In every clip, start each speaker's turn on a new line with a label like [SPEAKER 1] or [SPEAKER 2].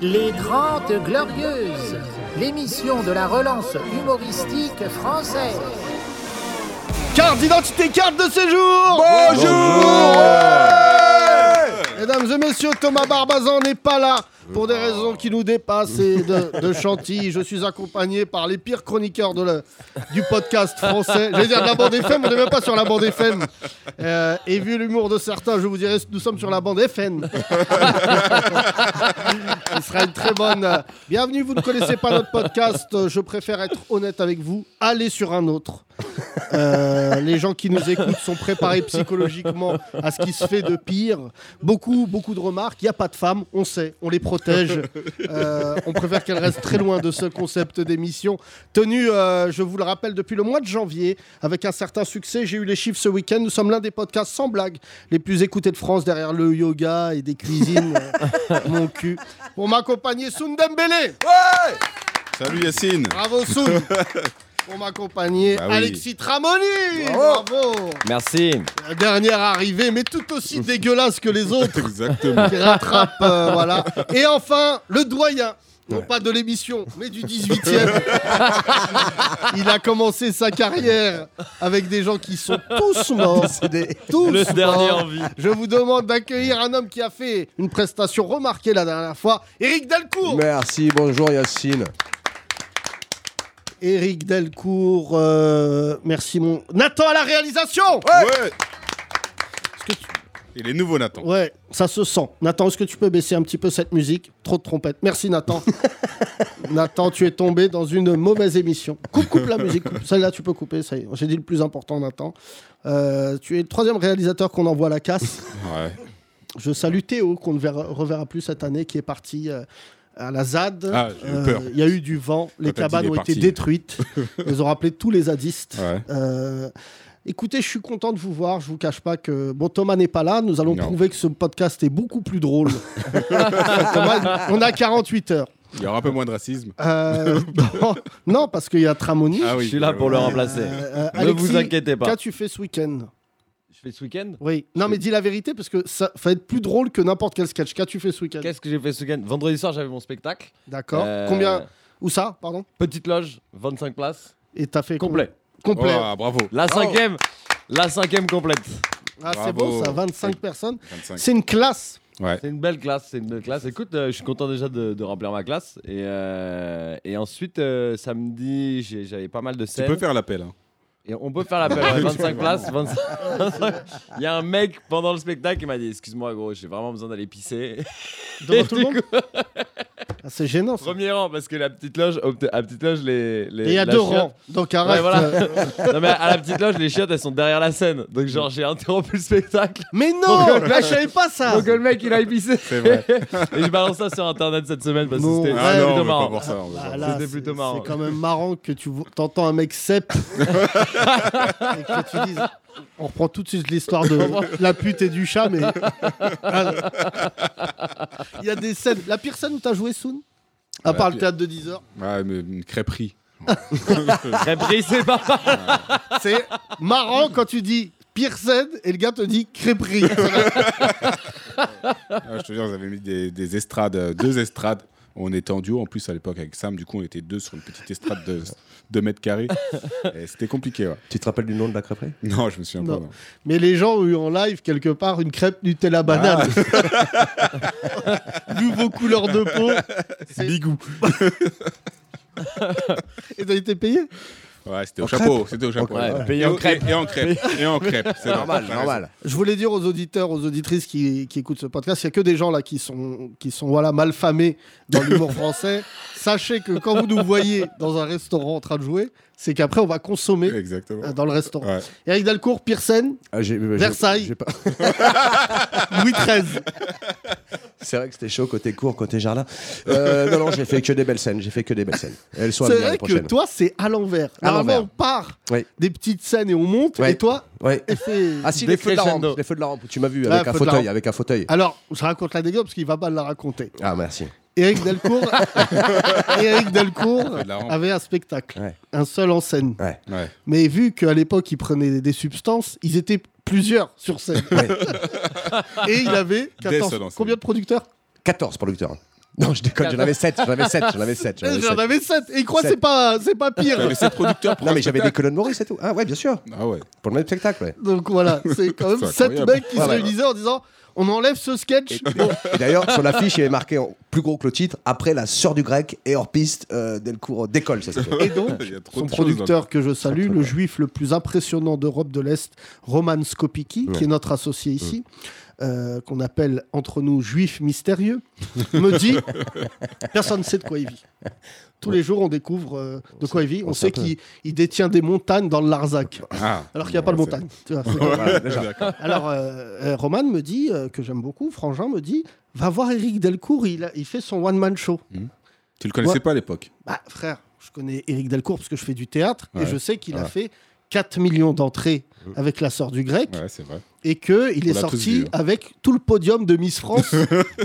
[SPEAKER 1] Les Grandes Glorieuses, l'émission de la relance humoristique française.
[SPEAKER 2] Carte d'identité, carte de séjour
[SPEAKER 3] Bonjour,
[SPEAKER 2] Mesdames et messieurs, Thomas Barbazan n'est pas là pour des raisons qui nous dépassent et de, de chantilly. Je suis accompagné par les pires chroniqueurs de la- du podcast français. J'allais dire de la bande FM, on n'est même pas sur la bande FM. Euh, et vu l'humour de certains, je vous dirais, nous sommes sur la bande FN. Ce sera une très bonne. euh, Bienvenue, vous ne connaissez pas notre podcast. euh, Je préfère être honnête avec vous. Allez sur un autre. Euh, les gens qui nous écoutent sont préparés psychologiquement à ce qui se fait de pire. Beaucoup, beaucoup de remarques. Il n'y a pas de femmes, on sait, on les protège. Euh, on préfère qu'elles restent très loin de ce concept d'émission. Tenu, euh, je vous le rappelle, depuis le mois de janvier, avec un certain succès, j'ai eu les chiffres ce week-end. Nous sommes l'un des podcasts sans blague les plus écoutés de France derrière le yoga et des cuisines. euh, mon cul. Pour m'accompagner, Sundembele.
[SPEAKER 3] Salut Yacine
[SPEAKER 2] Bravo, Sound. Pour m'accompagner,
[SPEAKER 3] Bah oui.
[SPEAKER 2] Alexis Tramoni.
[SPEAKER 3] Bravo.
[SPEAKER 2] Bravo.
[SPEAKER 4] Merci.
[SPEAKER 2] La dernière arrivée, mais tout aussi dégueulasse que les autres,
[SPEAKER 3] Exactement.
[SPEAKER 2] qui rattrape, euh, voilà. Et enfin, le doyen, non pas de l'émission, mais du 18e. Il a commencé sa carrière avec des gens qui sont tous morts. Tous
[SPEAKER 4] Le
[SPEAKER 2] morts.
[SPEAKER 4] dernier en vie.
[SPEAKER 2] Je vous demande d'accueillir un homme qui a fait une prestation remarquée la dernière fois, Eric Delcourt.
[SPEAKER 5] Merci, bonjour Yacine.
[SPEAKER 2] Eric Delcourt, euh, merci mon... Nathan à la réalisation
[SPEAKER 3] Ouais.
[SPEAKER 2] Est-ce que tu-
[SPEAKER 3] Il est nouveau Nathan.
[SPEAKER 2] Ouais, ça se sent. Nathan, est-ce que tu peux baisser un petit peu cette musique Trop de trompettes. Merci Nathan. Nathan, tu es tombé dans une mauvaise émission. Coupe, coupe la musique. coupe. Celle-là, tu peux couper. ça y est. J'ai dit le plus important, Nathan. Euh, tu es le troisième réalisateur qu'on envoie à la casse.
[SPEAKER 3] Ouais.
[SPEAKER 2] Je salue Théo, qu'on ne verra- reverra plus cette année, qui est parti euh, à la ZAD.
[SPEAKER 3] Ah, j'ai eu
[SPEAKER 2] Euh,
[SPEAKER 3] peur.
[SPEAKER 2] Il y a eu du vent. Les
[SPEAKER 3] Quand t'as dit
[SPEAKER 2] cabanes
[SPEAKER 3] il est
[SPEAKER 2] ont été
[SPEAKER 3] parti.
[SPEAKER 2] détruites. Ils ont rappelé tous les zadistes.
[SPEAKER 3] Ouais.
[SPEAKER 2] Euh, écoutez, je suis content de vous voir. Je vous cache pas que bon Thomas n'est pas là. Nous allons
[SPEAKER 3] Non.
[SPEAKER 2] prouver que ce podcast est beaucoup plus drôle. Thomas, on a 48 heures.
[SPEAKER 3] Il y aura un peu moins de racisme.
[SPEAKER 2] Euh, non, non, parce qu'il y a Tramoni.
[SPEAKER 3] Ah oui.
[SPEAKER 4] Je suis là pour le
[SPEAKER 3] Ouais.
[SPEAKER 4] remplacer.
[SPEAKER 2] Euh,
[SPEAKER 4] ne
[SPEAKER 2] Alexis,
[SPEAKER 4] vous inquiétez pas.
[SPEAKER 2] Qu'as-tu fait ce week-end
[SPEAKER 4] Je fais ce week-end
[SPEAKER 2] Oui. Non, mais dis la vérité parce que ça va être plus drôle que n'importe quel sketch. Qu'as-tu fait ce week-end
[SPEAKER 4] Qu'est-ce que j'ai fait ce week-end Vendredi soir, j'avais mon spectacle.
[SPEAKER 2] D'accord.
[SPEAKER 4] Euh,
[SPEAKER 2] Combien Où ça Pardon.
[SPEAKER 4] Petite loge, 25 places.
[SPEAKER 2] Et t'as fait com-
[SPEAKER 4] Complet.
[SPEAKER 2] Complet.
[SPEAKER 3] Oh, bravo.
[SPEAKER 4] La cinquième La cinquième complète.
[SPEAKER 2] Ah, c'est
[SPEAKER 3] Bravo.
[SPEAKER 2] beau ça. 25 personnes.
[SPEAKER 3] 25.
[SPEAKER 2] C'est une classe.
[SPEAKER 3] Ouais.
[SPEAKER 4] C'est une belle classe, c'est une belle classe. Écoute, euh, je suis content déjà de, de remplir ma classe. Et, euh, et ensuite, euh, samedi, j'ai- j'avais pas mal de
[SPEAKER 3] Tu
[SPEAKER 4] scènes.
[SPEAKER 3] peux faire l'appel. Hein.
[SPEAKER 4] Et on peut faire l'appel, ouais, 25 places. 25... Il y a un mec pendant le spectacle qui m'a dit Excuse-moi, gros, j'ai vraiment besoin d'aller pisser.
[SPEAKER 2] Devant
[SPEAKER 4] Et
[SPEAKER 2] tout
[SPEAKER 4] du
[SPEAKER 2] le monde. Ah, c'est gênant. Ça.
[SPEAKER 4] Premier rang, parce que la petite loge, au- à la petite loge, les. les-
[SPEAKER 2] Et il y a
[SPEAKER 4] la
[SPEAKER 2] deux
[SPEAKER 4] chiotte-
[SPEAKER 2] rangs. Donc arrête.
[SPEAKER 4] Ouais, voilà.
[SPEAKER 2] euh,
[SPEAKER 4] Non, mais à la petite loge, les chiottes, elles sont derrière la scène. Donc, genre, j'ai interrompu le spectacle.
[SPEAKER 2] Mais non, là, je savais pas ça.
[SPEAKER 4] Donc, le mec, il a épicé.
[SPEAKER 3] C'est vrai.
[SPEAKER 4] Et je balance ça sur internet cette semaine parce que
[SPEAKER 2] Non.
[SPEAKER 4] c'était
[SPEAKER 2] Ouais,
[SPEAKER 3] Ah
[SPEAKER 4] c'était
[SPEAKER 3] non, on
[SPEAKER 4] plutôt
[SPEAKER 3] veut pas
[SPEAKER 4] marrant.
[SPEAKER 3] voir ça. on veut pas
[SPEAKER 2] Bah,
[SPEAKER 3] voir
[SPEAKER 2] là,
[SPEAKER 4] C'était
[SPEAKER 2] c'est-
[SPEAKER 4] plutôt marrant.
[SPEAKER 2] C'est quand même marrant que tu vo- t'entends un mec cep et que tu dises. On reprend tout de suite l'histoire de la pute et du chat, mais. Il y a des scènes. La pire scène où t'as joué Soon À
[SPEAKER 4] Ah,
[SPEAKER 3] Ouais,
[SPEAKER 2] part le
[SPEAKER 3] puis-
[SPEAKER 2] théâtre de 10 heures.
[SPEAKER 3] ça. Ouais, mais une crêperie.
[SPEAKER 4] Très pris, c'est pas
[SPEAKER 2] C'est marrant quand tu dis pire scène et le gars te dit crêperie.
[SPEAKER 3] Ah, je te jure, vous avez mis des, des estrades, euh, deux estrades. On était en duo en plus à l'époque avec Sam. Du coup, on était deux sur une petite estrade de 2 mètres carrés. Et C'était compliqué. Ouais.
[SPEAKER 5] Tu te rappelles du nom de la crêperie
[SPEAKER 3] Non, je me souviens
[SPEAKER 2] Non.
[SPEAKER 3] pas. non.
[SPEAKER 2] Mais les gens ont eu en live quelque part une crêpe Nutella banane. Vu vos couleurs de peau. Bigou. Et t'as été payé
[SPEAKER 3] Ouais, c'était au chapeau. C'était au chapeau.
[SPEAKER 4] Ouais,
[SPEAKER 3] Ouais.
[SPEAKER 4] payé
[SPEAKER 3] Et
[SPEAKER 4] en
[SPEAKER 3] au-
[SPEAKER 4] crêpe.
[SPEAKER 3] Et, et en crêpe. Et en crêpe.
[SPEAKER 2] Ah,
[SPEAKER 3] C'est
[SPEAKER 5] Normal,
[SPEAKER 3] vrai.
[SPEAKER 5] normal.
[SPEAKER 2] Je voulais dire aux auditeurs, aux auditrices qui, qui écoutent ce podcast, il n'y a que des gens là qui sont, qui sont voilà, mal famés dans l'humour français. Sachez que quand vous nous voyez dans un restaurant en train de jouer, c'est qu'après on va consommer
[SPEAKER 3] Exactement.
[SPEAKER 2] euh, dans le restaurant.
[SPEAKER 3] Ouais.
[SPEAKER 2] Eric Dalcourt, Pearson,
[SPEAKER 5] Ah, j'ai- j'ai-
[SPEAKER 2] Versailles.
[SPEAKER 5] j'ai pas-
[SPEAKER 2] Louis XIII.
[SPEAKER 5] C'est vrai que c'était chaud côté cours, côté jardin. Euh, non, non, j'ai fait que des belles scènes. J'ai fait que des belles scènes. Elles sont à
[SPEAKER 2] C'est
[SPEAKER 5] venir
[SPEAKER 2] vrai
[SPEAKER 5] les
[SPEAKER 2] que
[SPEAKER 5] prochaines.
[SPEAKER 2] toi, c'est à l'envers.
[SPEAKER 5] À
[SPEAKER 2] Normalement,
[SPEAKER 5] l'envers.
[SPEAKER 2] on part
[SPEAKER 5] Oui.
[SPEAKER 2] des petites scènes et on monte.
[SPEAKER 5] Ouais.
[SPEAKER 2] Et toi,
[SPEAKER 5] Ouais.
[SPEAKER 2] effet.
[SPEAKER 5] Ah si, les feux de la
[SPEAKER 4] Décrescendo.
[SPEAKER 5] rampe. Les feux de la rampe. Tu m'as vu
[SPEAKER 2] Ah,
[SPEAKER 5] avec
[SPEAKER 2] feux de
[SPEAKER 5] un
[SPEAKER 2] la
[SPEAKER 5] fauteuil,
[SPEAKER 2] rampe. Ah,
[SPEAKER 5] avec un fauteuil.
[SPEAKER 2] Alors, je raconte la dégueu parce qu'il va pas la raconter.
[SPEAKER 5] Ah merci.
[SPEAKER 2] Éric Delcourt, Éric Delcourt
[SPEAKER 3] Fais de la rampe.
[SPEAKER 2] avait un spectacle,
[SPEAKER 5] Ouais.
[SPEAKER 2] un seul en scène.
[SPEAKER 3] Ouais.
[SPEAKER 2] Mais vu qu'à l'époque, il prenait des- des substances, ils étaient plusieurs sur scène.
[SPEAKER 5] Ouais.
[SPEAKER 2] et il avait
[SPEAKER 3] Des
[SPEAKER 2] 14.
[SPEAKER 3] seuls en scène.
[SPEAKER 2] Combien de producteurs
[SPEAKER 5] 14 producteurs. Non, je déconne, j'en avais 7, j'en avais 7, j'en avais 7.
[SPEAKER 2] J'en avais 7. Et il croit que c'est
[SPEAKER 5] Sept.
[SPEAKER 2] pas, c'est pas pire.
[SPEAKER 3] Mais c'est producteur pour
[SPEAKER 5] Non,
[SPEAKER 3] un
[SPEAKER 5] mais j'avais des
[SPEAKER 3] spectacle.
[SPEAKER 5] colonnes Maurice et tout. Ah ouais, bien sûr,
[SPEAKER 3] Ah ouais.
[SPEAKER 5] pour le même spectacle, ouais.
[SPEAKER 2] Donc voilà, c'est quand même
[SPEAKER 3] C'est
[SPEAKER 2] sept
[SPEAKER 3] incroyable.
[SPEAKER 2] mecs qui
[SPEAKER 5] Ouais,
[SPEAKER 2] se
[SPEAKER 5] ouais.
[SPEAKER 2] réunisaient en disant on enlève ce sketch. Bon,
[SPEAKER 5] Et d'ailleurs, sur l'affiche, il est marqué en plus gros que le titre Après la sœur du grec et hors piste, euh, Delcourt décolle, ça s'appelle.
[SPEAKER 2] Et donc,
[SPEAKER 3] Il y a trop
[SPEAKER 2] son
[SPEAKER 3] de choses,
[SPEAKER 2] producteur que je salue,
[SPEAKER 5] Trop
[SPEAKER 2] le
[SPEAKER 5] de-
[SPEAKER 2] juif le plus impressionnant d'Europe de l'Est, Roman Skopiki, qui
[SPEAKER 5] Ouais.
[SPEAKER 2] est notre associé ici, euh, qu'on appelle entre nous juif mystérieux, me dit personne ne sait de quoi il vit. Tous les jours, on découvre euh, de quoi il vit. On,
[SPEAKER 5] on
[SPEAKER 2] sait
[SPEAKER 5] sait un peu.
[SPEAKER 2] qu'il il détient des montagnes dans le Larzac,
[SPEAKER 3] Ah.
[SPEAKER 2] alors qu'il n'y a pas de
[SPEAKER 3] Ouais,
[SPEAKER 2] montagne. Tu vois, c'est-
[SPEAKER 5] Voilà, déjà.
[SPEAKER 2] alors, euh, euh, Roman me dit, euh, que j'aime beaucoup, Frangin me dit va voir Eric Delcourt, il, a- il fait son one-man show.
[SPEAKER 3] Tu le connaissais
[SPEAKER 2] Ouais.
[SPEAKER 3] pas à l'époque.
[SPEAKER 2] Bah, frère, je connais Éric Delcourt parce que je fais du théâtre et
[SPEAKER 3] Ouais.
[SPEAKER 2] je sais qu'il a
[SPEAKER 3] Ouais.
[SPEAKER 2] fait 4 millions d'entrées
[SPEAKER 5] Mm.
[SPEAKER 2] avec La Sœur du Grec
[SPEAKER 3] Ouais, c'est vrai.
[SPEAKER 2] et qu'il est
[SPEAKER 3] l'a tous
[SPEAKER 2] sorti
[SPEAKER 3] vu, hein.
[SPEAKER 2] avec tout le podium de Miss France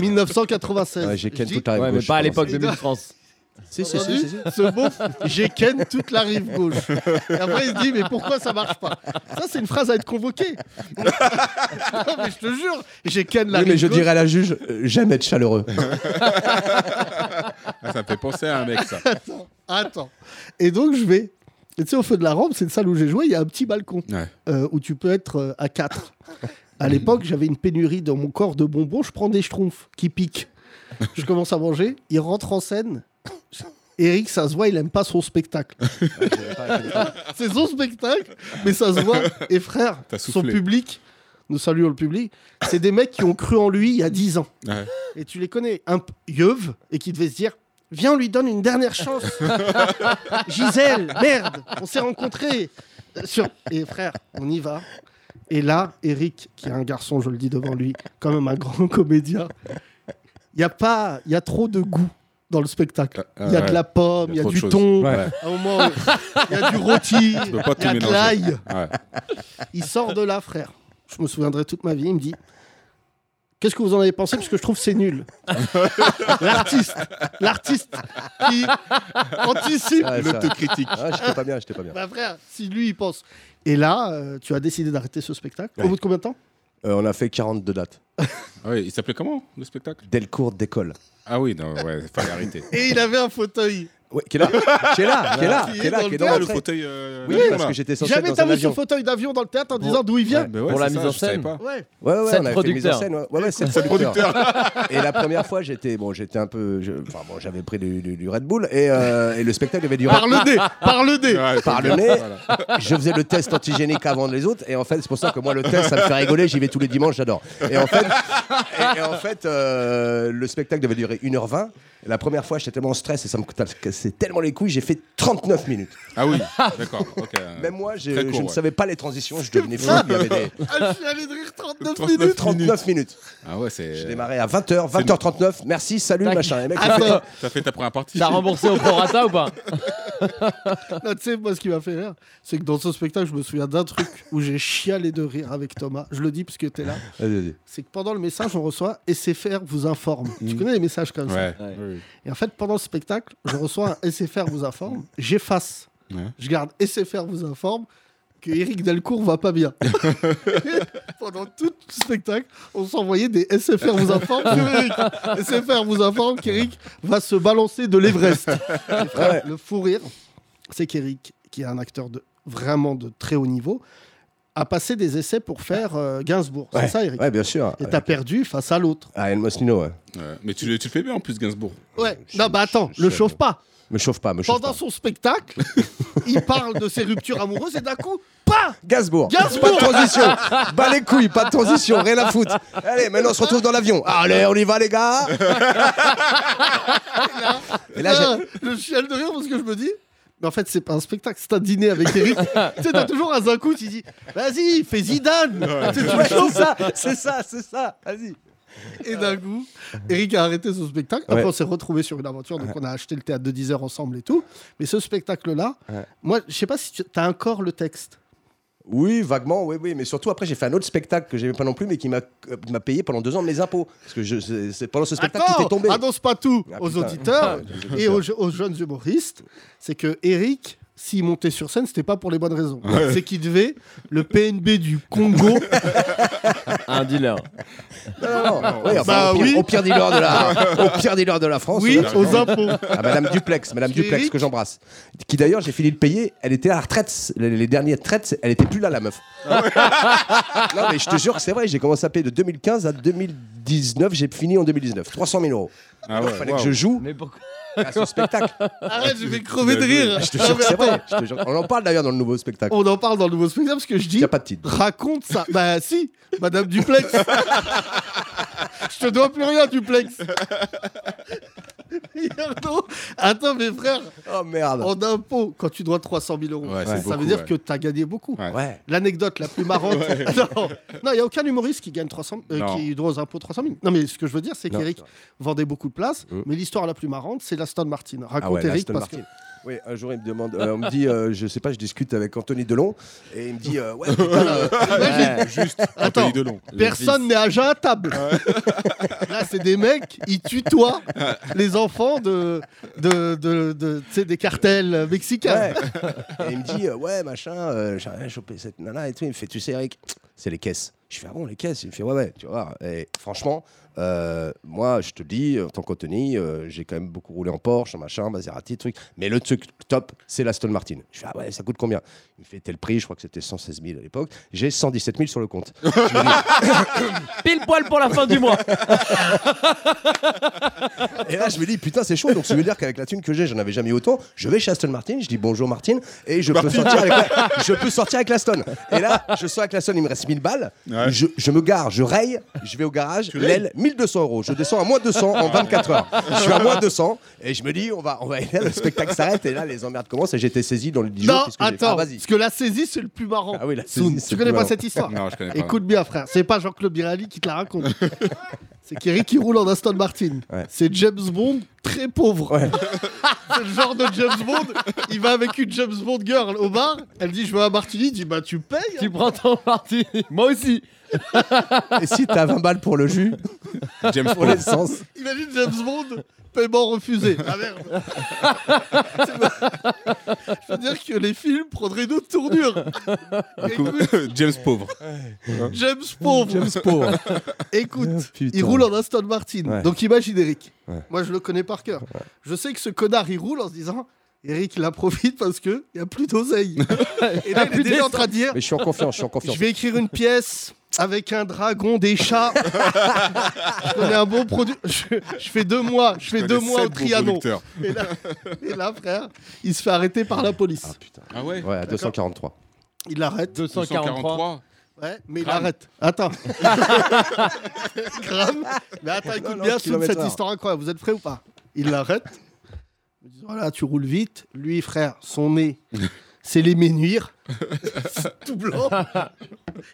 [SPEAKER 2] 1996.
[SPEAKER 5] Ouais, J'ai
[SPEAKER 2] Je
[SPEAKER 5] ken
[SPEAKER 2] dis, oh,
[SPEAKER 5] toute la
[SPEAKER 4] Ouais, mais pas à l'époque de
[SPEAKER 2] pense.
[SPEAKER 4] Miss France.
[SPEAKER 5] Si, si,
[SPEAKER 2] T'as
[SPEAKER 5] si, si, si.
[SPEAKER 2] entendu Ce mot, j'ai ken toute la rive gauche. Et après, il se dit, mais pourquoi ça marche pas Ça, c'est une phrase à être convoquée. non, mais je te jure, j'ai ken la
[SPEAKER 5] Oui,
[SPEAKER 2] rive
[SPEAKER 5] mais je
[SPEAKER 2] gauche.
[SPEAKER 5] dirais à la juge, euh, j'aime être chaleureux.
[SPEAKER 3] Ah, ça me fait penser à un mec, ça.
[SPEAKER 2] Attends. Et donc, je vais. Et tu sais, au feu de la rampe, c'est une salle où j'ai joué, il y a un petit balcon.
[SPEAKER 3] Ouais.
[SPEAKER 2] euh, où tu peux être euh, à 4. À l'époque, j'avais une pénurie dans mon corps de bonbons, je prends des schtroumpfs qui piquent. Je commence à manger, il rentre en scène. Eric, ça se voit, il aime pas son spectacle. C'est son spectacle, mais ça se voit. Et frère,
[SPEAKER 3] T'as
[SPEAKER 2] son
[SPEAKER 3] soufflé.
[SPEAKER 2] public, nous saluons le public, c'est des mecs qui ont cru en lui il y a 10 ans.
[SPEAKER 3] Ouais.
[SPEAKER 2] Et tu les connais, un p- yeuve, et qui devait se dire Viens, on lui donne une dernière chance. Gisèle, merde, on s'est rencontrés. Euh, Sur... Et frère, on y va. Et là, Eric, qui est un garçon, je le dis devant lui, quand même un grand comédien, il y a pas, il y a trop de goût dans le spectacle.
[SPEAKER 3] Ah,
[SPEAKER 2] Il y a
[SPEAKER 3] ouais.
[SPEAKER 2] de la pomme, il y
[SPEAKER 3] Il y a
[SPEAKER 2] a,
[SPEAKER 3] trop
[SPEAKER 2] du
[SPEAKER 3] de choses.
[SPEAKER 2] thon,
[SPEAKER 3] Ouais.
[SPEAKER 2] à un moment, il y a du rôti, il
[SPEAKER 3] peux pas
[SPEAKER 2] y a
[SPEAKER 3] tout
[SPEAKER 2] de
[SPEAKER 3] mélanger.
[SPEAKER 2] l'ail.
[SPEAKER 3] Ouais.
[SPEAKER 2] Il sort de là, frère. Je me souviendrai toute ma vie. Il me dit Qu'est-ce que vous en avez pensé Parce que je trouve que c'est nul. l'artiste, l'artiste qui anticipe.
[SPEAKER 5] Ouais, ça.
[SPEAKER 3] L'autocritique.
[SPEAKER 5] Ah, j'étais pas bien, j'étais pas bien.
[SPEAKER 2] Bah frère, si lui il pense. Et là, euh, tu as décidé d'arrêter ce spectacle. Au
[SPEAKER 5] Ouais.
[SPEAKER 2] bout de combien de temps
[SPEAKER 5] Euh, on a fait 42 dates.
[SPEAKER 3] Ah ouais, il s'appelait comment, le spectacle
[SPEAKER 5] Delcourt décolle.
[SPEAKER 3] Ah oui, non, ouais, il fallait arrêter.
[SPEAKER 2] Et il avait un fauteuil.
[SPEAKER 5] Ouais, qui est là, qui est là, qui est
[SPEAKER 3] Ah,
[SPEAKER 5] là,
[SPEAKER 2] Qui est
[SPEAKER 5] qui est là,
[SPEAKER 2] dans
[SPEAKER 5] qui
[SPEAKER 2] le théâtre,
[SPEAKER 5] est dans
[SPEAKER 3] le
[SPEAKER 5] l'entrée.
[SPEAKER 3] fauteuil. euh,
[SPEAKER 5] Oui,
[SPEAKER 3] là,
[SPEAKER 5] parce
[SPEAKER 3] voilà.
[SPEAKER 5] que j'étais censé être
[SPEAKER 2] Jamais
[SPEAKER 5] dans
[SPEAKER 2] t'as
[SPEAKER 5] un
[SPEAKER 2] mis ce
[SPEAKER 5] avion.
[SPEAKER 2] fauteuil d'avion dans le théâtre en disant d'où il vient.
[SPEAKER 3] Ouais, Ah, mais ouais,
[SPEAKER 4] Pour la
[SPEAKER 3] c'est
[SPEAKER 4] mise
[SPEAKER 3] ça,
[SPEAKER 4] en
[SPEAKER 3] je savais
[SPEAKER 4] scène.
[SPEAKER 3] pas.
[SPEAKER 2] Ouais.
[SPEAKER 5] Ouais, ouais,
[SPEAKER 4] Sept
[SPEAKER 5] on avait fait une mise en
[SPEAKER 4] producteurs.
[SPEAKER 5] scène. Ouais, ouais, ouais, sept producteurs. et la première fois, j'étais bon, j'étais un peu, je- enfin bon, j'avais pris du, du- du Red Bull et, euh, et le spectacle avait du Red
[SPEAKER 2] Par le nez, par le nez.
[SPEAKER 3] Ouais,
[SPEAKER 5] Par
[SPEAKER 3] c'est
[SPEAKER 5] le
[SPEAKER 3] bien,
[SPEAKER 5] nez.
[SPEAKER 3] voilà.
[SPEAKER 5] Je faisais le test antigénique avant les autres et en fait, c'est pour ça que moi le test, ça me fait rigoler. J'y vais tous les dimanches, j'adore. Et en fait, et, et en fait euh, le spectacle devait durer 1h20. Et la première fois, j'étais tellement en stress et ça me cassait tellement les couilles, j'ai fait 39 minutes.
[SPEAKER 3] Ah oui, d'accord. ok.
[SPEAKER 5] Même moi, je,
[SPEAKER 3] Très court,
[SPEAKER 5] je ne
[SPEAKER 3] ouais.
[SPEAKER 5] savais pas les transitions, je devenais fou. Il y avait des
[SPEAKER 2] Ah, je suis allé de rire 39
[SPEAKER 3] 39
[SPEAKER 2] minutes.
[SPEAKER 5] 39 minutes.
[SPEAKER 3] Ah ouais, c'est.
[SPEAKER 5] J'ai démarré à 20h, 20h39. Merci, salut,
[SPEAKER 4] Tac.
[SPEAKER 5] machin. Et mec, j'ai fait-
[SPEAKER 2] Attends,
[SPEAKER 3] T'as fait ta première partie
[SPEAKER 4] T'as remboursé au prorata ou pas
[SPEAKER 2] Là, tu sais, moi, ce qui m'a fait rire, c'est que dans ce spectacle, je me souviens d'un truc où j'ai chialé de rire avec Thomas. Je le dis parce que t'es là.
[SPEAKER 5] Vas-y, vas-y.
[SPEAKER 2] C'est que pendant le message, on reçoit SFR vous informe. Tu connais les messages comme ça
[SPEAKER 3] Ouais.
[SPEAKER 4] Ouais.
[SPEAKER 3] Oui.
[SPEAKER 2] Et en fait, pendant le spectacle, je reçois un SFR vous informe. J'efface.
[SPEAKER 3] Ouais.
[SPEAKER 2] Je garde SFR vous informe que Eric Delcourt va pas bien. pendant tout le spectacle, on s'envoyait des SFR vous informe sur Eric. SFR vous informe qu'Eric va se balancer de l'Everest. Et frère,
[SPEAKER 5] Ouais.
[SPEAKER 2] Le fou rire, c'est qu'Eric, qui est un acteur de vraiment de très haut niveau, a passé des essais pour faire euh, Gainsbourg. C'est ça, Eric
[SPEAKER 5] Ouais, bien sûr.
[SPEAKER 2] Et t'as perdu face à l'autre.
[SPEAKER 5] Ah, El Moslino, ouais.
[SPEAKER 3] Ouais. Mais tu le, tu le fais bien en plus, Gainsbourg.
[SPEAKER 2] Ouais.
[SPEAKER 5] je-
[SPEAKER 2] Non, bah attends,
[SPEAKER 5] je-
[SPEAKER 2] le
[SPEAKER 5] je-
[SPEAKER 2] chauffe pas.
[SPEAKER 5] Me chauffe pas, me chauffe
[SPEAKER 2] pendant
[SPEAKER 5] pas.
[SPEAKER 2] son spectacle, il parle de ses ruptures amoureuses et d'un coup, pas
[SPEAKER 5] Gainsbourg.
[SPEAKER 2] Gainsbourg.
[SPEAKER 5] Pas de transition. Bas les couilles, pas de transition, rien à foutre. Allez, maintenant on se retrouve dans l'avion. Allez, on y va les gars. Et là, j'ai-
[SPEAKER 2] Je chiale Euh, de rire parce que je me dis. Mais en fait, c'est pas un spectacle, c'est un dîner avec Eric. tu sais, t'as toujours un Zakou qui dit Vas-y, fais Zidane Tu sais, tu le
[SPEAKER 5] Ouais, c'est
[SPEAKER 2] chauffes.
[SPEAKER 5] ça, c'est ça, c'est ça. Vas-y.
[SPEAKER 2] Et d'un coup, Eric a arrêté son spectacle. Après,
[SPEAKER 5] Ouais.
[SPEAKER 2] on s'est retrouvés sur une aventure, donc on a acheté le théâtre de 10 heures ensemble et tout. Mais ce spectacle-là,
[SPEAKER 5] Ouais.
[SPEAKER 2] moi, je sais pas si tu as encore le texte.
[SPEAKER 5] Oui, vaguement, oui, oui. Mais surtout, après, j'ai fait un autre spectacle que j'aimais pas non plus, mais qui m'a euh, m'a payé pendant deux ans mes impôts. Parce que je- c'est c'est pendant ce spectacle qu'il
[SPEAKER 2] Attends,
[SPEAKER 5] était tombé.
[SPEAKER 2] annonce pas tout
[SPEAKER 5] Ah,
[SPEAKER 2] aux
[SPEAKER 5] putain.
[SPEAKER 2] auditeurs
[SPEAKER 5] Ah, je- je-
[SPEAKER 2] et aux, je- aux jeunes humoristes, c'est que Eric s'il montait sur scène, c'était pas pour les bonnes raisons. C'est qu'il devait le PNB du Congo.
[SPEAKER 4] Un dealer.
[SPEAKER 5] Non, non, non. Oui, enfin,
[SPEAKER 2] Bah
[SPEAKER 5] au, pire,
[SPEAKER 2] oui.
[SPEAKER 5] au pire dealer de la, au pire dealer de la France.
[SPEAKER 2] oui,
[SPEAKER 5] euh,
[SPEAKER 2] aux impôts.
[SPEAKER 5] à Madame Duplex, Madame
[SPEAKER 2] Thierry.
[SPEAKER 5] Duplex que j'embrasse, qui d'ailleurs j'ai fini de payer. Elle était à la retraite, les, les dernières traites, elle était plus là la meuf. non mais je te jure que c'est vrai, j'ai commencé à payer de 2015 à 2019, j'ai fini en 2019, 300 000 euros.
[SPEAKER 3] Ah
[SPEAKER 5] Alors,
[SPEAKER 3] ouais,
[SPEAKER 5] il fallait
[SPEAKER 3] waouh.
[SPEAKER 5] que je joue
[SPEAKER 4] Mais pourquoi
[SPEAKER 5] à ce spectacle.
[SPEAKER 2] Arrête, je vais crever de rire.
[SPEAKER 5] Je te jure que c'est vrai. je te jure. On en parle d'ailleurs dans le nouveau spectacle.
[SPEAKER 2] On en parle dans le nouveau spectacle parce que je
[SPEAKER 5] Il
[SPEAKER 2] dis
[SPEAKER 5] n'y a pas de titre.
[SPEAKER 2] raconte ça. Bah si, Madame Duplex. Je te dois plus rien, Duplex. Yardo, Attends, mes frères,
[SPEAKER 5] Oh merde.
[SPEAKER 2] en impôts, quand tu dois 300 000 euros,
[SPEAKER 3] Ouais, c'est
[SPEAKER 2] ça veut
[SPEAKER 3] beaucoup,
[SPEAKER 2] dire
[SPEAKER 3] ouais.
[SPEAKER 2] que tu as gagné beaucoup.
[SPEAKER 3] Ouais.
[SPEAKER 5] Ouais.
[SPEAKER 2] L'anecdote la plus marrante. Non, il n'y a aucun humoriste qui gagne 300, euh,
[SPEAKER 3] Non.
[SPEAKER 2] qui doit aux impôts 300 000. Non, mais ce que je veux dire, c'est
[SPEAKER 5] Non,
[SPEAKER 2] qu'Eric
[SPEAKER 5] c'est vrai.
[SPEAKER 2] vendait beaucoup de places,
[SPEAKER 5] Mm.
[SPEAKER 2] mais l'histoire la plus marrante, c'est l'Aston Martin. Raconte
[SPEAKER 5] Ah ouais,
[SPEAKER 2] Eric,
[SPEAKER 5] l'Aston
[SPEAKER 2] parce
[SPEAKER 5] Martin. Oui, un jour il me demande, euh, on me dit, euh, je sais pas, je discute avec Anthony Delon et il me dit, euh, ouais, putain, euh,
[SPEAKER 4] Ouais.
[SPEAKER 3] Juste
[SPEAKER 2] Attends.
[SPEAKER 3] Anthony Delon.
[SPEAKER 2] que personne n'est à jeun à table. Là, c'est des mecs, ils tutoient les enfants de, de, de, de- tu sais, des cartels mexicains.
[SPEAKER 5] Ouais. Et il me dit, euh, ouais, machin, euh, j'ai rien chopé cette nana et tout. Il me fait, tu sais, Eric, c'est les caisses. Je fais, ah bon, les caisses Il me fait, ouais, ouais, tu vois. Et franchement, euh, moi, je te le dis, en tant qu'Anthony, euh, j'ai quand même beaucoup roulé en Porsche, en machin, Maserati, truc. Mais le truc top, c'est l'Aston Martin. Je fais, ah ouais, ça coûte combien Il me fait tel prix, je crois que c'était 116 000 à l'époque. J'ai 117 000 sur le compte. Je lui dis,
[SPEAKER 4] Pile poil pour la fin du mois.
[SPEAKER 5] Et là, je me dis, putain, c'est chaud. Donc, ça veut dire qu'avec la thune que j'ai, j'en avais jamais eu autant. Je vais chez Aston Martin, je dis bonjour Martin, et je, peux sortir, avec la- je peux sortir avec l'Aston. Et là, je sors avec l'Aston, il me reste 1000 balles.
[SPEAKER 3] Ouais.
[SPEAKER 5] Je, je me gare, je raye, je vais au garage, l'aile, 1200 euros. Je descends à moins 200 en 24 heures. Je suis à moins 200, et je me dis, on va, on va aller là, le spectacle s'arrête, et là, les emmerdes commencent, et j'ai été saisi dans le 10 jours.
[SPEAKER 2] Non,
[SPEAKER 5] puisque j'ai fait,
[SPEAKER 2] attends,
[SPEAKER 5] ah, vas-y.
[SPEAKER 2] parce que la saisie, c'est le plus marrant.
[SPEAKER 5] Ah oui, la
[SPEAKER 2] Soun,
[SPEAKER 5] saisie, c'est
[SPEAKER 2] tu
[SPEAKER 5] le
[SPEAKER 2] connais
[SPEAKER 5] plus
[SPEAKER 2] pas
[SPEAKER 5] marrant.
[SPEAKER 2] cette histoire
[SPEAKER 3] Non, je connais pas.
[SPEAKER 2] Écoute bien, frère, c'est pas Jean-Claude Birali qui te la raconte. c'est qu'Eric, il roule en Aston Martin.
[SPEAKER 5] Ouais.
[SPEAKER 2] C'est James Bond, très pauvre.
[SPEAKER 5] Ouais.
[SPEAKER 2] c'est le genre de James Bond. Il va avec une James Bond girl au bar. Elle dit Je veux un martini. Il dit Bah, tu payes. hein.
[SPEAKER 4] tu prends ton parti. Moi aussi.
[SPEAKER 5] Et si t'as 20 balles pour le jus,
[SPEAKER 3] James
[SPEAKER 5] pour
[SPEAKER 3] Bond.
[SPEAKER 5] l'essence,
[SPEAKER 2] Imagine James Bond, paiement refusé. Ah merde. Je veux dire que les films prendraient d'autres tournures. Écoute,
[SPEAKER 3] James Pauvre.
[SPEAKER 2] James Bond.
[SPEAKER 5] James Poe.
[SPEAKER 2] Écoute,
[SPEAKER 5] Putain.
[SPEAKER 2] il roule en Aston Martin.
[SPEAKER 5] Ouais.
[SPEAKER 2] Donc imagine Eric.
[SPEAKER 5] Ouais.
[SPEAKER 2] Moi, je le connais par cœur. Je sais que ce connard, il roule en se disant Eric, il en profite parce qu'il n'y a plus d'oseille. Et là, il est déjà en train de dire
[SPEAKER 5] Ah, Mais je suis en confiance, je suis en confiance.
[SPEAKER 2] Je vais écrire une pièce avec un dragon, des chats. je connais un bon produit. Je, je fais deux mois, je fais deux mois au Trianon. Et là, et là, frère, il se fait arrêter par la police.
[SPEAKER 5] Ah putain.
[SPEAKER 3] Ah ouais
[SPEAKER 5] Ouais, à 243.
[SPEAKER 2] Il l'arrête.
[SPEAKER 4] 243.
[SPEAKER 2] Ouais, mais il
[SPEAKER 3] Gramme.
[SPEAKER 2] arrête. Attends. Gramme. Mais attends, écoute
[SPEAKER 5] Non,
[SPEAKER 2] bien
[SPEAKER 5] non,
[SPEAKER 2] Soum,
[SPEAKER 5] kilomètre
[SPEAKER 2] cette
[SPEAKER 5] heure.
[SPEAKER 2] histoire incroyable. Vous êtes prêts ou pas Il l'arrête. Il dit, Voilà, tu roules vite. Lui, frère, son nez, c'est les menhirs. C'est tout blanc.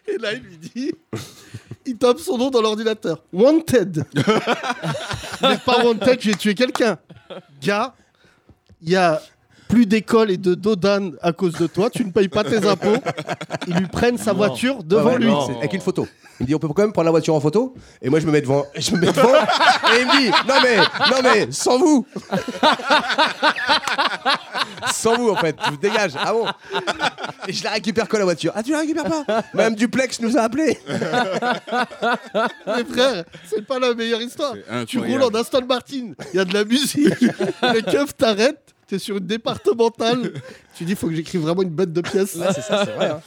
[SPEAKER 2] Et là, il lui dit il tape son nom dans l'ordinateur. Wanted. mais pas Wanted, j'ai tué quelqu'un. Gars, il y a plus d'école et de dodan à cause de toi. Tu ne payes pas tes impôts. Ils lui prennent sa
[SPEAKER 4] Non.
[SPEAKER 2] voiture devant
[SPEAKER 5] Ah Ouais, ouais,
[SPEAKER 2] lui.
[SPEAKER 5] non, c'est- Avec une photo. Il me dit, on peut quand même prendre la voiture en photo Et moi, je me mets devant. Et je me mets devant. et il me dit, non mais, non mais, sans vous Sans vous, en fait. Je vous dégage. Ah bon Et je la récupère quand la voiture Ah, tu la récupères pas Madame Duplex nous a appelé.
[SPEAKER 2] Mais frère, c'est pas la meilleure histoire.
[SPEAKER 3] C'est incroyable.
[SPEAKER 2] Tu roules en Aston Martin, il y a de la musique, le keuf t'arrête, t'es sur une départementale. Tu dis, faut que j'écrive vraiment une bête de pièce.
[SPEAKER 5] Ouais, c'est ça, c'est vrai. hein.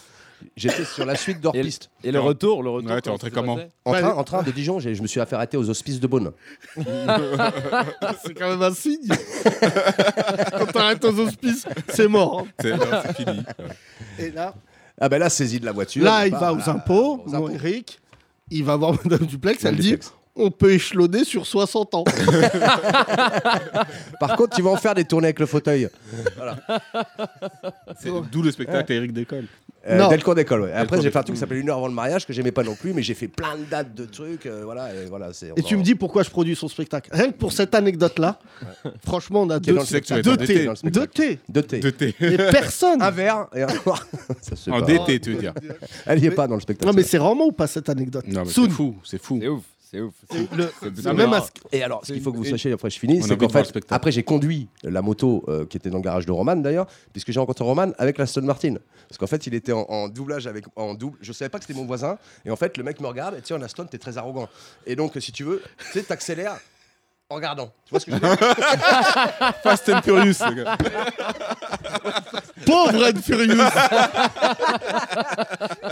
[SPEAKER 5] J'étais sur la suite
[SPEAKER 4] Et,
[SPEAKER 5] d'Orpiste.
[SPEAKER 4] et le retour, le retour.
[SPEAKER 3] Ouais, t'es rentré
[SPEAKER 4] comment ça s'est
[SPEAKER 3] comment
[SPEAKER 4] passé
[SPEAKER 5] En train, en train de Dijon, j'ai- je me suis fait arrêter aux hospices de Beaune.
[SPEAKER 2] C'est quand même un signe. Quand t'arrêtes aux hospices, c'est mort. hein.
[SPEAKER 3] C'est non, c'est fini.
[SPEAKER 2] Et là,
[SPEAKER 5] Ah ben là, saisie de la voiture.
[SPEAKER 2] là il
[SPEAKER 5] Bah,
[SPEAKER 2] va
[SPEAKER 5] bah,
[SPEAKER 2] aux impôts,
[SPEAKER 5] aux
[SPEAKER 2] mon
[SPEAKER 5] impôts.
[SPEAKER 2] Eric, il va voir Madame Duplex, elle
[SPEAKER 5] Madame
[SPEAKER 2] dit,
[SPEAKER 5] Duplex.
[SPEAKER 2] on peut échelonner sur 60 ans.
[SPEAKER 5] Par contre, tu vas en faire des tournées avec le fauteuil.
[SPEAKER 3] C'est D'où le spectacle Eric Décolle.
[SPEAKER 5] Euh,
[SPEAKER 2] Non.
[SPEAKER 5] dès le cours d'école, ouais. Après,
[SPEAKER 3] cours
[SPEAKER 5] j'ai fait un
[SPEAKER 3] d'école.
[SPEAKER 5] truc qui s'appelait Une heure avant le mariage que j'aimais pas non plus, mais j'ai fait plein de dates de trucs. euh, voilà, et voilà, c'est-
[SPEAKER 2] Et tu me dis pourquoi je produis son spectacle. Rien que pour cette anecdote-là, franchement, on a
[SPEAKER 5] Qui est
[SPEAKER 2] deux,
[SPEAKER 5] dans le
[SPEAKER 3] Tu sais que tu
[SPEAKER 5] spectacle.
[SPEAKER 3] vas être
[SPEAKER 2] deux
[SPEAKER 3] en
[SPEAKER 5] Deux
[SPEAKER 3] DT.
[SPEAKER 5] dans le
[SPEAKER 2] thés. Deux thés.
[SPEAKER 5] spectacle. Deux thés.
[SPEAKER 3] Deux T.
[SPEAKER 2] Et personne.
[SPEAKER 5] Un verre et un noir. Ça se fait
[SPEAKER 3] En
[SPEAKER 5] pas.
[SPEAKER 3] DT, tu veux dire.
[SPEAKER 5] Elle y est pas dans le spectacle.
[SPEAKER 2] Non mais c'est vraiment ou pas cette anecdote
[SPEAKER 3] Non, mais
[SPEAKER 2] Soun,
[SPEAKER 3] c'est fou, c'est fou.
[SPEAKER 4] C'est ouf. c'est C'est ouf.
[SPEAKER 2] Le-
[SPEAKER 4] C'est
[SPEAKER 2] le
[SPEAKER 4] bizarre.
[SPEAKER 2] Ah, même masque.
[SPEAKER 5] Et alors, ce qu'il faut que vous
[SPEAKER 3] Et-
[SPEAKER 5] sachiez, après je
[SPEAKER 3] On
[SPEAKER 5] finis,
[SPEAKER 3] a
[SPEAKER 5] c'est
[SPEAKER 3] envie
[SPEAKER 5] qu'en
[SPEAKER 3] de voir le
[SPEAKER 5] fait,
[SPEAKER 3] spectacle.
[SPEAKER 5] après j'ai conduit la moto euh, qui était dans le garage de Roman d'ailleurs, puisque j'ai rencontré Roman avec la Aston Martin. Parce qu'en fait, il était en, en doublage avec en double. Je savais pas que c'était mon voisin. Et en fait, le mec me regarde. Et tu sais, en Aston, t'es très arrogant. Et donc, si tu veux, tu sais, t'accélères en regardant. Tu vois ce que je veux dire
[SPEAKER 3] Fast and Furious, les gars.
[SPEAKER 2] Pauvre Ed Furious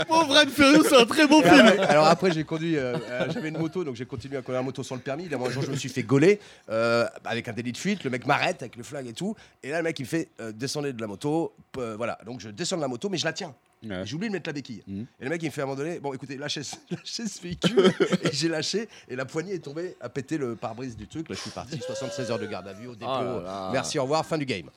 [SPEAKER 2] Pauvre Ed Furious, c'est un très beau
[SPEAKER 5] Et
[SPEAKER 2] film
[SPEAKER 5] après- alors après, j'ai conduit, euh, euh, j'avais une moto, donc j'ai continué à conduire la moto sans le permis. Évidemment, un jour, je me suis fait gauler euh, avec un délit de fuite. Le mec m'arrête avec le flag et tout. Et là, le mec, il me fait euh, descendez de la moto. euh, voilà, donc je descends de la moto, mais je la tiens.
[SPEAKER 3] Ouais.
[SPEAKER 5] Et J'ai oublié de mettre la béquille.
[SPEAKER 3] Mhm.
[SPEAKER 5] Et le mec, il me fait à un moment donné Bon, écoutez, lâchez, ce- lâchez ce véhicule. et j'ai lâché, et la poignée est tombée, a pété le pare-brise du truc. Là, je suis parti, 76 heures de garde à vue au dépôt.
[SPEAKER 4] là là.
[SPEAKER 5] Merci, au revoir, fin du game.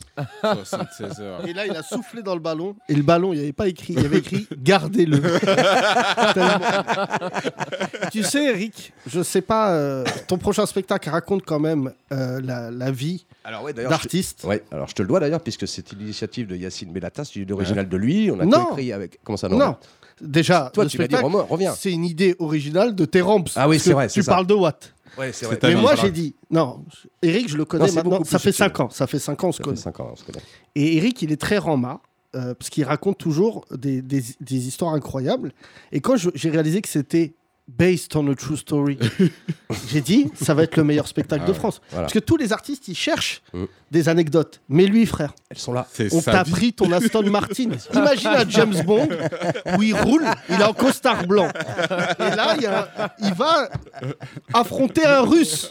[SPEAKER 3] 76 heures.
[SPEAKER 2] Et là, il a soufflé dans le ballon. Et le ballon, il n'y avait pas écrit. Il y avait écrit Gardez-le. Tellement. tu sais, Eric, je sais pas. euh, ton prochain spectacle raconte quand même euh, la, la vie
[SPEAKER 5] Alors, ouais, d'ailleurs. je-
[SPEAKER 2] d'artiste.
[SPEAKER 5] Ouais, alors je te le dois d'ailleurs, puisque c'est l'initiative de Yacine Bellatas, c'est l'original de lui. On a
[SPEAKER 2] Non.
[SPEAKER 5] coécrit avec. Comment ça,
[SPEAKER 2] Non. Déjà,
[SPEAKER 5] Toi,
[SPEAKER 2] le
[SPEAKER 5] tu vas dire,
[SPEAKER 2] spectacle,
[SPEAKER 5] Romain, reviens.
[SPEAKER 2] c'est une idée originale de tes ramps.
[SPEAKER 5] Ah oui,
[SPEAKER 2] Parce
[SPEAKER 5] c'est
[SPEAKER 2] que
[SPEAKER 5] vrai,
[SPEAKER 2] Tu
[SPEAKER 5] c'est ça.
[SPEAKER 2] parles de Watt.
[SPEAKER 5] Ouais, c'est
[SPEAKER 3] vrai.
[SPEAKER 5] vrai.
[SPEAKER 3] ta
[SPEAKER 2] Mais
[SPEAKER 3] Non,
[SPEAKER 2] moi,
[SPEAKER 3] voilà.
[SPEAKER 2] j'ai dit. Non, Eric, je le connais
[SPEAKER 5] Non, c'est
[SPEAKER 2] maintenant.
[SPEAKER 5] beaucoup
[SPEAKER 2] Ça
[SPEAKER 5] plus
[SPEAKER 2] fait
[SPEAKER 5] subtil.
[SPEAKER 2] 5 ans. Ça fait 5 ans, on se connaît.
[SPEAKER 5] ans, on se connaît.
[SPEAKER 2] Et Eric, il est très rama, euh, parce qu'il raconte toujours des, des- des histoires incroyables. Et quand je- j'ai réalisé que c'était based on a true story, j'ai dit, ça va être le meilleur spectacle
[SPEAKER 3] Ah
[SPEAKER 2] de
[SPEAKER 3] ouais,
[SPEAKER 2] France.
[SPEAKER 5] voilà.
[SPEAKER 2] Parce que tous les artistes, ils cherchent
[SPEAKER 5] Mm.
[SPEAKER 2] des anecdotes. Mais lui, frère,
[SPEAKER 5] Elles sont là.
[SPEAKER 3] C'est
[SPEAKER 2] on
[SPEAKER 3] sa
[SPEAKER 2] t'a
[SPEAKER 3] vie.
[SPEAKER 2] pris ton Aston Martin. Imagine un James Bond où il roule, il est en costard blanc. Et là, il, y a un- il va affronter un russe.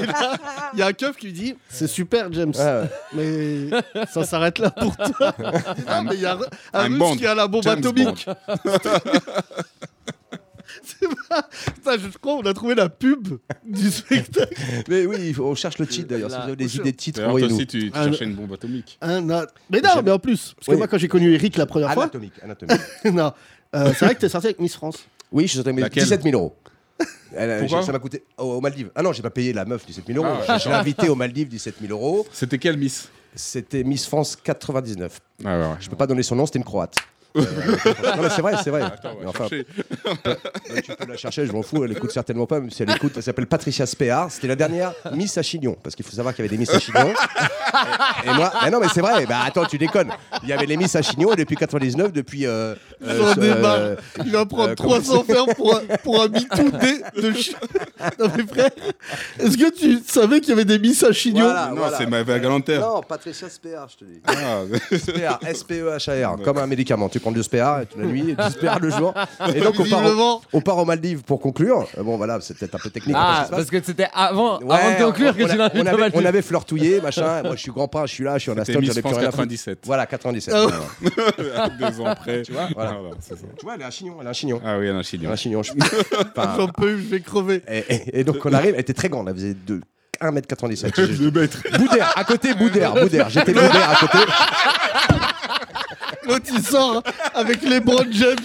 [SPEAKER 2] Et là, Il y a un keuf qui lui dit C'est super, James. Mais ça s'arrête là pour toi. Il dit, Non, mais il y a un, un
[SPEAKER 3] un
[SPEAKER 2] russe
[SPEAKER 3] Bond.
[SPEAKER 2] qui a la bombe
[SPEAKER 3] James
[SPEAKER 2] atomique. C'est pas- Putain, je crois qu'on a trouvé la pub du spectacle.
[SPEAKER 5] Mais oui, on cherche le titre d'ailleurs. Si vous
[SPEAKER 4] Là.
[SPEAKER 5] avez des idées de titres,
[SPEAKER 3] D'ailleurs, toi
[SPEAKER 5] envoyez-nous.
[SPEAKER 3] aussi, tu, tu
[SPEAKER 2] Ah,
[SPEAKER 3] cherchais une bombe atomique.
[SPEAKER 2] Un a- mais non, mais en plus, parce que
[SPEAKER 5] Oui.
[SPEAKER 2] moi, quand j'ai connu Eric Ah, la première fois,
[SPEAKER 5] Anatomique, anatomique.
[SPEAKER 2] non, euh, c'est vrai que t'es sorti avec Miss France.
[SPEAKER 5] oui, je suis sorti avec
[SPEAKER 3] Laquelle
[SPEAKER 5] 17 000 euros. Elle, euh,
[SPEAKER 3] Pourquoi
[SPEAKER 5] ça m'a coûté au- aux Maldives. Ah non, j'ai pas payé la meuf 17 000 euros.
[SPEAKER 3] Ah,
[SPEAKER 5] j'ai invité aux Maldives 17 000 euros.
[SPEAKER 3] C'était quelle Miss
[SPEAKER 5] C'était Miss France 99.
[SPEAKER 3] ah, ouais, ouais.
[SPEAKER 5] Je peux pas donner son nom, c'était une croate. Euh, non, mais c'est vrai, c'est vrai.
[SPEAKER 3] Attends, on
[SPEAKER 5] Mais
[SPEAKER 3] va
[SPEAKER 5] enfin,
[SPEAKER 3] chercher.
[SPEAKER 5] Ouais, tu peux la chercher, je m'en fous, elle écoute certainement pas, même si elle écoute, elle s'appelle Patricia Spéard, c'était la dernière Miss à Chignon, parce qu'il faut savoir qu'il y avait des Miss à Chignon. Et, et moi, mais non mais c'est vrai, bah attends, tu déconnes, il y avait les Miss à Chignon et depuis 99, depuis... euh, euh,
[SPEAKER 2] J'en
[SPEAKER 5] ce-
[SPEAKER 2] ai marre.
[SPEAKER 5] euh,
[SPEAKER 2] Il va prendre
[SPEAKER 5] euh, comment
[SPEAKER 2] 300 fermes pour un, pour un MeToo dé- de chi- Non mais frère, est-ce que tu savais qu'il y avait des miss à Chignon
[SPEAKER 5] Voilà,
[SPEAKER 3] non,
[SPEAKER 5] voilà.
[SPEAKER 3] c'est ma vague à l'enterre.
[SPEAKER 5] Non, Patricia Spéard, je te dis.
[SPEAKER 3] Ah,
[SPEAKER 5] Spéard, S-P-E-H-A-R, comme un médicament, tu prends du Spéard toute la nuit et du Spéard le jour. Et donc on part, au-
[SPEAKER 2] Visiblement,
[SPEAKER 5] on part aux Maldives pour conclure, Euh, bon voilà, c'est peut-être un peu technique. après, je
[SPEAKER 4] Ah,
[SPEAKER 5] sais pas.
[SPEAKER 4] parce que c'était avant,
[SPEAKER 5] Ouais,
[SPEAKER 4] avant de conclure
[SPEAKER 5] on-
[SPEAKER 4] que
[SPEAKER 5] on
[SPEAKER 4] tu
[SPEAKER 5] a-
[SPEAKER 4] l'invites
[SPEAKER 5] on
[SPEAKER 4] à
[SPEAKER 5] avait,
[SPEAKER 4] Maldive.
[SPEAKER 5] on avait flirtouillé, machin. Moi, je suis grand-père, je suis là, je suis en
[SPEAKER 3] c'était
[SPEAKER 5] Aston,
[SPEAKER 3] Miss
[SPEAKER 5] j'avais plus
[SPEAKER 3] France
[SPEAKER 5] rien à foutre.
[SPEAKER 3] 97.
[SPEAKER 5] Voilà, 97.
[SPEAKER 4] Oh.
[SPEAKER 2] Ah ouais.
[SPEAKER 5] Voilà.
[SPEAKER 3] Deux ans près. Tu vois
[SPEAKER 5] voilà.
[SPEAKER 3] c'est ça.
[SPEAKER 5] Tu vois, elle est un chignon, elle est un chignon.
[SPEAKER 3] Ah oui, un
[SPEAKER 5] Elle
[SPEAKER 3] chignon.
[SPEAKER 5] est un chignon. je- Enfin,
[SPEAKER 2] j'en peux, je vais crever.
[SPEAKER 5] et, et- et donc, on arrive, elle était très grande, elle faisait de 1m97.
[SPEAKER 3] Le maître.
[SPEAKER 5] Boudère, à côté, Boudère, Boudère. J'étais Boudère à côté.
[SPEAKER 2] L'autre il sort hein, avec les Brown James.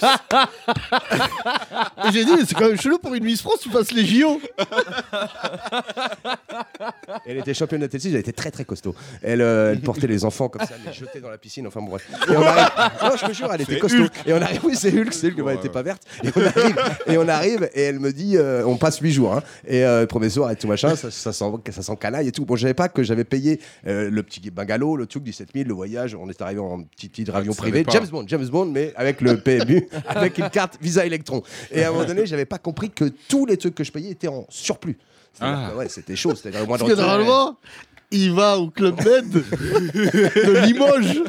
[SPEAKER 2] Et j'ai dit, mais c'est quand même chelou pour une Miss France, tu fasses les JO.
[SPEAKER 5] Elle était championne d'athlétisme, elle était très très costaud. Elle, euh, elle portait les enfants comme ça, elle les jetait dans la piscine, enfin bon, bref. Et on arrive... Non, je te jure, elle était
[SPEAKER 3] C'est
[SPEAKER 5] costaud.
[SPEAKER 3] Hulk.
[SPEAKER 5] Et on arrive, oui, c'est Hulk, c'est Hulk, mais
[SPEAKER 3] Ouais,
[SPEAKER 5] elle était
[SPEAKER 3] ouais.
[SPEAKER 5] pas verte. Et on arrive, et, on arrive, et elle me dit, euh, on passe huit jours, hein. et euh, premier soir et tout machin, ça, ça, sent, ça sent canaille et tout. Bon, je savais pas que j'avais payé euh, le petit bungalow, le truc, 17 000, le voyage, on est arrivé en petit, petit avion
[SPEAKER 3] tu
[SPEAKER 5] privé,
[SPEAKER 3] savais pas.
[SPEAKER 5] James Bond, James Bond, mais avec le PMU, avec une carte Visa Electron. Et à un moment donné, j'avais pas compris que tous les trucs que je payais étaient en surplus. C'est-à-dire
[SPEAKER 3] Ah.
[SPEAKER 5] que, ouais, c'était chaud, c'était au moins
[SPEAKER 2] Parce que normalement, il va au Club Med de Limoges.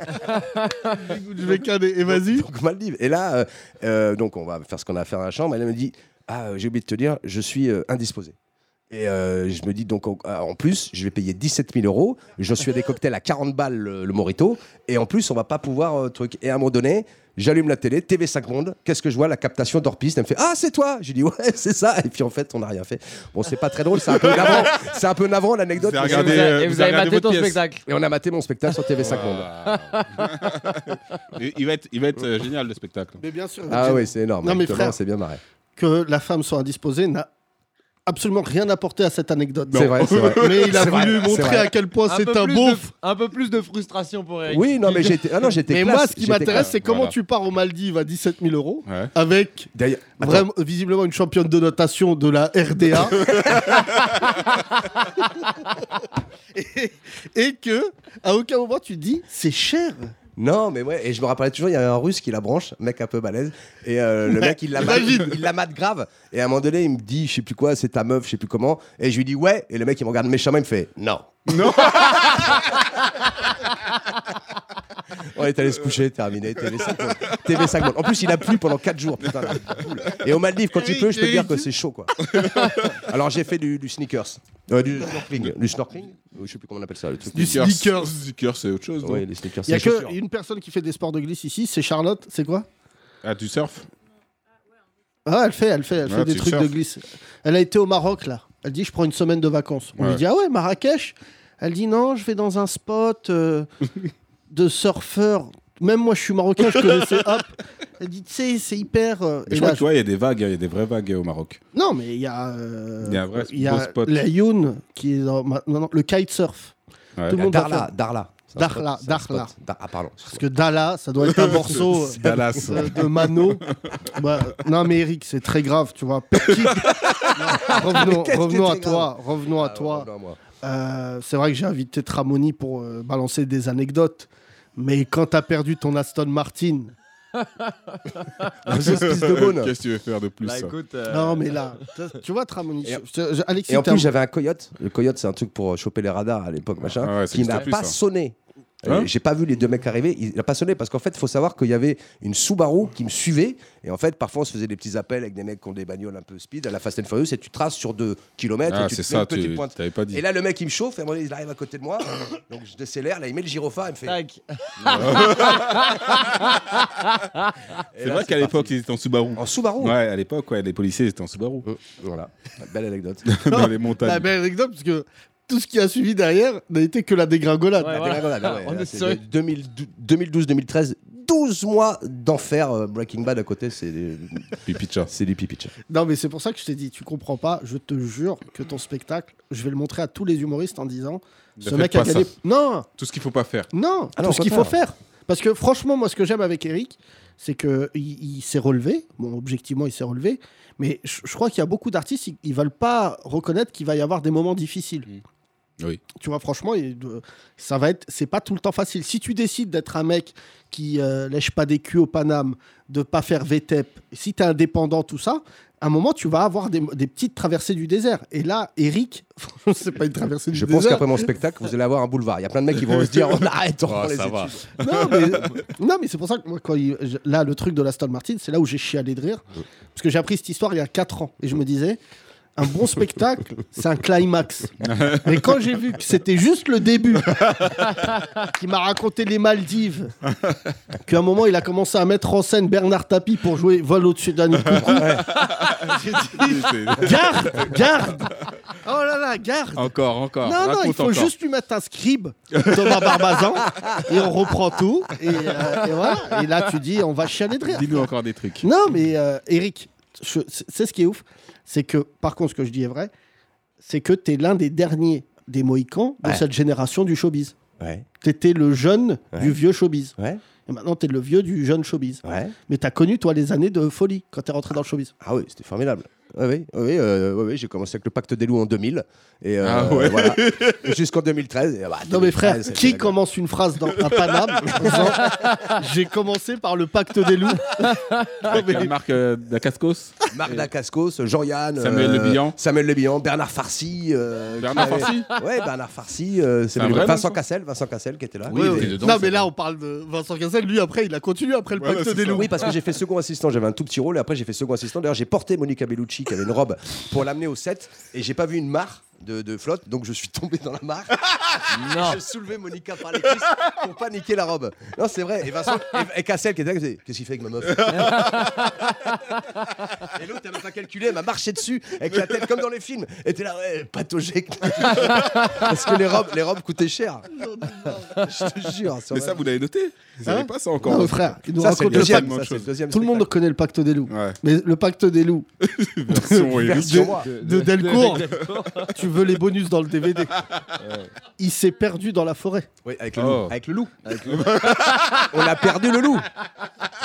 [SPEAKER 2] Écoute, je vais canner. Et vas-y.
[SPEAKER 5] Donc Maldives. Et là, euh, euh, donc on va faire ce qu'on a à faire dans la chambre. Elle me dit Ah, euh, j'ai oublié de te dire, je suis euh, indisposé. Et euh, je me dis donc en, ah, en plus, je vais payer 17 000 euros. Je suis à des cocktails à 40 balles le, le Morito. Et en plus, on va pas pouvoir euh, truc. Et à un moment donné, j'allume la télé, TV5 Monde. Qu'est-ce que je vois La captation d'Orpiste. Elle me fait Ah, c'est toi Je dis Ouais, c'est ça. Et puis en fait, on n'a rien fait. Bon, c'est pas très drôle. C'est un peu navrant. C'est un peu navrant l'anecdoce.
[SPEAKER 3] Vous avez
[SPEAKER 4] Et
[SPEAKER 5] mais c'est-
[SPEAKER 4] vous
[SPEAKER 3] regardez,
[SPEAKER 4] avez-
[SPEAKER 3] euh,
[SPEAKER 4] et
[SPEAKER 3] vous
[SPEAKER 4] vous
[SPEAKER 3] avez
[SPEAKER 4] avez
[SPEAKER 3] regardé
[SPEAKER 4] maté
[SPEAKER 3] votre
[SPEAKER 4] ton
[SPEAKER 3] pièce.
[SPEAKER 4] spectacle.
[SPEAKER 5] Et on a maté mon spectacle sur TV5 Monde.
[SPEAKER 3] Il il va être, il va être euh, génial le spectacle.
[SPEAKER 2] Mais bien sûr.
[SPEAKER 5] Ah oui, c'est énorme.
[SPEAKER 2] Non, mais
[SPEAKER 5] Thomas,
[SPEAKER 2] frère.
[SPEAKER 5] c'est bien marré.
[SPEAKER 2] Que la femme soit indisposée n'a absolument rien apporté à cette anecdote.
[SPEAKER 5] C'est vrai, c'est vrai.
[SPEAKER 2] Mais il a
[SPEAKER 5] C'est vrai,
[SPEAKER 2] voulu
[SPEAKER 5] c'est
[SPEAKER 2] montrer
[SPEAKER 5] vrai.
[SPEAKER 2] à quel point Oh, c'est
[SPEAKER 4] peu
[SPEAKER 2] un
[SPEAKER 4] plus
[SPEAKER 2] beau.
[SPEAKER 4] de- Un peu plus de frustration pour Eric.
[SPEAKER 5] Oui, non, mais j'étais. Ah non, j'étais.
[SPEAKER 2] Mais
[SPEAKER 5] classe,
[SPEAKER 2] moi, ce qui
[SPEAKER 5] j'étais
[SPEAKER 2] m'intéresse,
[SPEAKER 5] classe.
[SPEAKER 2] c'est comment
[SPEAKER 3] Voilà.
[SPEAKER 2] tu pars aux Maldives à 17 000 euros
[SPEAKER 3] Ouais.
[SPEAKER 2] avec
[SPEAKER 5] D'ailleurs, attends,
[SPEAKER 2] vraiment, visiblement une championne de natation de la RDA. et, et que, à aucun moment, tu te dis, c'est cher.
[SPEAKER 5] Non, mais ouais, et je me rappelais toujours, il y avait un russe qui la branche, mec un peu balèze, et euh, le mec, il la, mate,
[SPEAKER 2] imagine.
[SPEAKER 5] il la mate grave. Et à un moment donné, il me dit, je sais plus quoi, c'est ta meuf, je sais plus comment. Et je lui dis, ouais, et le mec, il me regarde méchamment, il me fait, non. Non On est allé se coucher, terminé, TV5 monde. TV5 monde. En plus, il a plu pendant 4 jours, putain, la boule. Et au Maldives, quand il pleut, je peux te dire que c'est chaud, quoi. Alors, j'ai fait du, du sneakers, Euh, du snorkeling. Du snorkeling Euh, Je sais plus comment on appelle ça, le truc.
[SPEAKER 2] Du sneakers.
[SPEAKER 3] Sneakers, c'est autre chose. non
[SPEAKER 5] Ouais, les sneakers,
[SPEAKER 2] Il n'y a
[SPEAKER 5] c'est les chaussures.
[SPEAKER 2] qu'une personne qui fait des sports de glisse ici, c'est Charlotte. C'est quoi
[SPEAKER 3] Ah, du surf
[SPEAKER 2] Ah, elle fait, elle fait, elle
[SPEAKER 3] Ouais,
[SPEAKER 2] fait des
[SPEAKER 3] tu
[SPEAKER 2] trucs
[SPEAKER 3] surfes.
[SPEAKER 2] de glisse. Elle a été au Maroc là. Elle dit je prends une semaine de vacances. On lui
[SPEAKER 3] Ouais.
[SPEAKER 2] dit ah ouais Marrakech. Elle dit non je vais dans un spot euh, de surfeurs. Même moi je suis marocain je connaissais hop. Elle dit tu sais c'est hyper. euh,
[SPEAKER 3] Mais
[SPEAKER 2] et
[SPEAKER 3] Je crois
[SPEAKER 2] là,
[SPEAKER 3] que tu vois, il y a des vagues, hein, il y a des vraies vagues au Maroc.
[SPEAKER 2] je- Non mais il y a. euh,
[SPEAKER 3] Il y a un vrai
[SPEAKER 2] il y a
[SPEAKER 3] beau spot.
[SPEAKER 2] La Youn qui est dans ma- non, non, le kitesurf.
[SPEAKER 3] Ouais.
[SPEAKER 2] Tout le monde va
[SPEAKER 5] Darla,
[SPEAKER 2] faire.
[SPEAKER 5] Darla. C'est un
[SPEAKER 2] Darla,
[SPEAKER 5] spot, c'est un
[SPEAKER 2] Darla.
[SPEAKER 5] spot. Da- Ah, pardon.
[SPEAKER 2] Parce que Dala ça doit être un
[SPEAKER 3] Ah,
[SPEAKER 2] morceau. euh,
[SPEAKER 3] Dallas.
[SPEAKER 2] de, de Mano. Bah, non, mais Eric, c'est très grave, tu vois. Petit- Non, revenons
[SPEAKER 5] qu'est-ce qui est
[SPEAKER 2] revenons à
[SPEAKER 5] très
[SPEAKER 2] toi. Revenons à
[SPEAKER 5] Ah,
[SPEAKER 2] toi.
[SPEAKER 5] non, moi.
[SPEAKER 2] Euh, c'est vrai que j'ai invité Tramoni pour euh, balancer des anecdotes. Mais quand t'as perdu ton Aston Martin,
[SPEAKER 5] Deux espèces de bonnes.
[SPEAKER 3] Qu'est-ce que tu veux faire de plus
[SPEAKER 4] Là,
[SPEAKER 3] ça
[SPEAKER 4] écoute. euh,
[SPEAKER 2] non mais là, tu- tu vois Tramoni,
[SPEAKER 5] Et-
[SPEAKER 2] je- je- Alexis,
[SPEAKER 5] Et en
[SPEAKER 2] t'as-
[SPEAKER 5] plus, j'avais un coyote. Le coyote, c'est un truc pour euh, choper les radars à l'époque, machin,
[SPEAKER 3] Ah ouais, ça
[SPEAKER 5] qui
[SPEAKER 3] existe
[SPEAKER 5] n'a
[SPEAKER 3] plus,
[SPEAKER 5] pas
[SPEAKER 3] ça.
[SPEAKER 5] sonné. Et
[SPEAKER 3] Hein
[SPEAKER 5] J'ai pas vu les deux mecs arriver, il n'a pas sonné parce qu'en fait, il faut savoir qu'il y avait une Subaru qui me suivait. Et en fait, parfois, on se faisait des petits appels avec des mecs qui ont des bagnoles un peu speed à la Fast and Furious et tu traces sur deux kilomètres. et
[SPEAKER 3] Ah,
[SPEAKER 5] tu
[SPEAKER 3] c'est
[SPEAKER 5] te mets
[SPEAKER 3] ça,
[SPEAKER 5] une petite
[SPEAKER 3] tu
[SPEAKER 5] pointe.
[SPEAKER 3] t'avais pas dit.
[SPEAKER 5] Et là, le mec, il me chauffe. Et à un moment donné, il arrive à côté de moi. donc, je décélère. Là, il met le gyrophare. Il me fait.
[SPEAKER 4] Tac.
[SPEAKER 5] Et
[SPEAKER 3] C'est
[SPEAKER 5] là,
[SPEAKER 3] vrai qu'à l'époque,
[SPEAKER 5] parti.
[SPEAKER 3] ils étaient en Subaru.
[SPEAKER 5] En Subaru.
[SPEAKER 3] Ouais, à l'époque, ouais, les policiers étaient en Subaru.
[SPEAKER 5] Voilà. Belle anecdote.
[SPEAKER 3] Dans les
[SPEAKER 2] Oh. la
[SPEAKER 3] montagnes.
[SPEAKER 2] belle anecdote parce que tout ce qui a suivi derrière n'a été que la dégringolade.
[SPEAKER 4] Ouais,
[SPEAKER 5] La
[SPEAKER 4] voilà.
[SPEAKER 5] dégringolade, ouais,
[SPEAKER 4] On
[SPEAKER 5] là,
[SPEAKER 4] est
[SPEAKER 5] c'est
[SPEAKER 4] sur-
[SPEAKER 5] de 2012-2013, 12 mois d'enfer euh, Breaking Bad à côté, c'est des-
[SPEAKER 3] Pipi tcha.
[SPEAKER 5] c'est du pipicha.
[SPEAKER 2] Non mais c'est pour ça que je t'ai dit, tu comprends pas, je te jure que ton spectacle, je vais le montrer à tous les humoristes en disant,
[SPEAKER 3] Ne
[SPEAKER 2] ce
[SPEAKER 3] faites
[SPEAKER 2] mec a
[SPEAKER 3] pas ça.
[SPEAKER 2] gagné... Non,
[SPEAKER 3] Tout ce qu'il faut pas faire.
[SPEAKER 2] Non,
[SPEAKER 5] Ah non,
[SPEAKER 2] tout ce qu'il faut
[SPEAKER 5] contraire.
[SPEAKER 2] faire. Parce que franchement, moi, ce que j'aime avec Eric, c'est que il, il s'est relevé. Bon, objectivement, il s'est relevé. Mais je, je crois qu'il y a beaucoup d'artistes, ils, ils veulent pas reconnaître qu'il va y avoir des moments difficiles.
[SPEAKER 3] Oui.
[SPEAKER 2] Tu vois, franchement, il- euh, ça va être, c'est pas tout le temps facile. Si tu décides d'être un mec qui euh, lèche pas des culs au Paname, de pas faire VTEP, si t'es indépendant, tout ça, à un moment, tu vas avoir des, des petites traversées du désert. Et là, Eric, c'est pas une traversée du
[SPEAKER 5] Je pense
[SPEAKER 2] désert.
[SPEAKER 5] qu'après mon spectacle, vous allez avoir un boulevard. Il y a plein de mecs qui vont se dire on arrête, on
[SPEAKER 3] Oh,
[SPEAKER 5] reprend les
[SPEAKER 3] ça va.
[SPEAKER 5] études.
[SPEAKER 2] Non, mais, non, mais c'est pour ça que moi, quand il- je- là, le truc de l'Aston Martin, c'est là où j'ai chialé de rire. Parce que j'ai appris cette histoire il y a 4 ans. Et je me disais, un bon spectacle, c'est un climax. Mais quand j'ai vu que c'était juste le début, qu'il m'a raconté les Maldives, qu'à un moment, il a commencé à mettre en scène Bernard Tapie pour jouer Vol au-dessus d'un nid de coucou. J'ai dit, garde, garde Oh là là, garde
[SPEAKER 3] Encore, encore.
[SPEAKER 2] non, non,
[SPEAKER 3] Raconte
[SPEAKER 2] il faut
[SPEAKER 3] encore.
[SPEAKER 2] juste lui mettre un scribe, Thomas Barbazan, et on reprend tout. Et, euh, et voilà. Et là, tu dis, on va chialer de rire.
[SPEAKER 3] Dis-nous encore des trucs.
[SPEAKER 2] Non, mais euh, Eric, je- c'est c'est ce qui est ouf. C'est que, par contre, ce que je dis est vrai, c'est que tu es l'un des derniers des Mohicans de
[SPEAKER 5] Ouais.
[SPEAKER 2] cette génération du showbiz.
[SPEAKER 5] Ouais,
[SPEAKER 2] Tu étais le jeune
[SPEAKER 5] Ouais.
[SPEAKER 2] du vieux showbiz.
[SPEAKER 5] ouais,
[SPEAKER 2] Et maintenant, tu es le vieux du jeune showbiz.
[SPEAKER 5] ouais.
[SPEAKER 2] Mais tu as connu, toi, les années de folie quand tu es rentré dans le showbiz.
[SPEAKER 5] Ah oui, c'était formidable. Ah oui, ah oui, euh, oui, oui, j'ai commencé avec le pacte des loups en 2000 et euh,
[SPEAKER 3] Ah ouais.
[SPEAKER 5] voilà. jusqu'en 2013. et bah,
[SPEAKER 2] Non mais
[SPEAKER 5] 2013,
[SPEAKER 2] frère,
[SPEAKER 5] c'était
[SPEAKER 2] qui
[SPEAKER 5] la-
[SPEAKER 2] commence une phrase dans un Paname en disant, J'ai commencé par le pacte des loups. Non, mais-
[SPEAKER 3] Avec Marc euh, Dacascos
[SPEAKER 5] Marc Dacascos, Jean-Yann, euh,
[SPEAKER 3] Samuel Le Bihan.
[SPEAKER 5] Samuel Le Bihan, Bernard Farcy. euh,
[SPEAKER 3] Bernard
[SPEAKER 5] qui avait-
[SPEAKER 3] Farcy
[SPEAKER 5] Ouais, Bernard Farcy, euh, c'est
[SPEAKER 3] un
[SPEAKER 5] le-
[SPEAKER 3] vrai
[SPEAKER 5] Vincent
[SPEAKER 3] nom, ça
[SPEAKER 5] Cassel, Vincent Cassel qui était là.
[SPEAKER 6] Oui,
[SPEAKER 2] Ouais,
[SPEAKER 6] il
[SPEAKER 2] ouais.
[SPEAKER 6] était dedans,
[SPEAKER 2] Non,
[SPEAKER 6] c'est
[SPEAKER 2] mais là,
[SPEAKER 6] vrai.
[SPEAKER 2] on parle de Vincent Cassel. Lui, après, il a continué après le
[SPEAKER 3] Voilà,
[SPEAKER 2] pacte
[SPEAKER 3] c'est
[SPEAKER 2] des
[SPEAKER 3] ça.
[SPEAKER 2] loups.
[SPEAKER 5] Oui, parce que j'ai fait second assistant. J'avais un tout petit rôle et après j'ai fait second assistant. D'ailleurs, j'ai porté Monica Bellucci qui avait une robe pour l'amener au set et j'ai pas vu une mare de, de flotte, donc je suis tombé dans la mare.
[SPEAKER 4] Non.
[SPEAKER 5] Je soulevais Monica par les cuisses pour pas niquer la robe. Non, c'est vrai. Et Vincent et, et Cassel qui était là, qui disait, qu'est-ce qu'il fait avec ma meuf Et l'autre, elle m'a pas calculé, elle m'a marché dessus avec la tête comme dans les films. Et t'es là, ouais, patauger. Parce que les robes, les robes coûtaient cher. Je te jure. c'est
[SPEAKER 3] Mais
[SPEAKER 5] vrai.
[SPEAKER 3] ça, vous l'avez noté Vous savez pas ça encore
[SPEAKER 2] Hein Non, mais frère, il nous
[SPEAKER 5] Ça, c'est le
[SPEAKER 2] raconte le
[SPEAKER 3] deuxième.
[SPEAKER 2] pacte.
[SPEAKER 3] même
[SPEAKER 5] ça, c'est le
[SPEAKER 3] chose.
[SPEAKER 5] deuxième
[SPEAKER 2] Tout le monde
[SPEAKER 5] spectacle.
[SPEAKER 2] connaît le pacte des loups.
[SPEAKER 3] Ouais,
[SPEAKER 2] Mais le pacte des loups,
[SPEAKER 3] version et-
[SPEAKER 5] Version
[SPEAKER 2] de-
[SPEAKER 5] moi.
[SPEAKER 2] de Delcourt. tu veux les bonus dans le DVD. Il s'est perdu dans la forêt.
[SPEAKER 5] Oui, avec le
[SPEAKER 3] Oh.
[SPEAKER 5] loup. Avec le loup. On a perdu le loup.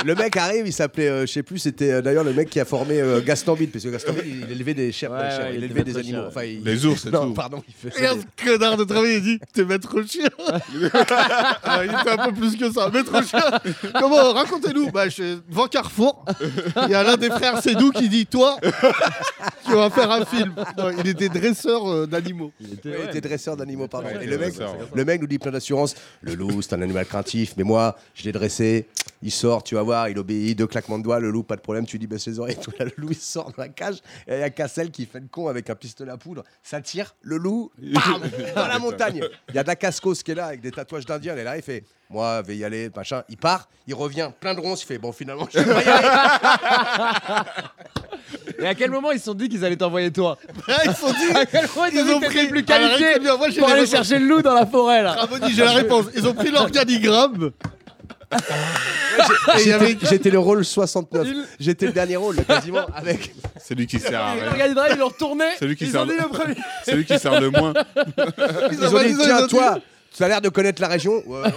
[SPEAKER 5] Le mec arrive, il s'appelait, euh, je sais plus, c'était euh, d'ailleurs le mec qui a formé euh, Gaston Bide, parce que Gaston Bide, il élevait des chèvres,
[SPEAKER 4] Ouais,
[SPEAKER 5] des chèvres,
[SPEAKER 4] ouais,
[SPEAKER 5] il
[SPEAKER 4] il
[SPEAKER 5] élevait
[SPEAKER 4] était
[SPEAKER 5] des
[SPEAKER 4] maître chien,
[SPEAKER 5] animaux.
[SPEAKER 4] ouais.
[SPEAKER 5] Enfin, il-
[SPEAKER 3] Les ours et
[SPEAKER 5] Non,
[SPEAKER 3] tout.
[SPEAKER 5] pardon, il fait.
[SPEAKER 2] connard de travail, il dit T'es maître chien Il était un peu plus que ça. Maître chien Comment Racontez-nous bah, je... Devant Carrefour, il y a l'un des frères Sédou qui dit Toi, tu vas faire un film. Non, il était dresseur euh, d'animaux.
[SPEAKER 4] Il était,
[SPEAKER 5] Ouais, il
[SPEAKER 4] ouais,
[SPEAKER 5] était dresseur d'animaux, pardon.
[SPEAKER 3] Ouais,
[SPEAKER 5] Et le mec,
[SPEAKER 3] dresseur, ouais.
[SPEAKER 5] le mec nous dit plein d'assurance le loup, c'est un animal craintif, mais moi, je l'ai dressé. Il sort, tu vas voir, il obéit, deux claquements de doigts, le loup, pas de problème, tu lui dis baisse les oreilles, et tout. Là, le loup, il sort de la cage, et il y a Cassel qui fait le con avec un pistolet à poudre, ça tire, le loup, bam, dans la montagne. Il y a de la cascos qui est là avec des tatouages d'indiens, elle est là, il fait Moi, vais y aller, machin. Il part, il revient, plein de ronces, il fait Bon, finalement, je vais pas y aller.
[SPEAKER 4] Et à quel moment ils se sont dit qu'ils allaient t'envoyer toi
[SPEAKER 2] Ouais, ils se sont dit
[SPEAKER 4] À quel moment ils,
[SPEAKER 2] Ils
[SPEAKER 4] ont
[SPEAKER 2] ont
[SPEAKER 4] dit que
[SPEAKER 2] pris-
[SPEAKER 4] t'étais plus
[SPEAKER 2] Alors,
[SPEAKER 4] qualifié
[SPEAKER 2] écoute bien, moi, j'ai
[SPEAKER 4] pour
[SPEAKER 2] les
[SPEAKER 4] aller
[SPEAKER 2] réponses.
[SPEAKER 4] chercher le loup dans la forêt là
[SPEAKER 2] Bravo, j'ai la réponse. Ils ont pris l'organigramme. Et il y avait-
[SPEAKER 5] J'étais- J'étais le rôle 69. J'étais le dernier rôle, quasiment, avec.
[SPEAKER 3] Celui qui sert à
[SPEAKER 4] Et
[SPEAKER 3] rien.
[SPEAKER 4] L'organigramme, ils l'ont retourné.
[SPEAKER 3] Celui qui
[SPEAKER 4] ils
[SPEAKER 3] sert
[SPEAKER 4] ont dit
[SPEAKER 3] le-
[SPEAKER 4] le premier.
[SPEAKER 3] Celui qui sert le moins.
[SPEAKER 5] Ils ont dit Tiens, toi, tu as l'air de connaître la région. Ouais, non.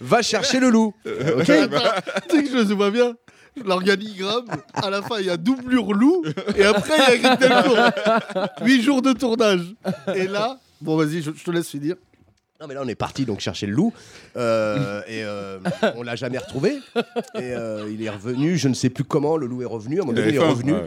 [SPEAKER 5] Va chercher le loup.
[SPEAKER 2] Ok. tu sais que je le vois bien. L'organigramme, à la fin, il y a doublure loup, et après, il y a Greg Delcourt. 8 jours de tournage. Et là, bon, vas-y, je, je te laisse finir.
[SPEAKER 5] Non, mais là, on est parti donc chercher le loup. Euh, et euh, on l'a jamais retrouvé. Et euh, il est revenu, je ne sais plus comment, le loup est revenu. À un moment donné, il est revenu.
[SPEAKER 3] Ouais.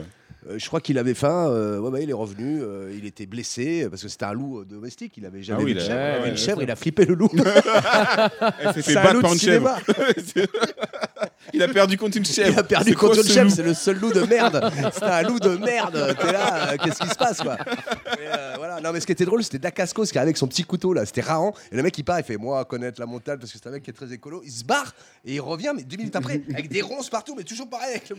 [SPEAKER 5] Euh, je crois qu'il avait faim. euh, ouais, ouais, il est revenu. euh, il était blessé euh, parce que c'était un loup euh, domestique. Il avait jamais
[SPEAKER 3] Ah oui,
[SPEAKER 5] vu de
[SPEAKER 3] il a-
[SPEAKER 5] chèvre. Il
[SPEAKER 4] ouais,
[SPEAKER 5] avait
[SPEAKER 4] ouais,
[SPEAKER 5] une
[SPEAKER 4] bien
[SPEAKER 5] chèvre, il a flippé le loup.
[SPEAKER 3] Elle s'est fait
[SPEAKER 5] C'est un
[SPEAKER 3] battre
[SPEAKER 5] loup
[SPEAKER 3] par
[SPEAKER 5] de
[SPEAKER 3] une chèvre.
[SPEAKER 5] cinéma.
[SPEAKER 3] Il a perdu contre une chèvre.
[SPEAKER 5] Il a perdu
[SPEAKER 3] C'est quoi
[SPEAKER 5] contre une
[SPEAKER 3] ce
[SPEAKER 5] chèvre,
[SPEAKER 3] loup
[SPEAKER 5] c'est le seul loup de merde. C'est un loup de merde. T'es là, euh, qu'est-ce qui se passe quoi Et, euh, voilà. Non mais ce qui était drôle, c'était Dacascos qui arrivait avec son petit couteau là, c'était Rahan. Et le mec il part, il fait moi connaître la montagne parce que c'est un mec qui est très écolo. Il se barre et il revient, mais deux minutes après, avec des ronces partout, mais toujours pareil. Avec le...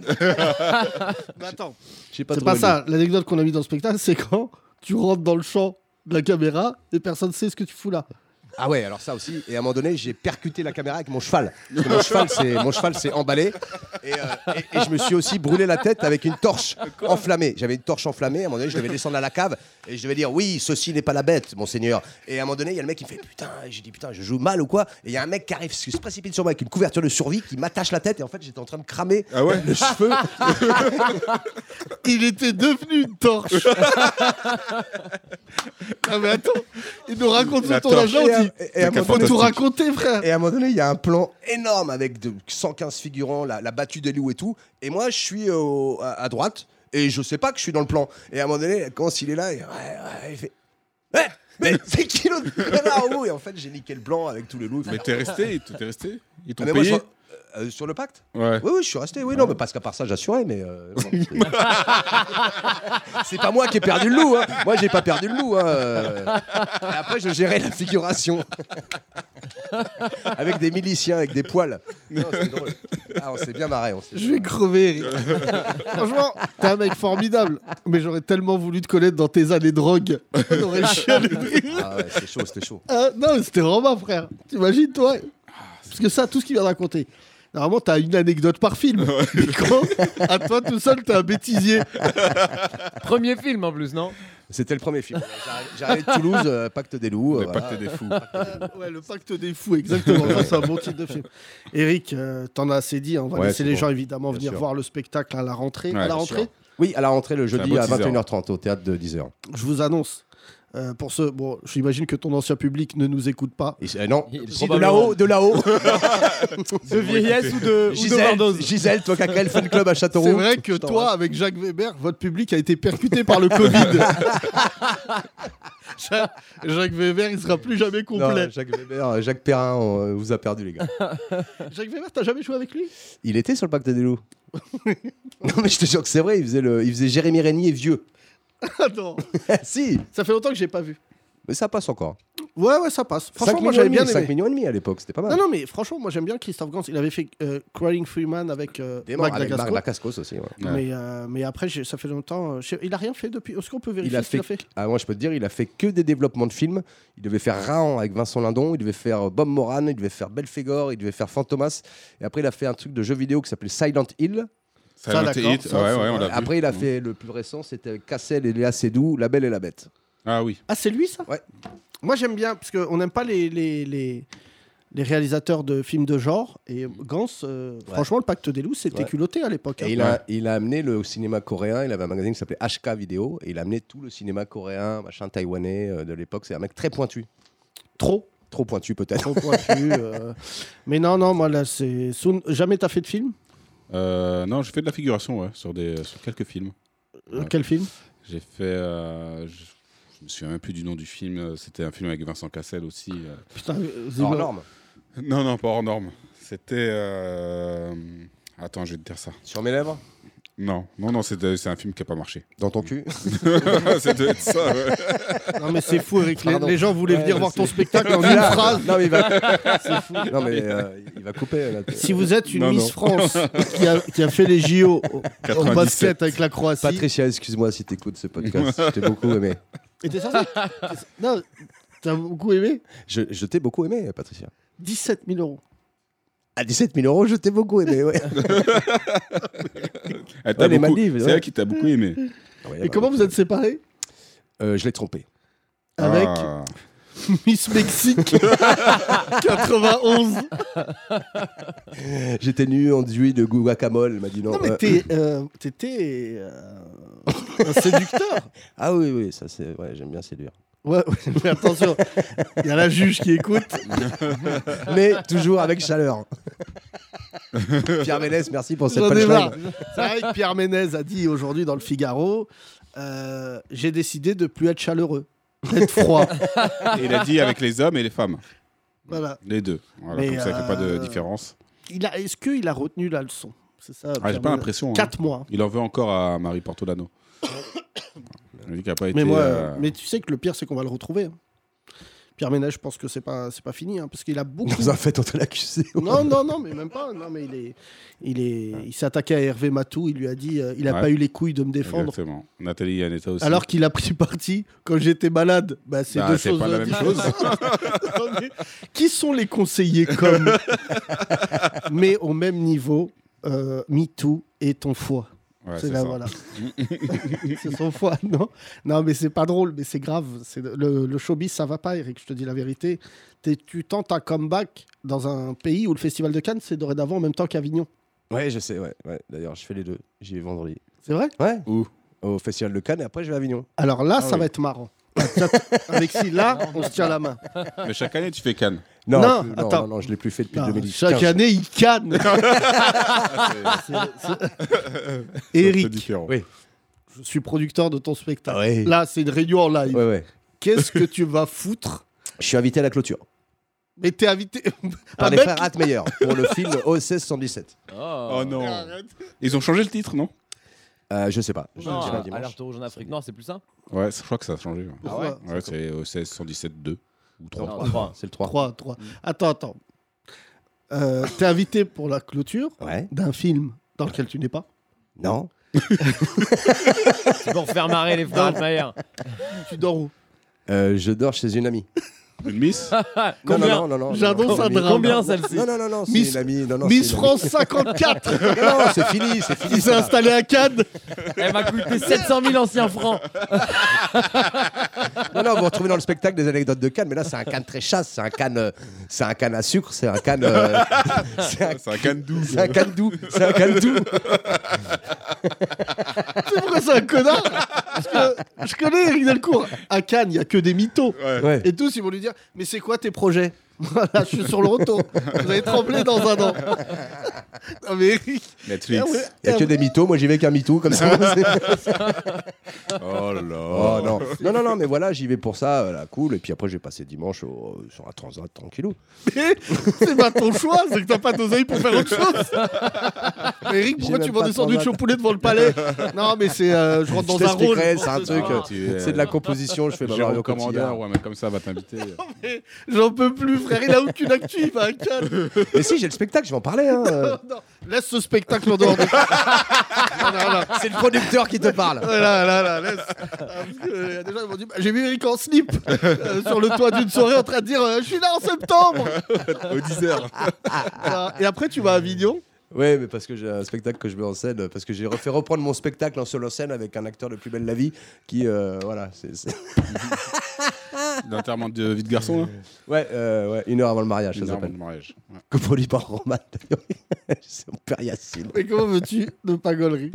[SPEAKER 2] Mais attends,
[SPEAKER 5] J'ai
[SPEAKER 2] c'est
[SPEAKER 5] trop
[SPEAKER 2] pas
[SPEAKER 5] aimé.
[SPEAKER 2] ça. L'anecdote qu'on a mis dans le spectacle, c'est quand tu rentres dans le champ de la caméra et personne sait ce que tu fous là.
[SPEAKER 5] Ah ouais, alors ça aussi. Et à un moment donné, j'ai percuté la caméra avec mon cheval. Parce que mon cheval, c'est mon cheval s'est emballé. Et, euh, et- et je me suis aussi brûlé la tête avec une torche enflammée. J'avais une torche enflammée. À un moment donné, je devais descendre à la cave et je devais dire oui, ceci n'est pas la bête, monseigneur. Et à un moment donné, il y a le mec qui me fait putain. Et J'ai dit putain, je joue mal ou quoi Et il y a un mec qui arrive, qui se précipite sur moi avec une couverture de survie, qui m'attache la tête. Et en fait, j'étais en train de cramer
[SPEAKER 3] Ah ouais
[SPEAKER 5] le cheveu.
[SPEAKER 2] Il était devenu une torche. ah, mais attends, il nous raconte son
[SPEAKER 3] La
[SPEAKER 2] tournage
[SPEAKER 5] torche.
[SPEAKER 2] là, on dit,
[SPEAKER 5] Et euh, à- et à un
[SPEAKER 2] Faut
[SPEAKER 3] moment-
[SPEAKER 2] tout raconter, frère.
[SPEAKER 5] Et à un moment donné, il y a un plan énorme avec de 115 figurants, la, la battue des loups et tout. Et moi, je suis au- à, à droite et je sais pas que je suis dans le plan. Et à un moment donné, quand il est là, il, ouais, ouais, il fait Ouais, Mais c'est qui l'autre connard en haut Et en fait, j'ai niqué le blanc avec tous les loups. Ah,
[SPEAKER 3] Mais t'es resté, t'es resté. Ils t'ont
[SPEAKER 5] Mais moi, je-
[SPEAKER 3] payé.
[SPEAKER 5] euh, euh, sur le pacte
[SPEAKER 3] Ouais.
[SPEAKER 5] oui, oui, je suis resté. Oui, non, mais parce qu'à part ça, j'assurais, mais. euh, non, c'est- c'est pas moi qui ai perdu le loup. Hein. Moi, j'ai pas perdu le loup. Hein. Euh, et après, je gérais la figuration. avec des miliciens, avec des poils. Non, c'était drôle. Ah, on s'est bien marré. On s'est
[SPEAKER 2] Je vais crever, Eric. Franchement, t'es un mec formidable. Mais j'aurais tellement voulu te connaître dans tes années drogue. On aurait chialé de rire.
[SPEAKER 5] Ah, ouais, c'était chaud, c'était chaud.
[SPEAKER 2] Ah, non, mais c'était vraiment, frère. T'imagines, toi Parce que ça, tout ce qu'il vient de raconter. Normalement, t'as une anecdote par film. Mais quand, à toi tout seul, t'es un bêtisier.
[SPEAKER 4] Premier film en plus, non
[SPEAKER 5] C'était le premier film. J'arrivais de Toulouse, euh, Pacte des loups. euh,
[SPEAKER 3] Pas
[SPEAKER 5] voilà.
[SPEAKER 3] que t'es des fous.
[SPEAKER 2] ouais, le pacte des fous, exactement. Ça, c'est un bon titre de film. Eric, euh, t'en as assez dit. hein. On va
[SPEAKER 5] Ouais,
[SPEAKER 2] laisser
[SPEAKER 5] c'est
[SPEAKER 2] les
[SPEAKER 5] bon.
[SPEAKER 2] gens, évidemment,
[SPEAKER 5] Bien
[SPEAKER 2] venir
[SPEAKER 5] sûr.
[SPEAKER 2] voir le spectacle à la rentrée.
[SPEAKER 3] Ouais,
[SPEAKER 2] à la
[SPEAKER 3] bien
[SPEAKER 2] rentrée,
[SPEAKER 3] sûr.
[SPEAKER 5] Oui, à la rentrée le jeudi
[SPEAKER 3] beau
[SPEAKER 5] à
[SPEAKER 3] teaser.
[SPEAKER 5] 21h30 au théâtre de 10h.
[SPEAKER 2] je vous annonce. euh, pour ceux, bon, j'imagine que ton ancien public ne nous écoute pas.
[SPEAKER 5] Et c'est- euh, non,
[SPEAKER 4] Il-
[SPEAKER 5] Si, de
[SPEAKER 4] probablement.
[SPEAKER 5] là-haut, de là-haut.
[SPEAKER 4] De vieillesse ou de, ou
[SPEAKER 5] Gisèle, Gisèle, toi qui as créé le fan club à Châteauroux.
[SPEAKER 2] C'est vrai que
[SPEAKER 5] Je t'en
[SPEAKER 2] toi, avec Jacques Weber, votre public a été percuté par le Covid. Ja- Jacques Weber, il sera plus jamais complet.
[SPEAKER 5] Non, Jacques Weber, euh, Jacques Perrin, on, euh, vous a perdu les gars.
[SPEAKER 2] Jacques Weber, t'as jamais joué avec lui
[SPEAKER 5] Il était sur le pacte des loups. non mais je te jure que c'est vrai, il faisait, le, il faisait Jérémy Régnier vieux.
[SPEAKER 2] Ah non,
[SPEAKER 5] Ah, si
[SPEAKER 2] ça fait longtemps que j'ai pas vu.
[SPEAKER 5] Mais ça passe encore.
[SPEAKER 2] Ouais, ouais, ça passe.
[SPEAKER 5] 5
[SPEAKER 2] Franchement,
[SPEAKER 5] millions,
[SPEAKER 2] moi j'avais
[SPEAKER 5] et
[SPEAKER 2] bien
[SPEAKER 5] demi, 5
[SPEAKER 2] aimé.
[SPEAKER 5] millions et demi à l'époque, c'était pas mal.
[SPEAKER 2] Non, non, mais franchement, moi j'aime bien Christophe Gans. Il avait fait euh, Crawling Freeman avec euh,
[SPEAKER 5] Des morts
[SPEAKER 2] Mac
[SPEAKER 5] avec Marc
[SPEAKER 2] Dagasco.
[SPEAKER 5] Dacascos aussi. ouais.
[SPEAKER 3] Ouais.
[SPEAKER 2] Mais, euh, mais après, j'ai- ça fait longtemps. euh, je sais- il a rien fait depuis. Est-ce qu'on peut vérifier
[SPEAKER 5] Il a
[SPEAKER 2] ce qu'il
[SPEAKER 5] fait, ah ouais, je peux te dire, il a fait que des développements de films. Il devait faire Raon avec Vincent Lindon, il devait faire euh, Bob Moran, il devait faire Belphégor, il devait faire Fantomas. Et après, il a fait un truc de jeu vidéo qui s'appelait Silent Hill. Euh,
[SPEAKER 3] Ça,
[SPEAKER 2] Ça,
[SPEAKER 3] a été
[SPEAKER 2] d'accord,
[SPEAKER 3] hit.
[SPEAKER 2] ça,
[SPEAKER 3] ouais,
[SPEAKER 2] ça,
[SPEAKER 3] ouais, on l'a vu. Mm.
[SPEAKER 5] Après, il a fait le plus récent, c'était avec Cassel et Léa Seydoux, La Belle et la Bête.
[SPEAKER 3] Ah oui.
[SPEAKER 2] Ah, c'est lui ça
[SPEAKER 5] Ouais.
[SPEAKER 2] Moi j'aime bien, parce qu'on n'aime pas les, les, les, les réalisateurs de films de genre. Et Gans, euh, franchement, le pacte des loups, c'était
[SPEAKER 5] Ouais.
[SPEAKER 2] culotté à l'époque. hein.
[SPEAKER 5] Et il a, il a amené le cinéma coréen, il avait un magazine qui s'appelait HK Vidéo, et il a amené tout le cinéma coréen, machin taïwanais euh, de l'époque. C'est un mec très pointu,
[SPEAKER 2] Trop.
[SPEAKER 5] trop pointu peut-être.
[SPEAKER 2] Trop pointu. euh. Mais non, non, moi là, c'est. Soon- Jamais t'as fait de film
[SPEAKER 3] Euh, non, j'ai fait de la figuration ouais, sur, des, sur quelques films.
[SPEAKER 2] Euh,
[SPEAKER 3] Ouais.
[SPEAKER 2] Quel film
[SPEAKER 3] J'ai fait. euh, je, je me souviens même plus du nom du film. euh, C'était un film avec Vincent Cassel aussi. euh.
[SPEAKER 2] Putain, euh,
[SPEAKER 5] Hors
[SPEAKER 2] Zino-
[SPEAKER 5] norme.
[SPEAKER 3] Non, non, pas hors norme. C'était. euh, Attends, je vais te dire ça.
[SPEAKER 5] Sur mes lèvres,
[SPEAKER 3] Non, non, non, c'est c'est un film qui n'a pas marché.
[SPEAKER 5] dans ton cul.
[SPEAKER 3] ça doit être ça, ouais.
[SPEAKER 2] Non, mais c'est fou, Eric. Les,
[SPEAKER 5] Pardon.
[SPEAKER 2] les gens voulaient
[SPEAKER 5] Ouais,
[SPEAKER 2] venir
[SPEAKER 5] mais
[SPEAKER 2] voir ton
[SPEAKER 5] c'est-
[SPEAKER 2] spectacle en une
[SPEAKER 5] Là,
[SPEAKER 2] phrase.
[SPEAKER 5] Non mais il va, Non, mais, euh, il va couper. là.
[SPEAKER 2] Si vous êtes une
[SPEAKER 3] Non,
[SPEAKER 2] Miss
[SPEAKER 3] non.
[SPEAKER 2] France qui a, qui a fait les JO au, au
[SPEAKER 3] 97.
[SPEAKER 2] basket avec la Croatie.
[SPEAKER 5] Patricia, excuse-moi si t'écoutes ce podcast. je t'ai beaucoup aimé.
[SPEAKER 2] Et t'es censé- t'es- Non, t'as beaucoup aimé
[SPEAKER 5] Je, je t'ai beaucoup aimé, Patricia.
[SPEAKER 2] 17 000 euros.
[SPEAKER 5] À 17 000 euros, je t'ai beaucoup aimé. ouais.
[SPEAKER 3] Elle t'a
[SPEAKER 5] les
[SPEAKER 3] beaucoup-
[SPEAKER 5] Maldives,
[SPEAKER 3] C'est
[SPEAKER 5] ouais.
[SPEAKER 3] elle qui t'a beaucoup aimé.
[SPEAKER 5] Eh
[SPEAKER 2] Et
[SPEAKER 5] ben,
[SPEAKER 2] comment vous êtes séparés
[SPEAKER 5] Euh, Je l'ai trompé.
[SPEAKER 2] Avec
[SPEAKER 3] Ah.
[SPEAKER 2] Miss Mexique 91.
[SPEAKER 5] J'étais nu enduit de guacamole. Elle m'a dit non.
[SPEAKER 2] Non, mais
[SPEAKER 5] euh,
[SPEAKER 2] t'es, euh, t'étais euh, un séducteur.
[SPEAKER 5] Ah oui, oui, ça c'est. Ouais, j'aime bien séduire.
[SPEAKER 2] Ouais, ouais, mais attention, il y a la juge qui écoute.
[SPEAKER 5] Mais toujours avec chaleur. Pierre Ménès, merci pour cette
[SPEAKER 2] J'en ai marre.
[SPEAKER 5] punchline.
[SPEAKER 2] C'est vrai que Pierre Ménez a dit aujourd'hui dans le Figaro euh, J'ai décidé de plus être chaleureux, d'être froid.
[SPEAKER 3] Ah. Et il a dit avec les hommes et les femmes.
[SPEAKER 2] voilà.
[SPEAKER 3] Les deux. Voilà,
[SPEAKER 2] Mais,
[SPEAKER 3] comme ça, il n'y a pas de
[SPEAKER 2] euh,
[SPEAKER 3] différence.
[SPEAKER 2] Il a, est-ce qu'il a retenu la leçon C'est ça.
[SPEAKER 3] Ah, j'ai
[SPEAKER 2] Pierre
[SPEAKER 3] pas
[SPEAKER 2] Ménez.
[SPEAKER 3] l'impression. hein.
[SPEAKER 2] Quatre mois.
[SPEAKER 3] Il en veut encore à Marie Portolano. Il a dit qu'il a pas
[SPEAKER 2] Mais
[SPEAKER 3] été.
[SPEAKER 2] moi,
[SPEAKER 3] euh,
[SPEAKER 2] mais tu sais que le pire, c'est qu'on va le retrouver. hein. Pierre Ménez, je pense que c'est pas, c'est pas fini, hein, parce qu'il a beaucoup.
[SPEAKER 5] Vous en faites entre l'accusé.
[SPEAKER 2] non, non, non, mais même pas. Non, mais il est, il est, il s'est attaqué à Hervé Matou. Il lui a dit, euh, il a
[SPEAKER 3] Ouais.
[SPEAKER 2] pas eu les couilles de me défendre.
[SPEAKER 3] Exactement. Nathalie Yaneta aussi.
[SPEAKER 2] Alors qu'il a pris parti quand j'étais malade. Bah, c'est
[SPEAKER 3] Bah,
[SPEAKER 2] deux
[SPEAKER 3] c'est
[SPEAKER 2] choses
[SPEAKER 3] pas la même
[SPEAKER 2] différentes.
[SPEAKER 3] chose.
[SPEAKER 2] Attendez. Qui sont les conseillers comme Mais au même niveau, euh, MeToo et ton foie.
[SPEAKER 3] Ouais,
[SPEAKER 2] c'est
[SPEAKER 3] c'est
[SPEAKER 2] là,
[SPEAKER 3] ça.
[SPEAKER 2] voilà. c'est son foie, non Non, mais c'est pas drôle, mais c'est grave. C'est le, le showbiz, ça va pas, Eric, je te dis la vérité. T'es- tu tentes un comeback dans un pays où le Festival de Cannes, c'est dorénavant en même temps qu'Avignon.
[SPEAKER 5] Ouais, je sais, ouais. ouais. D'ailleurs, je fais les deux. J'y vais vendredi.
[SPEAKER 2] C'est vrai
[SPEAKER 5] Ouais.
[SPEAKER 3] Où
[SPEAKER 5] Au Festival de Cannes et après je vais à Avignon.
[SPEAKER 2] Alors là,
[SPEAKER 5] Ah
[SPEAKER 2] ça
[SPEAKER 5] oui.
[SPEAKER 2] va être marrant. Ah, tiens, Alexis, là, on se tient la main.
[SPEAKER 3] Mais chaque année, tu fais Cannes.
[SPEAKER 5] Non,
[SPEAKER 2] Non,
[SPEAKER 5] plus- non,
[SPEAKER 2] attends.
[SPEAKER 5] non, non, je l'ai plus fait depuis
[SPEAKER 2] Non,
[SPEAKER 5] 2015.
[SPEAKER 2] chaque année, il canne.
[SPEAKER 3] C'est
[SPEAKER 2] Eric,
[SPEAKER 3] différent.
[SPEAKER 5] Oui.
[SPEAKER 2] je suis producteur de ton spectacle.
[SPEAKER 5] Ah ouais.
[SPEAKER 2] Là, c'est une réunion en live.
[SPEAKER 5] Ouais, ouais.
[SPEAKER 2] Qu'est-ce que tu vas foutre
[SPEAKER 5] Je suis invité à la clôture
[SPEAKER 2] Mais t'es invité. Ah,
[SPEAKER 5] par
[SPEAKER 2] Un
[SPEAKER 5] les
[SPEAKER 2] mec-
[SPEAKER 5] frères Hatmeyer pour le film OC117.
[SPEAKER 3] Oh non. Ils ont changé le titre, non
[SPEAKER 5] Euh, je sais pas. Je
[SPEAKER 4] Non,
[SPEAKER 5] le dirai
[SPEAKER 4] euh,
[SPEAKER 5] dimanche.
[SPEAKER 4] alerte rouge en Afrique. Non, c'est plus ça
[SPEAKER 3] Ouais, je crois que ça a changé. ouais.
[SPEAKER 2] Pourquoi
[SPEAKER 5] Ah
[SPEAKER 3] Ouais, c'est OCS 117 2 ou 3.
[SPEAKER 4] Non, trois.
[SPEAKER 5] C'est le 3.
[SPEAKER 2] Trois, trois. Attends, attends. Euh, t'es invité pour la clôture
[SPEAKER 5] Ouais.
[SPEAKER 2] d'un film dans lequel tu n'es pas.
[SPEAKER 5] Non.
[SPEAKER 4] C'est pour faire marrer les frères Altmaier.
[SPEAKER 2] Tu dors où
[SPEAKER 5] Euh, je dors chez une amie.
[SPEAKER 3] Une miss
[SPEAKER 5] Non,
[SPEAKER 4] Combien
[SPEAKER 5] non, non, non, non, non,
[SPEAKER 2] J'annonce
[SPEAKER 5] non,
[SPEAKER 2] un
[SPEAKER 5] non,
[SPEAKER 2] drame.
[SPEAKER 4] Combien celle-ci
[SPEAKER 5] Non, non, non, non, c'est
[SPEAKER 2] Miss-
[SPEAKER 5] une amie. Non, non, c'est
[SPEAKER 2] Miss
[SPEAKER 5] une
[SPEAKER 2] France 54
[SPEAKER 5] amie. Non, non, c'est fini, c'est fini.
[SPEAKER 2] qui s'est
[SPEAKER 5] ça.
[SPEAKER 2] installé à Cannes.
[SPEAKER 4] Elle m'a coûté 700 000 anciens francs.
[SPEAKER 5] Non, non, vous retrouvez dans le spectacle des anecdotes de Cannes, mais là, c'est un Cannes très chasse, c'est un Cannes, euh, c'est un Cannes à sucre, c'est un Cannes, euh, c'est un,
[SPEAKER 3] C'est un Cannes 12.
[SPEAKER 5] c'est un Cannes doux, c'est un Cannes doux.
[SPEAKER 2] Tu sais pourquoi c'est un connard Parce que je connais Eric Delcourt. À Cannes, il n'y a que des mythos.
[SPEAKER 5] Ouais.
[SPEAKER 2] Et tous, ils vont lui dire Mais c'est quoi tes projets Voilà, je suis sur le retour. Vous allez trembler dans un an. Non, mais Eric,
[SPEAKER 3] Netflix.
[SPEAKER 2] ah ouais,
[SPEAKER 5] Il n'y a que des mythos, moi j'y vais qu'un mytho comme ça.
[SPEAKER 3] Oh là là.
[SPEAKER 5] Oh, non. non, non, non, mais voilà, j'y vais pour ça, euh, là, cool. Et puis après, je vais passer dimanche au- euh, sur un transat tranquillou.
[SPEAKER 2] c'est pas ton choix, c'est que t'as pas d'oseille pour faire autre chose. Mais Eric, pourquoi
[SPEAKER 5] J'ai
[SPEAKER 2] tu
[SPEAKER 5] même
[SPEAKER 2] vends
[SPEAKER 5] pas
[SPEAKER 2] des
[SPEAKER 5] de
[SPEAKER 2] sandwichs au poulet devant le palais Non, mais c'est. euh, je rentre
[SPEAKER 5] Je
[SPEAKER 2] dans un rôle. Ah.
[SPEAKER 5] t'expliquerai, c'est un truc. euh,
[SPEAKER 3] Tu es,
[SPEAKER 5] C'est de la composition, je fais ma
[SPEAKER 3] Jérôme
[SPEAKER 5] Mario Cotillard.
[SPEAKER 3] Commandeur ou un mec comme ça va t'inviter. euh,
[SPEAKER 2] J'en peux plus, frère. Il a aucune actu, il va à Cannes.
[SPEAKER 5] Mais si, j'ai le spectacle, je vais en parler. hein, euh.
[SPEAKER 2] Non, laisse ce spectacle en dehors de
[SPEAKER 5] C'est le producteur qui te parle.
[SPEAKER 2] Ouais, Là, là, là, laisse. Ah, parce que, euh, déjà, ils m'ont dit, bah, j'ai vu Eric en slip euh, sur le toit d'une soirée en train de dire euh, Je suis là en septembre
[SPEAKER 3] Au hein. 10h.
[SPEAKER 2] Voilà. Et après, tu vas à Avignon.
[SPEAKER 5] Oui, mais parce que j'ai un spectacle que je mets en scène, euh, parce que j'ai refait reprendre mon spectacle en solo scène avec un acteur de Plus Belle la Vie qui, euh, voilà, c'est. c'est-
[SPEAKER 3] L'enterrement de vie de garçon. là.
[SPEAKER 5] Ouais, euh, ouais, une heure avant le mariage, ça
[SPEAKER 3] Une heure
[SPEAKER 5] s'appelle.
[SPEAKER 3] de mariage. Ouais.
[SPEAKER 5] Coproduit par Roman, d'ailleurs. C'est mon père Yacine.
[SPEAKER 2] Mais comment veux-tu de pagolerie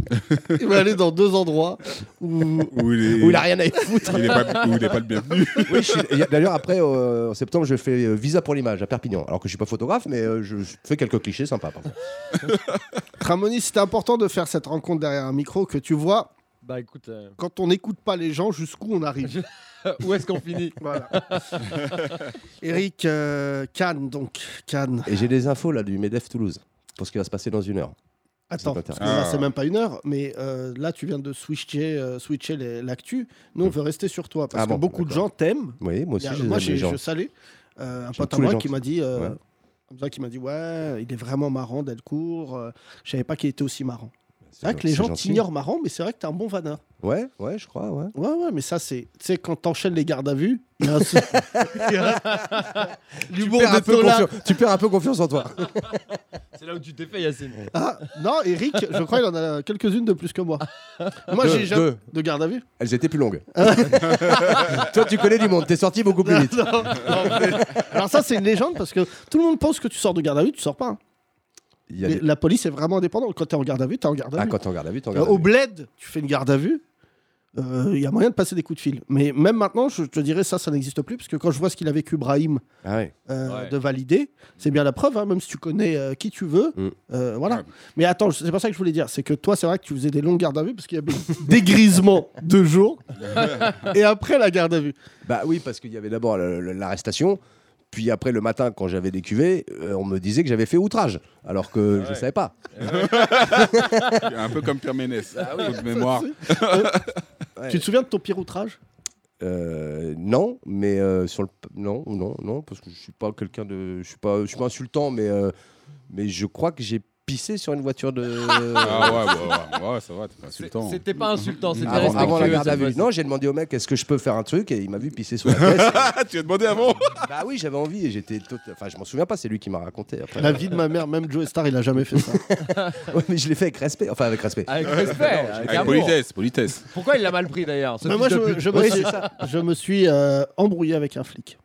[SPEAKER 2] Il va aller dans deux endroits où.
[SPEAKER 3] Où il est,
[SPEAKER 5] Où il a rien à y foutre.
[SPEAKER 3] il est pas, où il est pas le bienvenu.
[SPEAKER 5] Oui, je suis- et D'ailleurs, après, euh, en septembre, je fais euh, visa pour l'image à Perpignan. Alors que je suis pas photographe, mais euh, je je fais quelques clichés sympas. par contre.
[SPEAKER 2] Ramoni, c'était important de faire cette rencontre derrière un micro que tu vois,
[SPEAKER 4] Bah écoute, euh,
[SPEAKER 2] quand on n'écoute pas les gens, jusqu'où on arrive.
[SPEAKER 4] où est-ce qu'on finit
[SPEAKER 2] Voilà. Eric, euh, Cannes, donc. Cannes.
[SPEAKER 5] Et j'ai des infos là du Medef Toulouse pour ce qui va se passer dans une heure.
[SPEAKER 2] Attends,
[SPEAKER 5] C'est pas tard.
[SPEAKER 2] parce que là,
[SPEAKER 3] Ah.
[SPEAKER 2] c'est même pas une heure, mais euh, là, tu viens de switcher, euh, switcher les- l'actu. Nous, on veut rester sur toi parce
[SPEAKER 5] Ah
[SPEAKER 2] que
[SPEAKER 5] bon,
[SPEAKER 2] beaucoup de
[SPEAKER 5] d'accord.
[SPEAKER 2] gens t'aiment.
[SPEAKER 5] Oui, moi
[SPEAKER 2] Il y
[SPEAKER 5] aussi,
[SPEAKER 2] a-
[SPEAKER 5] je les
[SPEAKER 2] Moi,
[SPEAKER 5] aime, les
[SPEAKER 2] j'ai-
[SPEAKER 5] gens.
[SPEAKER 2] je salais euh, un
[SPEAKER 5] J'aime
[SPEAKER 2] pote à
[SPEAKER 5] tous les
[SPEAKER 2] moi
[SPEAKER 5] gens
[SPEAKER 2] qui
[SPEAKER 5] qui-
[SPEAKER 2] m'a dit, euh,
[SPEAKER 5] Ouais.
[SPEAKER 2] comme ça, qui m'a dit, ouais, il est vraiment marrant, Delcourt. euh, je savais pas qu'il était aussi marrant. C'est vrai que les
[SPEAKER 5] c'est
[SPEAKER 2] gens
[SPEAKER 5] gentil.
[SPEAKER 2] t'ignorent marrant, mais c'est vrai que t'es un bon vanneur.
[SPEAKER 5] Ouais, ouais, je crois, ouais.
[SPEAKER 2] Ouais, ouais, mais ça, c'est. Tu sais, quand t'enchaînes les gardes à vue, il y a un sou- il y a- l'humour
[SPEAKER 5] Perds
[SPEAKER 2] de
[SPEAKER 5] un peu
[SPEAKER 2] Tola.
[SPEAKER 5] confiance- tu perds un peu confiance en toi.
[SPEAKER 4] C'est là où tu t'es fait, Yacine.
[SPEAKER 2] Ah, non, Eric, je crois qu'il en a quelques-unes de plus que moi. Moi,
[SPEAKER 5] Deux,
[SPEAKER 2] j'ai jamais.
[SPEAKER 5] deux.
[SPEAKER 2] De garde à vue
[SPEAKER 5] Elles étaient plus longues. Toi, tu connais du monde, t'es sorti beaucoup plus vite.
[SPEAKER 2] Non, non, mais- Alors ça, c'est une légende parce que tout le monde pense que tu sors de garde à vue, tu sors pas. hein.
[SPEAKER 5] Il y a
[SPEAKER 2] Mais
[SPEAKER 5] des-
[SPEAKER 2] La police est vraiment indépendante. Quand t'es en garde à vue, t'es en garde à
[SPEAKER 5] Ah,
[SPEAKER 2] vue.
[SPEAKER 5] quand on regarde la vue, t'en
[SPEAKER 2] Euh,
[SPEAKER 5] regardes.
[SPEAKER 2] au bled, tu fais une garde à vue. euh, Il y a moyen de passer des coups de fil. Mais même maintenant, je te dirais ça, ça n'existe plus. Parce que quand je vois ce qu'il a vécu, Brahim,
[SPEAKER 5] Ah ouais.
[SPEAKER 2] euh,
[SPEAKER 4] Ouais.
[SPEAKER 2] de valider, c'est bien la preuve, hein, même si tu connais euh, qui tu veux.
[SPEAKER 5] Mm.
[SPEAKER 2] euh, voilà.
[SPEAKER 3] Ouais.
[SPEAKER 2] Mais attends, c'est pas ça que je voulais dire. C'est que toi, c'est vrai que tu faisais des longues gardes à vue parce qu'il y avait des grisements de jour et après la garde à vue.
[SPEAKER 5] Bah oui, parce qu'il y avait d'abord le- le- l'arrestation. Puis après, le matin, quand j'avais des cuvées, euh, on me disait que j'avais fait outrage. Alors que je
[SPEAKER 4] ouais.
[SPEAKER 5] savais pas.
[SPEAKER 3] Un peu comme Pierre Ménès. Faute de mémoire.
[SPEAKER 5] Ouais.
[SPEAKER 2] Tu te souviens de ton pire outrage
[SPEAKER 5] Euh, non, mais euh, sur le p- non, non, non, parce que je suis pas quelqu'un de, je suis pas, je suis pas insultant, mais euh, mais je crois que j'ai pissé sur une voiture de
[SPEAKER 3] Ah ouais, ouais, ouais, ouais, ça va, t'es pas
[SPEAKER 4] C'est-
[SPEAKER 3] insultant.
[SPEAKER 4] C'était pas insultant, c'était
[SPEAKER 5] avant,
[SPEAKER 4] respectueux.
[SPEAKER 5] avant la garde à
[SPEAKER 4] cette
[SPEAKER 5] vue.
[SPEAKER 4] fois-ci.
[SPEAKER 5] Non, j'ai demandé au mec, est-ce que je peux faire un truc, et il m'a vu pisser sur la caisse.
[SPEAKER 3] Ah, tu as demandé avant
[SPEAKER 5] bah oui, j'avais envie et j'étais, tot- enfin, je m'en souviens pas, c'est lui qui m'a raconté. Après.
[SPEAKER 2] La vie de ma mère, même Joe Star, il a jamais fait ça.
[SPEAKER 5] Ouais, mais je l'ai fait avec respect, enfin avec
[SPEAKER 2] Ah.
[SPEAKER 5] respect.
[SPEAKER 4] Avec respect, avec
[SPEAKER 3] Avec
[SPEAKER 4] amour.
[SPEAKER 3] politesse, politesse.
[SPEAKER 4] Pourquoi il l'a mal pris d'ailleurs ce
[SPEAKER 2] Mais moi,
[SPEAKER 4] fils de
[SPEAKER 2] je,
[SPEAKER 4] pute
[SPEAKER 2] je me suis, je me suis, euh, embrouillé avec un flic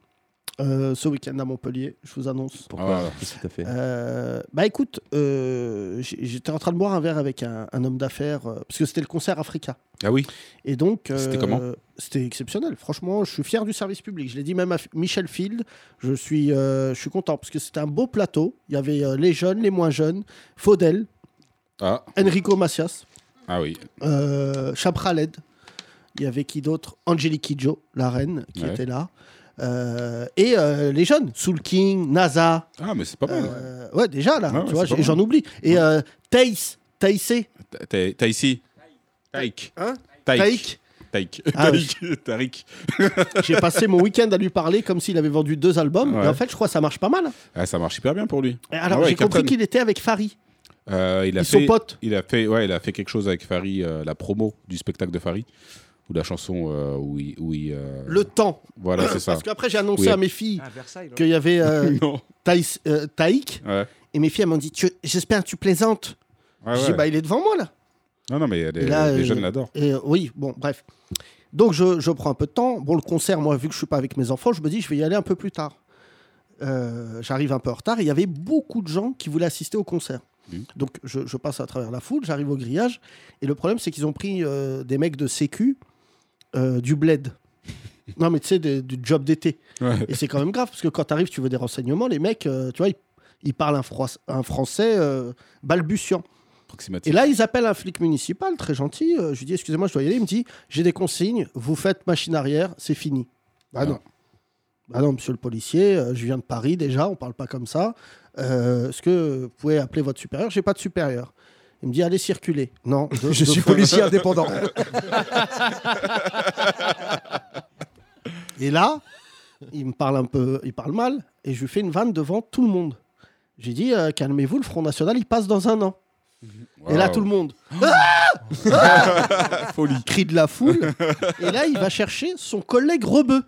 [SPEAKER 2] euh, ce week-end à Montpellier, je vous annonce.
[SPEAKER 5] Pourquoi
[SPEAKER 3] Ah.
[SPEAKER 5] Qu'est-ce que t'as fait
[SPEAKER 2] Euh, bah écoute, euh, j- j'étais en train de boire un verre avec un, un homme d'affaires, euh, parce que c'était le concert Africa.
[SPEAKER 3] Ah oui
[SPEAKER 2] Et donc, euh,
[SPEAKER 3] C'était comment
[SPEAKER 2] C'était exceptionnel. Franchement, je suis fier du service public. Je l'ai dit même à F- Michel Field. Je suis, euh, je suis content parce que c'était un beau plateau. Il y avait euh, les jeunes, les moins jeunes, Faudel,
[SPEAKER 3] Ah,
[SPEAKER 2] Enrico Macias,
[SPEAKER 3] ah oui.
[SPEAKER 2] euh, Chapraled. Il y avait qui d'autre Angelique Kidjo, la reine, qui
[SPEAKER 3] Ouais.
[SPEAKER 2] était là. Euh, et euh, les jeunes, Soul King, NASA.
[SPEAKER 3] Ah, mais c'est pas mal.
[SPEAKER 2] euh, ouais, déjà là,
[SPEAKER 3] Ouais, ouais,
[SPEAKER 2] tu vois,
[SPEAKER 3] c'est pas
[SPEAKER 2] j'ai- j'en oublie. Et euh, Thaïs, Thaïsé,
[SPEAKER 3] T'as- t'as- T'as ici Taïk.
[SPEAKER 2] Hein
[SPEAKER 3] Taïk.
[SPEAKER 2] Taïk.
[SPEAKER 3] Taïk.
[SPEAKER 2] Ah oui.
[SPEAKER 3] Taïk. Taïk.
[SPEAKER 2] j'ai passé mon week-end à lui parler comme s'il avait vendu deux albums.
[SPEAKER 3] Ouais.
[SPEAKER 2] Et en fait, je crois que ça marche pas mal.
[SPEAKER 3] Ah, ça marche hyper bien pour lui.
[SPEAKER 2] Et Eh, Alors,
[SPEAKER 3] Ah ouais,
[SPEAKER 2] j'ai compris
[SPEAKER 3] Captain.
[SPEAKER 2] qu'il était avec Farid.
[SPEAKER 3] Euh, il a
[SPEAKER 2] Ils sont
[SPEAKER 3] fait-
[SPEAKER 2] potes.
[SPEAKER 3] Il a fait, ouais, il a fait quelque chose avec Farid, euh, la promo du spectacle de Farid, ou la chanson euh, où il, où il, euh,
[SPEAKER 2] Le temps.
[SPEAKER 3] voilà, c'est ça.
[SPEAKER 2] Parce qu'après, j'ai annoncé
[SPEAKER 3] Oui.
[SPEAKER 2] à mes filles
[SPEAKER 5] Versailles.
[SPEAKER 2] qu'il y avait euh,
[SPEAKER 3] Non.
[SPEAKER 2] Thaïs- euh, Taïk.
[SPEAKER 3] Ouais.
[SPEAKER 2] Et mes filles, elles m'ont dit Tu- J'espère que tu plaisantes.
[SPEAKER 3] Ouais,
[SPEAKER 2] J'ai
[SPEAKER 3] Ah ouais.
[SPEAKER 2] dit Bah, il est devant moi là.
[SPEAKER 3] Non, non, mais les,
[SPEAKER 2] Et là,
[SPEAKER 3] les
[SPEAKER 2] euh,
[SPEAKER 3] jeunes l'adorent.
[SPEAKER 2] Et, euh, oui, bon, bref. Donc je, je prends un peu de temps. Bon, le concert, moi, vu que je suis pas avec mes enfants, je me dis, je vais y aller un peu plus tard. Euh, j'arrive un peu en retard. et Il y avait beaucoup de gens qui voulaient assister au concert.
[SPEAKER 3] Mhm.
[SPEAKER 2] Donc je, je passe à travers la foule, j'arrive au grillage. Et le problème, c'est qu'ils ont pris euh, des mecs de sécu euh, du bled. Non, mais tu sais, des- du job d'été.
[SPEAKER 3] Ouais.
[SPEAKER 2] Et c'est quand même grave, parce que quand t'arrives, tu veux des renseignements, les mecs, euh, tu vois, ils, ils parlent un, froid- un français euh, balbutiant. Et
[SPEAKER 3] Approximatif.
[SPEAKER 2] là, ils appellent un flic municipal, très gentil. euh, je lui dis, excusez-moi, je dois y aller. Il me dit, j'ai des consignes, vous faites machine arrière, c'est fini.
[SPEAKER 5] Ah.
[SPEAKER 2] Bah non. Bah non, monsieur le policier, euh, je viens de Paris déjà, on parle pas comme ça. Euh, Est-ce que vous pouvez appeler votre supérieur J'ai pas de supérieur. Il me dit, allez circuler. Non, deux-
[SPEAKER 5] Je
[SPEAKER 2] deux
[SPEAKER 5] suis
[SPEAKER 2] fois.
[SPEAKER 5] policier indépendant.
[SPEAKER 2] Et là, il me parle un peu, il parle mal, et je lui fais une vanne devant tout le monde. J'ai dit, euh, calmez-vous, le Front National, il passe dans un an. Et là, tout le monde,
[SPEAKER 3] monde. Folie.
[SPEAKER 2] cri de la foule. et là, il va chercher son collègue rebeu.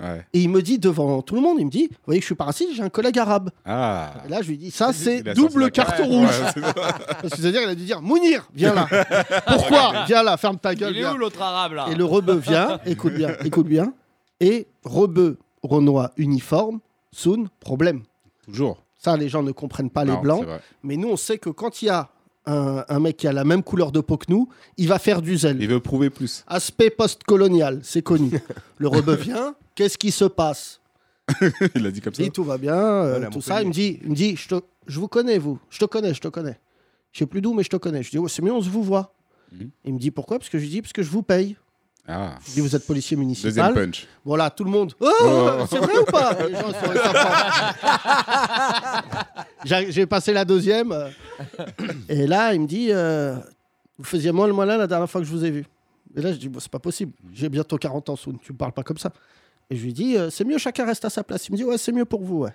[SPEAKER 3] Ouais.
[SPEAKER 2] Et il me dit devant tout le monde, il me dit, vous voyez que je suis pas raciste, j'ai un collègue arabe.
[SPEAKER 3] Ah.
[SPEAKER 2] Et là, je lui dis, ça, c'est
[SPEAKER 3] Il a sorti
[SPEAKER 2] double
[SPEAKER 3] la carte.
[SPEAKER 2] carton rouge.
[SPEAKER 3] Ouais, c'est ça.
[SPEAKER 2] Parce que c'est-à-dire, il a dû dire, Mounir, viens là. Pourquoi Viens là, ferme ta gueule.
[SPEAKER 4] Il est
[SPEAKER 2] viens.
[SPEAKER 4] où l'autre arabe là
[SPEAKER 2] Et le rebeu vient, écoute bien, écoute bien. Et rebeu, Renoir, uniforme, Soun, problème.
[SPEAKER 3] Toujours.
[SPEAKER 2] Ça, les gens ne comprennent pas les
[SPEAKER 3] Non,
[SPEAKER 2] blancs.
[SPEAKER 3] c'est vrai.
[SPEAKER 2] Mais nous, on sait que quand il y a un, un mec qui a la même couleur de peau que nous, il va faire du zèle.
[SPEAKER 3] Il veut prouver plus.
[SPEAKER 2] Aspect postcolonial, c'est connu. Le rebeu vient, qu'est-ce qui se passe
[SPEAKER 3] Il l'a dit comme ça.
[SPEAKER 2] Il dit tout va bien, euh,
[SPEAKER 5] Voilà,
[SPEAKER 2] tout ça. Il me dit, il me dit je, te- je vous connais, vous. Je te connais, je te connais. Je sais plus d'où, mais je te connais. Je dis, ouais, c'est mieux, on se vous voit.
[SPEAKER 3] Mhm.
[SPEAKER 2] Il me dit pourquoi Parce que je lui dis, parce que je vous paye.
[SPEAKER 3] Ah.
[SPEAKER 2] Je lui dis, vous êêtes policier municipal.
[SPEAKER 3] Deuxième punch.
[SPEAKER 2] Voilà, tout le monde. Oh, c'est vrai ou pas Les gens, ils sont sympas. J'ai j'ai passé la deuxième. euh, Et là, il me dit euh, Vous faisiez moins le malin la dernière fois que je vous ai vu. Et là, je dis bon, C'est pas possible. J'ai bientôt 40 ans, Soun. Tu me parles pas comme ça. Et je lui dis euh, C'est mieux, chacun reste à sa place. Il me dit Ouais, c'est mieux pour vous. Ouais.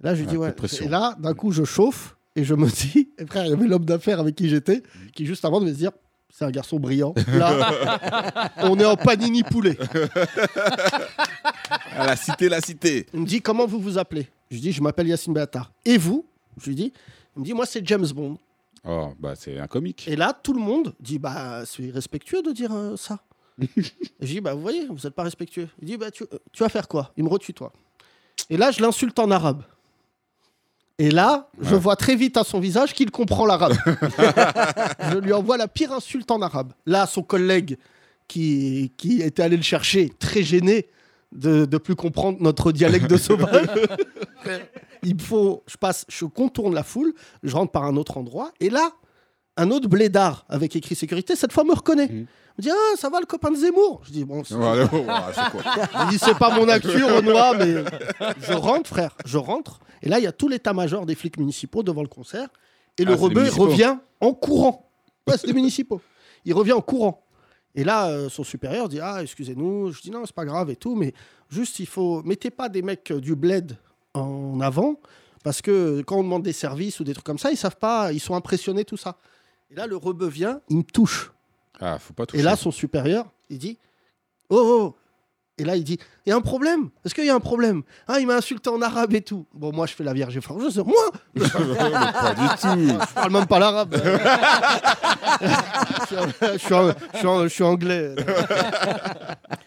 [SPEAKER 2] Là, je lui
[SPEAKER 3] Ah,
[SPEAKER 2] dis
[SPEAKER 3] coup de
[SPEAKER 2] Ouais.
[SPEAKER 3] pression.
[SPEAKER 2] Et là, d'un coup, je chauffe et je me dis Et frère, il y avait l'homme d'affaires avec qui j'étais qui, juste avant, devait se dire C'est un garçon brillant. Là, on est en panini poulet.
[SPEAKER 3] Ah, la cité, la cité.
[SPEAKER 2] Il me dit comment vous vous appelez Je lui dis je m'appelle Yacine Beatar. Et vous Je lui dis il me dit moi c'est James Bond.
[SPEAKER 3] Oh, bah c'est un comique.
[SPEAKER 2] Et là tout le monde dit bah c'est respectueux de dire euh, ça. Et je dis bah vous voyez vous n'êtes pas respectueux. Il dit bah tu, euh, tu vas faire quoi Il me retutoie. Et là je l'insulte en arabe. Et là, je
[SPEAKER 3] Ouais.
[SPEAKER 2] vois très vite à son visage qu'il comprend l'arabe. je lui envoie la pire insulte en arabe. Là, son collègue qui, qui était allé le chercher, très gêné de ne plus comprendre notre dialecte de sauvage, il faut, je passe, je contourne la foule, je rentre par un autre endroit, et là, un autre blédard avec écrit sécurité, cette fois me reconnaît.
[SPEAKER 3] Mhm.
[SPEAKER 2] Il me dit Ah, ça va le copain de Zemmour Je dis Bon, c'est-
[SPEAKER 3] Voilà, oh, ah, c'est quoi
[SPEAKER 2] il dit c'est pas mon actu, Renoir, mais je rentre, frère, je rentre. Et là, il y a tout l'état-major des flics municipaux devant le concert. Et le
[SPEAKER 3] Ah, c'est les
[SPEAKER 2] rebeu
[SPEAKER 3] municipaux.
[SPEAKER 2] revient en courant. Ouais, c'est des municipaux. Il revient en courant. Et là, euh, son supérieur dit Ah, excusez-nous. Je dis Non, c'est pas grave et tout, mais juste, il faut. Mettez pas des mecs euh, du bled en avant, parce que quand on demande des services ou des trucs comme ça, ils savent pas, ils sont impressionnés, tout ça. Et là, le rebeu vient, il me touche.
[SPEAKER 3] Ah, faut pas toucher.
[SPEAKER 2] Et là, son supérieur, il dit Oh, oh Et là, il dit Il y a un problème Est-ce qu'il y a un problème Ah, il m'a insulté en arabe et tout. Bon, moi, je fais la vierge et franc. Je sais, moi,
[SPEAKER 3] pas du tout.
[SPEAKER 2] je parle même pas l'arabe. je, suis, en- je suis en- je suis anglais.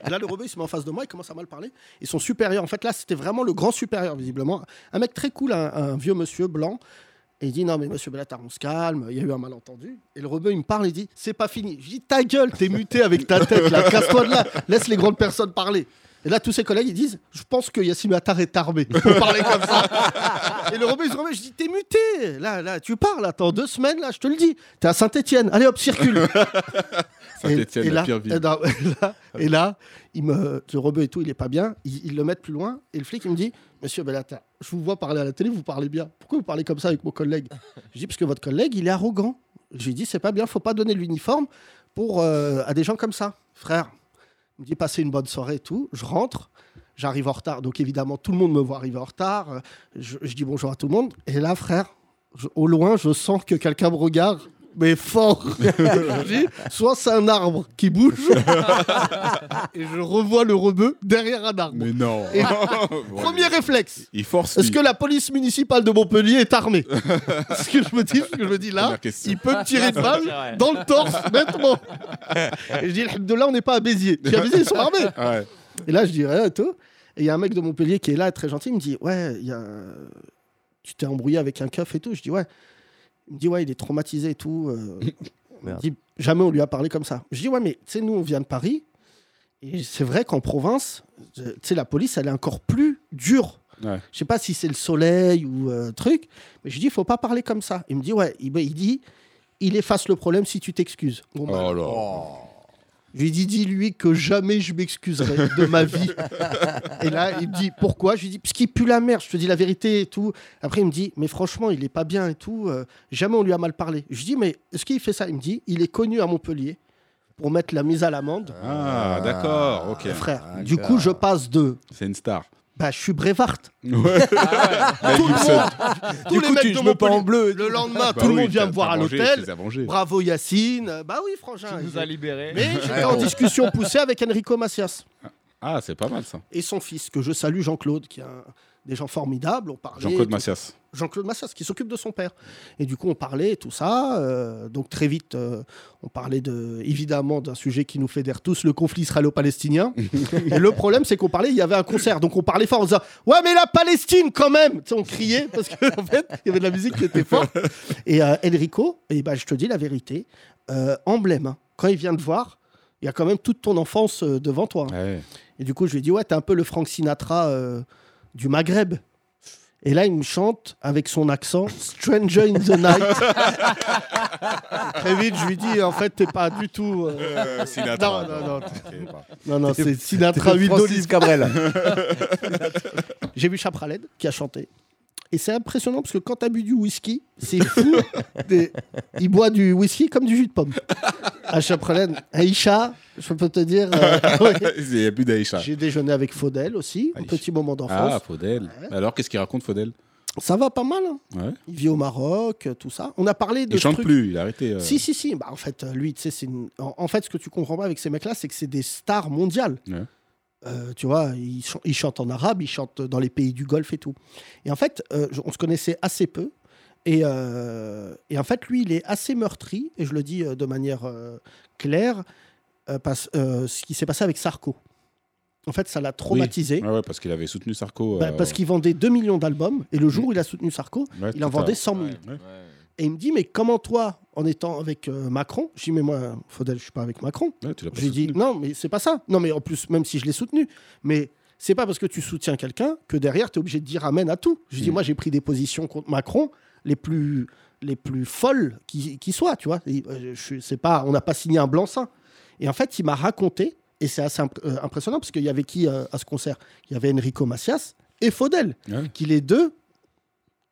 [SPEAKER 2] Et là, le rebeu, il se met en face de moi, il commence à mal parler. Et son supérieur, en fait, là, c'était vraiment le grand supérieur, visiblement. Un mec très cool, un, un vieux monsieur blanc. Et il dit Non, mais monsieur Bellatar, on se calme, il y a eu un malentendu. Et le rebeu, il me parle, il dit C'est pas fini. Je dis Ta gueule, t'es muté avec ta tête, là, casse-toi de là, laisse les grandes personnes parler. Et là, tous ses collègues, ils disent Je pense que Yassine Attar est armé pour parler comme ça. Et le rebeu, il se remet, je dis T'es muté Là, là, tu parles, attends, deux semaines, là, je te le dis. T'es à Saint-Etienne, allez hop, circule
[SPEAKER 3] Saint-Etienne,
[SPEAKER 2] et
[SPEAKER 3] la
[SPEAKER 2] là-
[SPEAKER 3] pire ville.
[SPEAKER 2] et là, et là- et là, il me, le rebeu et tout, il est pas bien. Ils, ils le mettent plus loin. Et le flic, il me dit Monsieur Bellatar, je vous vois parler à la télé, vous parlez bien. Pourquoi vous parlez comme ça avec mon collègue Je dis Parce que votre collègue, il est arrogant. Je lui dis C'est pas bien, faut pas donner l'uniforme pour, euh, à des gens comme ça. Frère, il me dit Passez une bonne soirée et tout. Je rentre. J'arrive en retard. Donc évidemment, tout le monde me voit arriver en retard. Euh, Je, je dis bonjour à tout le monde. Et là, frère, je- au loin, je sens que quelqu'un me regarde. Mais fort Je dis, Soit c'est un arbre qui bouge, et je revois le rebeu derrière un arbre.
[SPEAKER 3] Mais non.
[SPEAKER 2] Et-
[SPEAKER 3] Bon,
[SPEAKER 2] Premier réflexe
[SPEAKER 3] Il force.
[SPEAKER 2] est-ce
[SPEAKER 3] lui.
[SPEAKER 2] que la police municipale de Montpellier est armée Ce que je me dis, ce que je me dis là,
[SPEAKER 3] Première question.
[SPEAKER 2] il peut me tirer de balle
[SPEAKER 4] C'est vrai.
[SPEAKER 2] dans le torse, bêtement. Et je dis, là, on n'est pas à Béziers. Tu es à Béziers, ils sont armés.
[SPEAKER 3] Ah Ouais.
[SPEAKER 2] Et là, je dis rien et tout. Et il y a un mec de Montpellier qui est là, très gentil. Il me dit Ouais, il y a... tu t'es embrouillé avec un keuf et tout. Je dis Ouais. Il me dit Ouais, il est traumatisé et tout. euh. Il me dit, Jamais on lui a parlé comme ça. Je dis Ouais, mais tu sais, nous, on vient de Paris. Et c'est vrai qu'en province, euh, tu sais, la police, elle est encore plus dure.
[SPEAKER 3] Ouais.
[SPEAKER 2] Je sais pas si c'est le soleil ou euh, truc, mais je dis, il faut pas parler comme ça. Il me dit, ouais, il, ben, il dit, il efface le problème si tu t'excuses. Bon, bah,
[SPEAKER 3] Oh là.
[SPEAKER 2] Je lui dis, dis-lui que jamais je m'excuserai de ma vie. et là, il me dit, pourquoi Je lui dis, parce qu'il pue la merde, je te dis la vérité et tout. Après, il me dit, mais franchement, il est pas bien et tout. euh, jamais on lui a mal parlé. Je lui dis, mais est-ce qu'il fait ça Il me dit, il est connu à Montpellier pour mettre la mise à l'amende.
[SPEAKER 3] Ah, d'accord, ok.
[SPEAKER 2] Frère,
[SPEAKER 5] ah,
[SPEAKER 2] du coup, je passe de.
[SPEAKER 3] C'est une star.
[SPEAKER 2] Bah, je suis Brevart.
[SPEAKER 3] Ouais.
[SPEAKER 2] Tout le
[SPEAKER 3] Gibson.
[SPEAKER 2] monde, tous
[SPEAKER 5] Du
[SPEAKER 2] les
[SPEAKER 5] coup,
[SPEAKER 2] mecs
[SPEAKER 5] tu-
[SPEAKER 2] de
[SPEAKER 5] je me peins en
[SPEAKER 2] Montpellier.
[SPEAKER 5] bleu.
[SPEAKER 2] Le lendemain,
[SPEAKER 3] Bah
[SPEAKER 2] tout le
[SPEAKER 3] oui,
[SPEAKER 2] monde vient
[SPEAKER 3] t'as-
[SPEAKER 2] me voir
[SPEAKER 3] t'as
[SPEAKER 2] à
[SPEAKER 3] mangé, tu
[SPEAKER 2] l'hôtel.
[SPEAKER 3] les as mangés.
[SPEAKER 2] Bravo Yacine. Bah oui, frangin.
[SPEAKER 4] Tu nous as libérés.
[SPEAKER 2] Mais j'étais en discussion poussée avec Enrico Macias.
[SPEAKER 3] Ah, c'est pas mal ça.
[SPEAKER 2] et son fils, que je salue, Jean-Claude, qui est un- des gens formidables. On parlait.
[SPEAKER 3] Jean-Claude Massias.
[SPEAKER 2] Jean-Claude Massas, qui s'occupe de son père. Et du coup, on parlait tout ça. euh, donc très vite, euh, on parlait de, évidemment d'un sujet qui nous fédère tous, le conflit israélo-palestinien. et le problème, c'est qu'on parlait, il y avait un concert. Donc on parlait fort en disant Ouais, mais la Palestine quand même Tu sais, On criait parce qu'en en fait, il y avait de la musique qui était forte. Et euh, Enrico, et ben, je te dis la vérité, euh, emblème. hein. Quand il vient te voir, il y a quand même toute ton enfance euh, devant toi. hein.
[SPEAKER 3] Ouais.
[SPEAKER 2] Et du coup, je lui ai dit, ouais, t'es un peu le Frank Sinatra euh, du Maghreb. Et là, il me chante avec son accent Stranger in the Night. Très vite, je lui dis, en fait, t'es pas du tout. euh,
[SPEAKER 3] Euh, Sinatra.
[SPEAKER 2] Non, non, non.
[SPEAKER 3] Ok, bah.
[SPEAKER 2] Non, non, c'est Sinatra
[SPEAKER 5] T'es
[SPEAKER 2] 8
[SPEAKER 5] Francis Cabrel.
[SPEAKER 2] J'ai vu Chapraled qui a chanté. Et c'est impressionnant parce que quand t'as bu du whisky, c'est fou. Des- Il boit du whisky comme du jus de pomme. À Chapraled, Aïcha, je peux te dire. euh, ouais.
[SPEAKER 3] Il n'y a plus d'Aïcha.
[SPEAKER 2] J'ai déjeuné avec Faudel aussi, un
[SPEAKER 3] Aïcha.
[SPEAKER 2] petit moment d'enfance.
[SPEAKER 3] Ah, Faudel.
[SPEAKER 2] Ouais.
[SPEAKER 3] Alors, qu'est-ce qu'il raconte, Faudel
[SPEAKER 2] Ça va pas mal. hein.
[SPEAKER 3] ouais.
[SPEAKER 2] Il vit au Maroc, euh, tout ça. On a parlé de
[SPEAKER 3] Il
[SPEAKER 2] ce
[SPEAKER 3] chante
[SPEAKER 2] truc-
[SPEAKER 3] plus, il a arrêté. euh.
[SPEAKER 2] Si, si, si. Bah, en fait, euh, lui, tu sais, c'est une- en, en fait, ce que tu comprends pas avec ces mecs-là, c'est que c'est des stars mondiales.
[SPEAKER 3] Ouais.
[SPEAKER 2] Euh, tu vois, ils, chan- ils chantent en arabe, ils chantent dans les pays du Golfe et tout. Et en fait, euh, je- on se connaissait assez peu. Et, euh, et en fait, lui, il est assez meurtri, et je le dis euh, de manière euh, claire, euh, parce- euh, ce qui s'est passé avec Sarko. En fait, ça l'a traumatisé.
[SPEAKER 3] Ouais, ouais, parce qu'il avait soutenu Sarko.
[SPEAKER 2] bah,
[SPEAKER 3] euh,
[SPEAKER 2] parce qu'il vendait 2 millions d'albums, et le jour où il a soutenu Sarko,
[SPEAKER 3] ouais,
[SPEAKER 2] il en
[SPEAKER 3] tout à-
[SPEAKER 2] vendait 100 000.
[SPEAKER 3] Ouais.
[SPEAKER 2] Et il me dit, mais comment toi, en étant avec euh, Macron, je dis, mais moi, Faudel, je suis pas avec Macron.
[SPEAKER 3] Ouais, tu l'as pas
[SPEAKER 2] Je lui dis,
[SPEAKER 3] soutenu.
[SPEAKER 2] non, mais c'est pas ça. Non, mais en plus, même si je l'ai soutenu, mais c'est pas parce que tu soutiens quelqu'un que derrière, tu es obligé de dire amen à tout. Je lui dis,
[SPEAKER 3] Mm.
[SPEAKER 2] moi, j'ai pris des positions contre Macron les plus, les plus folles qui, qui soient, tu vois. Et, euh, je suis- c'est pas, on n'a pas signé un blanc-seing. Et en fait, il m'a raconté, et c'est assez imp- euh, impressionnant, parce qu'il y avait qui euh, à ce concert Il y avait Enrico Macias et Faudel,
[SPEAKER 3] Ouais.
[SPEAKER 2] qui les deux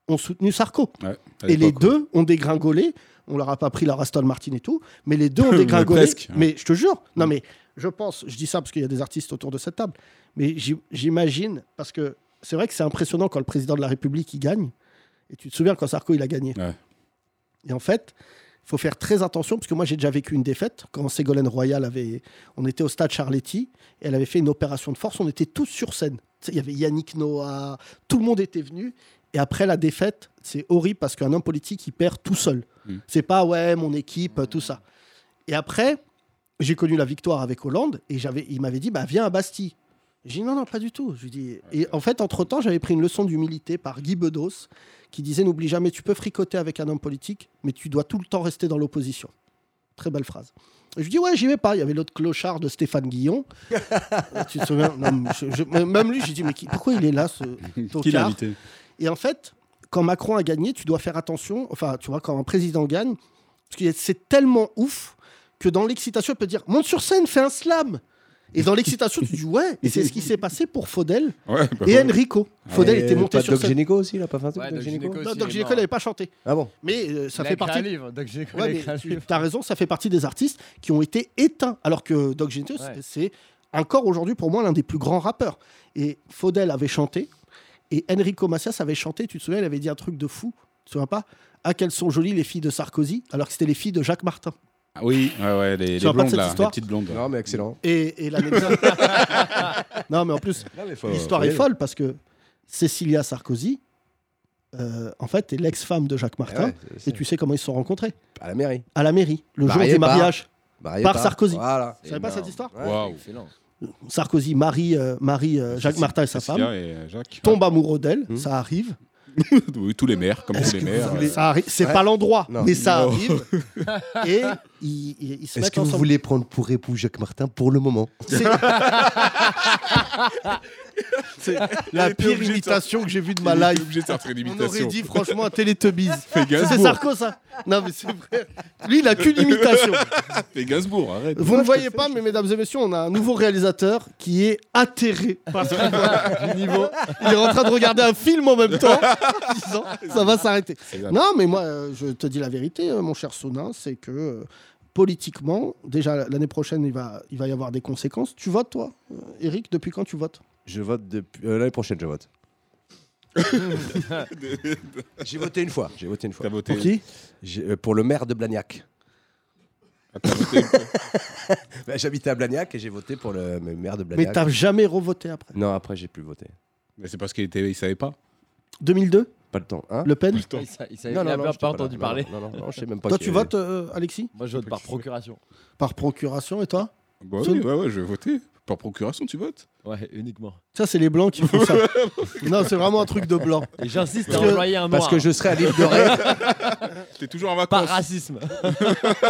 [SPEAKER 2] ont soutenu Sarko.
[SPEAKER 3] Ouais, à
[SPEAKER 2] Et les
[SPEAKER 3] l'époque,
[SPEAKER 2] deux ont dégringolé. On leur a pas pris leur Aston Martin et tout, mais les deux ont
[SPEAKER 3] Mais
[SPEAKER 2] dégringolé.
[SPEAKER 3] presque, hein.
[SPEAKER 2] mais je te jure, non mais je pense, je dis ça parce qu'il y a des artistes autour de cette table, mais j'im- j'imagine parce que c'est vrai que c'est impressionnant quand le président de la République il gagne. Et tu te souviens quand Sarko il a gagné.
[SPEAKER 3] Ouais.
[SPEAKER 2] Et en fait, il faut faire très attention parce que moi j'ai déjà vécu une défaite quand Ségolène Royal avait, on était au stade Charletti et elle avait fait une opération de force. On était tous sur scène. Tu sais, Il y avait Yannick Noah, tout le monde était venu. Et après la défaite, c'est horrible parce qu'un homme politique, il perd tout seul.
[SPEAKER 3] Mm.
[SPEAKER 2] C'est pas, ouais, mon équipe, tout ça. Et après, j'ai connu la victoire avec Hollande et j'avais, il m'avait dit, bah, viens à Bastille. J'ai dit, non, non, pas du tout. Je lui dis, et en fait, entre-temps, j'avais pris une leçon d'humilité par Guy Bedos qui disait, n'oublie jamais, tu peux fricoter avec un homme politique, mais tu dois tout le temps rester dans l'opposition. Très belle phrase. Et je lui dis, ouais, j'y vais pas. Il y avait l'autre clochard de Stéphane Guillon. tu te souviens Non, mais je- je- Même lui, j'ai dit, mais qui- pourquoi il est là, ce
[SPEAKER 3] Qui l'a
[SPEAKER 2] tocard
[SPEAKER 3] invité
[SPEAKER 2] et en fait, quand Macron a gagné, tu dois faire attention. Enfin, tu vois, quand un président gagne, parce que c'est tellement ouf que dans l'excitation, elle peut dire monte sur scène, fais un slam. Et dans l'excitation, tu dis ouais. Et c'est ce qui s'est passé pour Faudel
[SPEAKER 3] Ouais, bah,
[SPEAKER 2] et
[SPEAKER 3] ouais.
[SPEAKER 2] Enrico. Faudel
[SPEAKER 5] Et
[SPEAKER 2] était monté
[SPEAKER 5] pas
[SPEAKER 2] sur
[SPEAKER 5] Doc
[SPEAKER 2] scène.
[SPEAKER 5] Gynéco aussi, il a pas fait un truc
[SPEAKER 6] Ouais,
[SPEAKER 5] Doc
[SPEAKER 6] Doc
[SPEAKER 5] Gynéco
[SPEAKER 6] Gynéco.
[SPEAKER 2] Non,
[SPEAKER 6] aussi,
[SPEAKER 2] Doc
[SPEAKER 6] il est
[SPEAKER 2] Gynéco
[SPEAKER 6] mort.
[SPEAKER 2] n'avait pas chanté.
[SPEAKER 5] Ah bon
[SPEAKER 2] Mais euh, ça
[SPEAKER 6] Il a
[SPEAKER 2] fait
[SPEAKER 6] écrit
[SPEAKER 2] partie.
[SPEAKER 6] un livre, Doc Gynéco, il a
[SPEAKER 2] Ouais,
[SPEAKER 6] écrit un
[SPEAKER 2] mais tu
[SPEAKER 6] livre.
[SPEAKER 2] as raison, ça fait partie des artistes qui ont été éteints. Alors que Doc Gynéco, c'est-
[SPEAKER 6] Ouais.
[SPEAKER 2] c'est encore aujourd'hui pour moi l'un des plus grands rappeurs. Et Faudel avait chanté, et Enrico Macias avait chanté, tu te souviens, il avait dit un truc de fou, tu te souviens pas Ah, qu'elles sont jolies les filles de Sarkozy, alors que c'était les filles de Jacques Martin.
[SPEAKER 3] Ah Oui, ouais, ouais, les, les
[SPEAKER 2] rappelles
[SPEAKER 3] blondes
[SPEAKER 2] cette
[SPEAKER 3] là, les
[SPEAKER 2] histoire
[SPEAKER 3] petites blondes.
[SPEAKER 5] Non, mais excellent.
[SPEAKER 2] Et, et l'anecdote. non, mais en plus, l'histoire est folle parce que Cécilia Sarkozy, euh, en fait, est l'ex-femme de
[SPEAKER 5] Ah
[SPEAKER 2] Jacques
[SPEAKER 5] Eh
[SPEAKER 2] Martin. Et tu sais comment ils se sont rencontrés
[SPEAKER 5] À la mairie.
[SPEAKER 2] À la mairie, le
[SPEAKER 5] Mariés
[SPEAKER 2] jour du
[SPEAKER 5] par-
[SPEAKER 2] mariage.
[SPEAKER 5] Marié
[SPEAKER 2] Par Sarkozy.
[SPEAKER 5] Voilà.
[SPEAKER 2] Tu savais pas cette histoire
[SPEAKER 5] Ouais.
[SPEAKER 3] Waouh.
[SPEAKER 6] Excellent.
[SPEAKER 2] Sarkozy marie, euh, marie euh, Jacques
[SPEAKER 3] Cécile-
[SPEAKER 2] Martin et sa
[SPEAKER 3] Cécilia
[SPEAKER 2] femme,
[SPEAKER 3] et euh, Jacques.
[SPEAKER 2] tombe amoureux d'elle,
[SPEAKER 3] Mmh.
[SPEAKER 5] Hmm.
[SPEAKER 2] ça arrive.
[SPEAKER 3] Oui, tous les maires, comme tous les maires.
[SPEAKER 2] Ça arri- C'est
[SPEAKER 5] Ouais.
[SPEAKER 2] pas l'endroit,
[SPEAKER 5] Non.
[SPEAKER 2] mais ça
[SPEAKER 3] Non.
[SPEAKER 2] arrive. et ils, ils- ils se
[SPEAKER 5] Est-ce
[SPEAKER 2] mettent
[SPEAKER 5] que vous
[SPEAKER 2] ensemble.
[SPEAKER 5] voulez prendre pour époux Jacques Martin pour le moment
[SPEAKER 2] C'est- C'est la
[SPEAKER 3] était
[SPEAKER 2] pire
[SPEAKER 3] obligé de
[SPEAKER 2] imitation que j'ai vue de ma
[SPEAKER 3] Il est
[SPEAKER 2] live.
[SPEAKER 3] obligé de sortir une
[SPEAKER 2] On
[SPEAKER 3] imitation.
[SPEAKER 2] aurait dit franchement un Teletubbies.
[SPEAKER 3] Fais
[SPEAKER 2] C'est
[SPEAKER 3] Gainsbourg.
[SPEAKER 2] Sarko ça Non mais c'est vrai. Lui il a qu'une imitation.
[SPEAKER 3] Fais Gainsbourg, arrête.
[SPEAKER 2] Vous ne voyez pas mais mesdames et messieurs on a un nouveau réalisateur qui est atterré parce qu'il voit du niveau. Il est en train de regarder un film en même temps. en disant, ça va s'arrêter. Non, mais moi, euh, je te dis la vérité, euh, mon cher Sonin, c'est que euh, politiquement, déjà l'année prochaine, il va, il va y avoir des conséquences. Tu votes, toi, euh, Eric Depuis quand tu votes
[SPEAKER 5] Je vote depuis euh, l'année prochaine. Je vote. J'ai voté une fois. J'ai voté une fois.
[SPEAKER 3] T'as voté.
[SPEAKER 2] qui
[SPEAKER 5] J'ai- euh, pour le maire de Blagnac.
[SPEAKER 3] Ah, T'as voté
[SPEAKER 5] Bah, J'habitais à Blagnac et j'ai voté pour le le maire de
[SPEAKER 2] Mais
[SPEAKER 5] Blagnac.
[SPEAKER 2] t'as jamais revoté après
[SPEAKER 5] non, après j'ai plus voté.
[SPEAKER 3] Mais c'est parce qu'il était, il savait pas.
[SPEAKER 2] 2002,
[SPEAKER 5] pas le temps. Hein
[SPEAKER 2] Le Pen.
[SPEAKER 4] Il sa- il savait- il a bien
[SPEAKER 5] j'étais
[SPEAKER 4] pas
[SPEAKER 5] là.
[SPEAKER 4] entendu
[SPEAKER 5] Non,
[SPEAKER 4] parler.
[SPEAKER 5] Non, non, non, je sais même pas.
[SPEAKER 2] toi,
[SPEAKER 5] qui
[SPEAKER 2] tu
[SPEAKER 5] est-
[SPEAKER 2] votes, euh, Alexis,
[SPEAKER 4] Moi, je vote par procuration.
[SPEAKER 2] par procuration, et toi
[SPEAKER 3] Bah
[SPEAKER 2] Son-
[SPEAKER 3] oui, ouais, ouais, je vais voter. Par procuration, tu votes.
[SPEAKER 4] Ouais, uniquement.
[SPEAKER 2] Ça, c'est les blancs qui font ça. non, c'est vraiment un truc de blanc.
[SPEAKER 4] Et j'insiste à
[SPEAKER 2] Parce que-
[SPEAKER 4] employer un hein. noir.
[SPEAKER 5] Parce que je serai à l'île de Ré.
[SPEAKER 3] T'es toujours en
[SPEAKER 4] Pas
[SPEAKER 3] vacances.
[SPEAKER 4] racisme.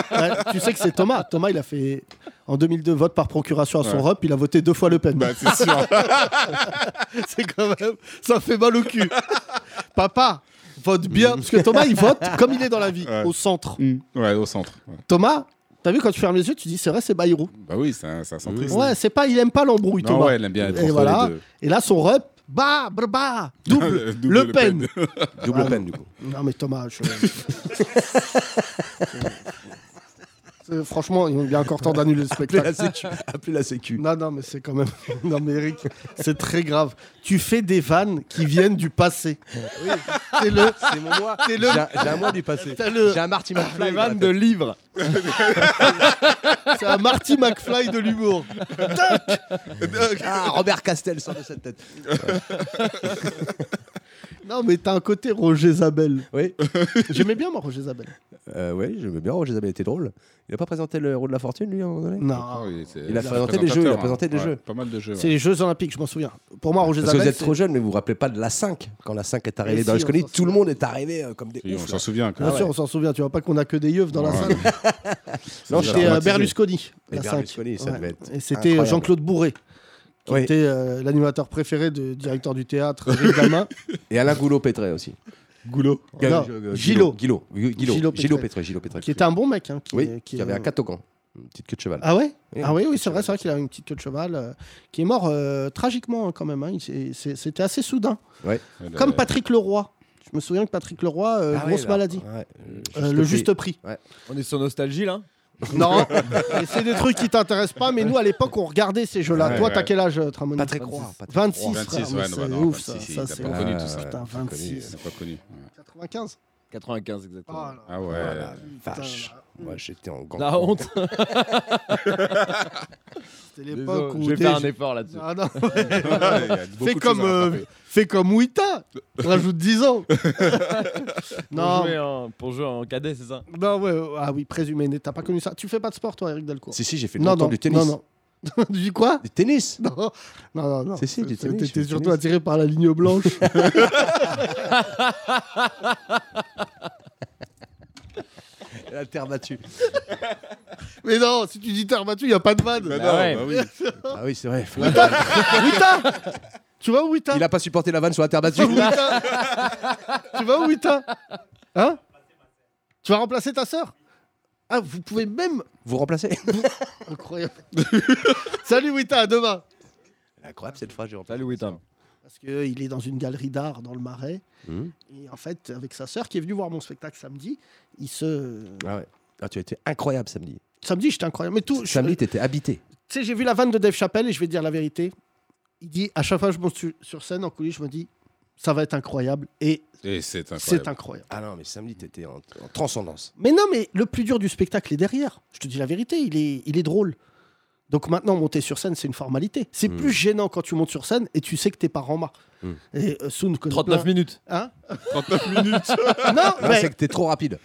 [SPEAKER 2] Bah, tu sais que c'est Thomas. Thomas, il a fait en 2002 vote par procuration à son
[SPEAKER 3] Ouais.
[SPEAKER 2] rep. Il a voté deux fois Le Pen.
[SPEAKER 3] Bah, c'est sûr.
[SPEAKER 2] C'est quand même. Ça fait mal au cul. Papa, vote bien. Parce que Thomas, il vote comme il est dans la vie,
[SPEAKER 3] Ouais.
[SPEAKER 2] au centre.
[SPEAKER 3] ouais, au centre. Ouais.
[SPEAKER 2] Thomas, t'as vu quand tu fermes les yeux, tu dis c'est vrai, c'est Bayrou.
[SPEAKER 3] Bah oui, c'est un, c'est un centriste.
[SPEAKER 2] Ouais, c'est pas, il aime pas l'embrouille,
[SPEAKER 3] non,
[SPEAKER 2] Thomas.
[SPEAKER 3] ouais, elle aime bien être
[SPEAKER 2] Et
[SPEAKER 3] entre
[SPEAKER 2] voilà. Ah.
[SPEAKER 3] les deux.
[SPEAKER 2] Et là, son rep, bah, brr, bah, double.
[SPEAKER 3] Double
[SPEAKER 2] Le Pen.
[SPEAKER 5] Double peine du coup.
[SPEAKER 2] non, mais Thomas, je. C'est- Franchement, il y a encore temps d'annuler le
[SPEAKER 5] Appelez
[SPEAKER 2] spectacle.
[SPEAKER 5] la sécu. Appelez Ah, la sécu.
[SPEAKER 2] Non, non, mais c'est quand même. Non, mais Eric, c'est très grave. Tu fais des vannes qui viennent du passé. C'est le.
[SPEAKER 5] C'est mon mois.
[SPEAKER 2] C'est le.
[SPEAKER 5] J'ai un- j'ai un mois du passé.
[SPEAKER 2] t'as le-
[SPEAKER 5] J'ai un Marty McFly.
[SPEAKER 4] Les vannes de livres.
[SPEAKER 2] C'est un Marty McFly de l'humour.
[SPEAKER 5] Ah, Robert Castel sort de cette tête.
[SPEAKER 2] Non, mais t'as un côté Roger Zabel.
[SPEAKER 5] Oui,
[SPEAKER 2] J'aimais bien, moi, Roger Zabel.
[SPEAKER 5] euh, oui, je veux bien. Roger Zabel était drôle. Il n'a pas présenté le héros de la fortune, lui, à un moment donné
[SPEAKER 3] Ah
[SPEAKER 2] Non.
[SPEAKER 3] oui, c'est-
[SPEAKER 5] Il a
[SPEAKER 3] c'est un
[SPEAKER 5] présenté des jeux, il a
[SPEAKER 3] présentateur,
[SPEAKER 5] présenté
[SPEAKER 3] hein.
[SPEAKER 5] des
[SPEAKER 3] Ouais,
[SPEAKER 5] jeux.
[SPEAKER 3] Pas mal de jeux.
[SPEAKER 2] C'est les Jeux Olympiques, je m'en souviens. Pour moi, Roger
[SPEAKER 5] Parce que
[SPEAKER 2] Zabel.
[SPEAKER 5] vous êtes
[SPEAKER 2] c'est-
[SPEAKER 5] trop jeune, mais vous vous rappelez pas de la 5 quand la 5 est arrivée
[SPEAKER 2] Mais
[SPEAKER 5] dans
[SPEAKER 2] si,
[SPEAKER 5] les Sconies,
[SPEAKER 2] on s'en
[SPEAKER 5] tout le
[SPEAKER 2] souvient.
[SPEAKER 5] monde est arrivé euh, comme des
[SPEAKER 3] Oui,
[SPEAKER 5] oufs,
[SPEAKER 3] on
[SPEAKER 5] là.
[SPEAKER 3] s'en souvient. quand
[SPEAKER 2] Bien
[SPEAKER 5] Ah
[SPEAKER 3] même.
[SPEAKER 2] sûr, on s'en souvient. Tu vois pas qu'on a que des yeux dans la
[SPEAKER 3] Ouais.
[SPEAKER 2] salle. Non,
[SPEAKER 3] C'est
[SPEAKER 2] j'étais
[SPEAKER 3] traumatisé.
[SPEAKER 2] euh, Berlusconi.
[SPEAKER 5] Et
[SPEAKER 2] la cinq.
[SPEAKER 5] Berlusconi, ça
[SPEAKER 2] Ouais.
[SPEAKER 5] devait être
[SPEAKER 2] Et c'était euh,
[SPEAKER 5] incroyable.
[SPEAKER 2] Jean-Claude Bourré, qui
[SPEAKER 5] Oui.
[SPEAKER 2] était euh, l'animateur préféré du directeur du théâtre, Eric Damin.
[SPEAKER 5] Et Alain Goulot-Pétré aussi.
[SPEAKER 3] Goulot.
[SPEAKER 2] Non, Gillot.
[SPEAKER 5] Gilot. Gillot.
[SPEAKER 2] Gillot
[SPEAKER 5] Gillot. Gillot Pétré. Gillot Pétré.
[SPEAKER 2] qui était un bon mec. hein, qui,
[SPEAKER 5] Oui,
[SPEAKER 2] qui
[SPEAKER 5] qui
[SPEAKER 2] est-
[SPEAKER 5] avait un cat au gant. Une petite queue de cheval.
[SPEAKER 2] Ah ouais
[SPEAKER 5] Oui,
[SPEAKER 2] Ah oui, oui,
[SPEAKER 5] petite
[SPEAKER 2] c'est vrai,
[SPEAKER 5] cheval.
[SPEAKER 2] c'est vrai qu'il avait une petite queue de cheval, euh, qui est mort euh, tragiquement hein, quand même. hein. Il s'est- c'est- C'était assez soudain.
[SPEAKER 3] Euh,
[SPEAKER 2] Comme Patrick Leroy. Je me souviens que Patrick Leroy, euh,
[SPEAKER 5] Ah oui,
[SPEAKER 2] grosse
[SPEAKER 5] là.
[SPEAKER 2] maladie.
[SPEAKER 5] Ouais, euh,
[SPEAKER 2] Euh, le juste prix.
[SPEAKER 4] On est sur nostalgie là.
[SPEAKER 2] Non, mais c'est des trucs qui t'intéressent pas, mais nous à l'époque on regardait ces jeux-là.
[SPEAKER 3] Ouais,
[SPEAKER 2] Toi,
[SPEAKER 3] ouais.
[SPEAKER 2] t'as quel âge, euh, Tramoni
[SPEAKER 5] Patrick Roy. Patrick
[SPEAKER 2] 26,
[SPEAKER 5] Roy.
[SPEAKER 3] 26,
[SPEAKER 2] frère, ah, mais
[SPEAKER 3] ouais, non,
[SPEAKER 2] c'est
[SPEAKER 3] non,
[SPEAKER 2] ouf
[SPEAKER 3] 26,
[SPEAKER 2] ça. ça,
[SPEAKER 3] il a
[SPEAKER 2] c'est
[SPEAKER 3] pas
[SPEAKER 2] ouf.
[SPEAKER 3] connu
[SPEAKER 5] Ah,
[SPEAKER 3] tout ça.
[SPEAKER 2] Putain,
[SPEAKER 5] pas connu.
[SPEAKER 2] 26.
[SPEAKER 3] C'est pas connu. ouais.
[SPEAKER 2] 95
[SPEAKER 4] 95 exactement.
[SPEAKER 3] Ah ouais.
[SPEAKER 5] Ah la vache. Moi, j'étais en gant.
[SPEAKER 4] La honte.
[SPEAKER 2] C'était l'époque
[SPEAKER 4] Désolé,
[SPEAKER 2] où.
[SPEAKER 4] Je vais
[SPEAKER 2] des-
[SPEAKER 4] faire un effort là-dessus.
[SPEAKER 2] Ah non,
[SPEAKER 3] Ouais, il y a beaucoup
[SPEAKER 2] Fais
[SPEAKER 3] de
[SPEAKER 2] comme,
[SPEAKER 3] choses à
[SPEAKER 2] euh,
[SPEAKER 3] rattraper.
[SPEAKER 2] fais comme Wita, rajoute 10 ans. non,
[SPEAKER 4] Pour jouer hein. en, pour jouer en cadet, c'est ça
[SPEAKER 2] non ouais, ouais, ah oui, présumé, né, t'as pas connu ça. Tu fais pas de sport, toi, Eric Delcourt
[SPEAKER 5] Si, si, j'ai fait
[SPEAKER 2] Non,
[SPEAKER 5] longtemps
[SPEAKER 2] non,
[SPEAKER 5] du tennis.
[SPEAKER 2] non, non. Tu dis quoi
[SPEAKER 5] Du tennis
[SPEAKER 2] Non, non, non. non.
[SPEAKER 5] Si, si, du tennis,
[SPEAKER 2] T'étais
[SPEAKER 5] du
[SPEAKER 2] surtout
[SPEAKER 5] tennis.
[SPEAKER 2] attiré par la ligne blanche.
[SPEAKER 5] Elle a le terre battue.
[SPEAKER 2] Mais non, si tu dis terre battue, y a pas de vanne.
[SPEAKER 3] Bah
[SPEAKER 4] Bah
[SPEAKER 3] non,
[SPEAKER 4] ouais.
[SPEAKER 3] bah oui.
[SPEAKER 2] euh,
[SPEAKER 5] Ah oui, c'est vrai.
[SPEAKER 2] Wita Tu vois Wita
[SPEAKER 5] Il a pas supporté la vanne sur la terre
[SPEAKER 2] Tu
[SPEAKER 5] battue.
[SPEAKER 2] vois Wita Tu vois Wita Hein Tu vas remplacer ta sœur Ah, vous pouvez même.
[SPEAKER 5] Vous remplacez
[SPEAKER 2] Incroyable. Salut Wita, à demain.
[SPEAKER 5] Incroyable cette phrase, j'ai remplacé.
[SPEAKER 4] Salut Witam.
[SPEAKER 2] Parce qu'il est dans une galerie d'art dans le Marais.
[SPEAKER 5] Mhm.
[SPEAKER 2] Et en fait, avec sa sœur qui est venue voir mon spectacle samedi, il se.
[SPEAKER 5] Ah ouais. Ah, tu as été incroyable samedi.
[SPEAKER 2] Samedi, j'étais incroyable. Mais tout. je-
[SPEAKER 5] Samedi, t'étais habité.
[SPEAKER 2] Tu sais, j'ai vu la vanne de Dave Chappelle et je vais te dire la vérité. Il dit à chaque fois que je monte su- sur scène en coulisses, je me dis ça va être incroyable et
[SPEAKER 3] Et c'est
[SPEAKER 2] c'est
[SPEAKER 3] incroyable.
[SPEAKER 2] incroyable.
[SPEAKER 5] Ah non, mais samedi, t'étais en, en transcendance.
[SPEAKER 2] Mais non, mais le plus dur du spectacle est derrière. Je te dis la vérité, il est, il est drôle. Donc maintenant, monter sur scène, c'est une formalité. C'est
[SPEAKER 5] Hmm.
[SPEAKER 2] plus gênant quand tu montes sur scène et tu sais que t'es pas en bas. Et euh, Soun connaît
[SPEAKER 4] 39
[SPEAKER 2] plein.
[SPEAKER 4] minutes.
[SPEAKER 2] Hein
[SPEAKER 3] 39 minutes
[SPEAKER 2] Non,
[SPEAKER 5] Non,
[SPEAKER 2] mais-
[SPEAKER 5] c'est que t'es trop rapide.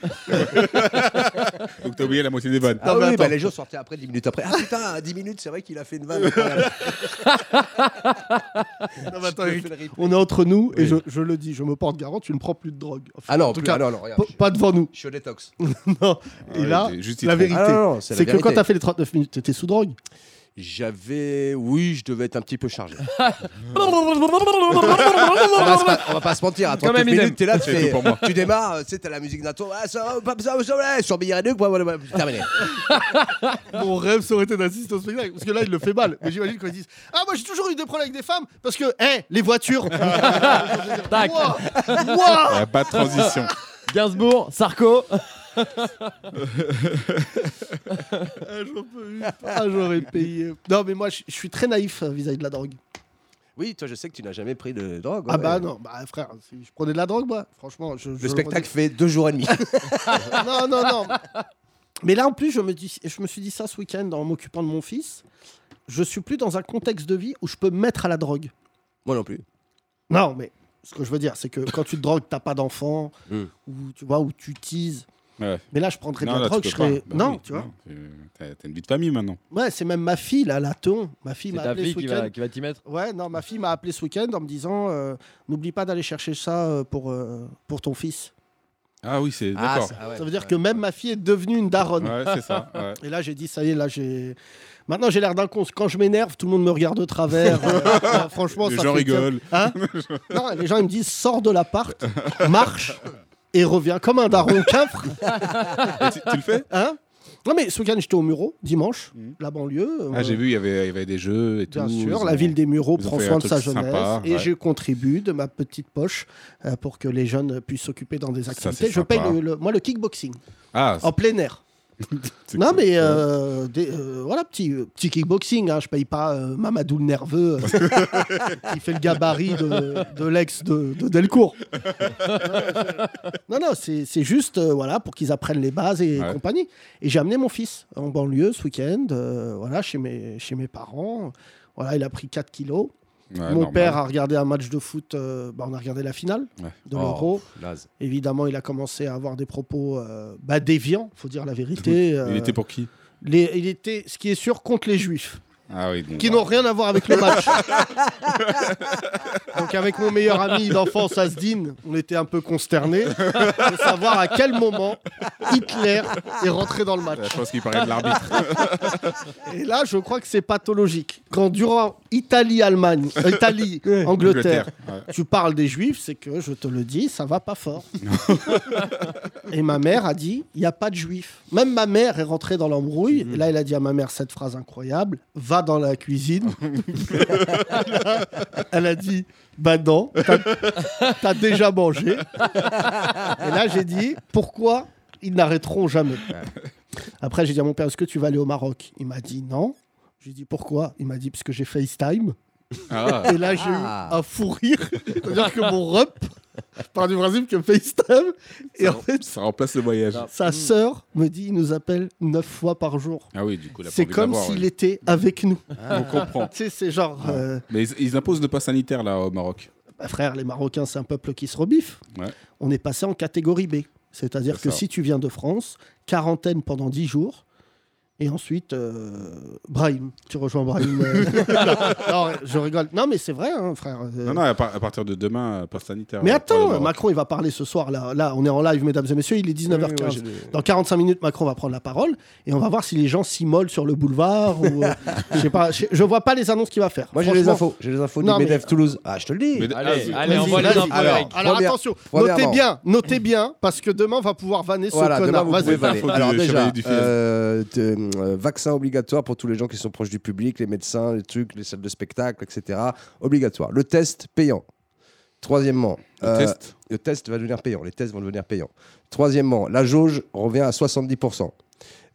[SPEAKER 3] Donc t'as oublié la moitié des vannes.
[SPEAKER 5] Ah
[SPEAKER 2] Non, mais
[SPEAKER 5] oui, bah,
[SPEAKER 2] attends.
[SPEAKER 5] les gens sortaient après 10 minutes après. Ah putain, à 10 minutes, c'est vrai qu'il a fait une vanne. Quand même.
[SPEAKER 2] non, mais attends,
[SPEAKER 5] Je
[SPEAKER 2] Eric,
[SPEAKER 5] fais le replay.
[SPEAKER 2] on est entre nous et
[SPEAKER 5] Oui.
[SPEAKER 2] je, je le dis, je me porte garant, tu ne prends plus de drogue. Enfin,
[SPEAKER 5] Ah non,
[SPEAKER 2] en tout
[SPEAKER 5] plus-
[SPEAKER 2] cas,
[SPEAKER 5] ah non, non, regarde.
[SPEAKER 2] p- pas devant nous.
[SPEAKER 5] Je suis au détox.
[SPEAKER 2] Non.
[SPEAKER 3] Ah
[SPEAKER 2] et
[SPEAKER 3] ouais,
[SPEAKER 2] là,
[SPEAKER 3] t'es juste
[SPEAKER 2] la
[SPEAKER 3] il
[SPEAKER 2] vérité,
[SPEAKER 5] Ah non, non, c'est la
[SPEAKER 2] c'est que quand
[SPEAKER 5] vérité.
[SPEAKER 2] t'as fait les 39 minutes, t'étais sous drogue.
[SPEAKER 5] J'avais. Oui, je devais être un petit peu chargé.
[SPEAKER 4] T'as
[SPEAKER 5] on, va se pas, on va pas se mentir, à
[SPEAKER 4] Quand
[SPEAKER 5] 39
[SPEAKER 4] même, idem.
[SPEAKER 5] minutes, t'es là, tu,
[SPEAKER 3] C'est
[SPEAKER 5] fais-
[SPEAKER 3] tout pour moi.
[SPEAKER 5] tu démarres, euh, tu sais, t'as la musique NATO, ah, ça va, pas besoin, ça va, sur Billard et Duc, ouais, ouais, ouais, terminé.
[SPEAKER 2] Mon rêve, ça aurait été d'assister au spectacle. Parce que là, il le fait mal. Mais j'imagine qu'ils disent Ah, moi, j'ai toujours eu des problèmes avec des femmes. Parce que, hé, les voitures
[SPEAKER 4] Tac.
[SPEAKER 2] Moi, moi.
[SPEAKER 3] a pas de transition.
[SPEAKER 4] Gainsbourg, Sarko.
[SPEAKER 2] Ah, j'en peux pas, j'aurais payé. Non, mais moi, je je suis très naïf euh, vis-à-vis de la drogue.
[SPEAKER 5] Oui, toi, je sais que tu n'as jamais pris de drogue.
[SPEAKER 2] Ah,
[SPEAKER 5] ouais.
[SPEAKER 2] bah non, bah frère, si je prenais de la drogue, moi, franchement. Je, je
[SPEAKER 5] Le spectacle fait deux jours et demi.
[SPEAKER 2] redis. Non, non, non. Mais là, en plus, je me, dis, je me suis dit ça ce week-end en m'occupant de mon fils. Je suis plus dans un contexte de vie où je peux me mettre à la drogue.
[SPEAKER 5] Moi non plus.
[SPEAKER 2] Non, mais ce que je veux dire, c'est que quand tu te drogues, t'as pas d'enfant,
[SPEAKER 5] Mm.
[SPEAKER 2] ou tu vois, ou tu teases.
[SPEAKER 3] Ouais.
[SPEAKER 2] Mais là, je prendrais de la
[SPEAKER 3] là,
[SPEAKER 2] drogue,
[SPEAKER 3] tu
[SPEAKER 2] je
[SPEAKER 3] peux
[SPEAKER 2] serais.
[SPEAKER 3] pas. Bah
[SPEAKER 2] non,
[SPEAKER 3] oui,
[SPEAKER 2] tu vois.
[SPEAKER 3] non, T'as t'as une vie de famille maintenant.
[SPEAKER 2] Ouais, c'est même ma fille, là, la Théon. Ma fille
[SPEAKER 4] C'est
[SPEAKER 2] m'a
[SPEAKER 4] ta
[SPEAKER 2] appelé
[SPEAKER 4] fille
[SPEAKER 2] ce
[SPEAKER 4] qui
[SPEAKER 2] week-end.
[SPEAKER 4] va, qui va t'y mettre.
[SPEAKER 2] Ouais, non, ma fille m'a appelé ce week-end en me disant euh, N'oublie pas d'aller chercher ça euh, pour, euh, pour ton fils.
[SPEAKER 3] Ah oui, c'est d'accord.
[SPEAKER 5] ça- ah ouais.
[SPEAKER 2] Ça veut dire que même ma fille est devenue une daronne.
[SPEAKER 3] Ouais, c'est ça. ouais.
[SPEAKER 2] Et là, j'ai dit Ça y est, là, j'ai. Maintenant, j'ai l'air d'un con. Quand je m'énerve, tout le monde me regarde de travers. Euh, euh, franchement,
[SPEAKER 3] Les
[SPEAKER 2] ça
[SPEAKER 3] gens
[SPEAKER 2] fait que-
[SPEAKER 3] rigolent.
[SPEAKER 2] Hein non, les gens ils me disent sors de l'appart, marche et reviens comme un daron cafre.
[SPEAKER 3] Et Tu, tu le fais
[SPEAKER 2] Hein non mais ce week-end j'étais au Muro dimanche,
[SPEAKER 3] Mhm.
[SPEAKER 2] la banlieue. euh,
[SPEAKER 3] Ah, j'ai vu, il y avait- il y avait des jeux et tout.
[SPEAKER 2] Bien sûr,
[SPEAKER 3] ils
[SPEAKER 2] la
[SPEAKER 3] ont-
[SPEAKER 2] ville des Mureaux
[SPEAKER 3] ils ont
[SPEAKER 2] prend
[SPEAKER 3] fait un
[SPEAKER 2] soin de
[SPEAKER 3] truc
[SPEAKER 2] sa jeunesse
[SPEAKER 3] sympa,
[SPEAKER 2] et
[SPEAKER 3] ouais.
[SPEAKER 2] je contribue de ma petite poche euh, pour que les jeunes puissent s'occuper dans des
[SPEAKER 3] Ça,
[SPEAKER 2] activités.
[SPEAKER 3] c'est
[SPEAKER 2] Je paye
[SPEAKER 3] sympa.
[SPEAKER 2] le, le- moi le kickboxing
[SPEAKER 3] Ah,
[SPEAKER 2] en plein air.
[SPEAKER 3] c'est
[SPEAKER 2] Non
[SPEAKER 3] cool.
[SPEAKER 2] mais euh, des- euh, voilà petit euh, petit kickboxing. Hein, je paye pas euh, Mamadou le nerveux euh, qui fait le gabarit de, de l'ex de, de Delcourt. non non c'est c'est juste euh, voilà pour qu'ils apprennent les bases et
[SPEAKER 3] Ouais.
[SPEAKER 2] compagnie. Et j'ai amené mon fils en banlieue ce week-end euh, voilà chez mes chez mes parents. Voilà il a pris 4 kilos.
[SPEAKER 3] Ouais,
[SPEAKER 2] Mon
[SPEAKER 3] normal.
[SPEAKER 2] père a regardé un match de foot. euh, bah, on a regardé la finale
[SPEAKER 3] Ouais.
[SPEAKER 2] de
[SPEAKER 5] Oh.
[SPEAKER 2] l'Euro.
[SPEAKER 5] Naze.
[SPEAKER 2] Évidemment, il a commencé à avoir des propos euh, bah, déviants, faut dire la vérité. euh,
[SPEAKER 3] Il était pour qui
[SPEAKER 2] les- il était, ce qui est sûr, contre les juifs,
[SPEAKER 3] Ah oui, bon,
[SPEAKER 2] qui
[SPEAKER 3] bah,
[SPEAKER 2] n'ont rien à voir avec le match. Donc avec mon meilleur ami d'enfance, Asdin, on était un peu consternés de savoir à quel moment Hitler est rentré dans le match.
[SPEAKER 3] Je pense qu'il parlait de l'arbitre.
[SPEAKER 2] Et là, je crois que c'est pathologique. Quand durant Italie-Allemagne, euh, Italie-Angleterre,
[SPEAKER 3] Angleterre,
[SPEAKER 2] tu parles des juifs, c'est que, je te le dis, ça va pas fort. et ma mère a dit, il n'y a pas de juifs. Même ma mère est rentrée dans l'embrouille. Et là, elle a dit à ma mère cette phrase incroyable, va dans la cuisine. elle a dit, bah non, t'as- t'as déjà mangé. et là, j'ai dit, pourquoi ils n'arrêteront jamais Après, j'ai dit à mon père, est-ce que tu vas aller au Maroc Il m'a dit non. J'ai dit pourquoi Il m'a dit parce que j'ai FaceTime.
[SPEAKER 3] ouais. Ah,
[SPEAKER 2] Et là, j'ai
[SPEAKER 5] Ah.
[SPEAKER 2] eu un fou rire. C'est-à-dire que mon rep, je pars du principe que FaceTime, et en fait,
[SPEAKER 3] ça remplace le voyage.
[SPEAKER 4] Non.
[SPEAKER 2] sa sœur me dit il nous appelle neuf fois par jour.
[SPEAKER 3] Ah oui, du coup, la
[SPEAKER 2] C'est comme s'il était avec nous.
[SPEAKER 3] Ah. On comprend. Ah.
[SPEAKER 2] Tu sais, c'est genre.
[SPEAKER 3] Ouais.
[SPEAKER 2] euh,
[SPEAKER 3] Mais ils, ils imposent le pas sanitaire là au Maroc.
[SPEAKER 2] bah, frère, les Marocains, c'est un peuple qui se rebiffe.
[SPEAKER 3] Ouais.
[SPEAKER 2] On est passé en catégorie B. C'est-à-dire
[SPEAKER 3] C'est
[SPEAKER 2] que
[SPEAKER 3] ça.
[SPEAKER 2] si tu viens de France, quarantaine pendant 10 jours. Et ensuite, euh, Brahim, tu rejoins Brahim. euh. non, je rigole. Non, mais c'est vrai, hein, frère. Euh,
[SPEAKER 3] Non, non, à, par- à partir de demain, euh, pas sanitaire.
[SPEAKER 2] Mais
[SPEAKER 3] euh, pour le
[SPEAKER 2] attends,
[SPEAKER 3] Maroc.
[SPEAKER 2] Macron, il va parler ce soir. Là, là on est en live, mesdames et messieurs. Il est 19h15. Dans 45 minutes, Macron va prendre la parole et on va voir si les gens s'immolent sur le boulevard. ou, euh, je sais pas, je, je vois pas les annonces qu'il va faire.
[SPEAKER 5] Moi j'ai les
[SPEAKER 2] Franchement,
[SPEAKER 5] infos, j'ai les infos
[SPEAKER 2] Non,
[SPEAKER 5] du
[SPEAKER 2] mais-
[SPEAKER 5] MEDEF Toulouse. Ah, je te le dis.
[SPEAKER 3] Mais-
[SPEAKER 4] Allez,
[SPEAKER 3] Ah,
[SPEAKER 4] allez,
[SPEAKER 2] vas-y,
[SPEAKER 4] envoie les
[SPEAKER 2] vas-y.
[SPEAKER 4] infos,
[SPEAKER 5] Alors,
[SPEAKER 4] Eric.
[SPEAKER 2] Alors
[SPEAKER 5] Première-
[SPEAKER 2] attention,
[SPEAKER 5] premièrement.
[SPEAKER 2] notez bien, notez bien, parce que demain on va pouvoir vanner ce
[SPEAKER 5] Voilà, demain,
[SPEAKER 2] connard.
[SPEAKER 5] vous
[SPEAKER 2] Vas-y.
[SPEAKER 5] pouvez
[SPEAKER 3] vas-y.
[SPEAKER 5] valer.
[SPEAKER 3] Faut du
[SPEAKER 5] Alors
[SPEAKER 3] chevalier
[SPEAKER 5] déjà,
[SPEAKER 3] du fiel.
[SPEAKER 5] euh, t- euh, vaccin obligatoire pour tous les gens qui sont proches du public, les médecins, les trucs, les salles de spectacle, etc. Obligatoire. Le test payant. Troisièmement,
[SPEAKER 3] Le
[SPEAKER 5] euh,
[SPEAKER 3] test.
[SPEAKER 5] le test va devenir payant. Les tests vont devenir payants. Troisièmement, la jauge revient à 70%.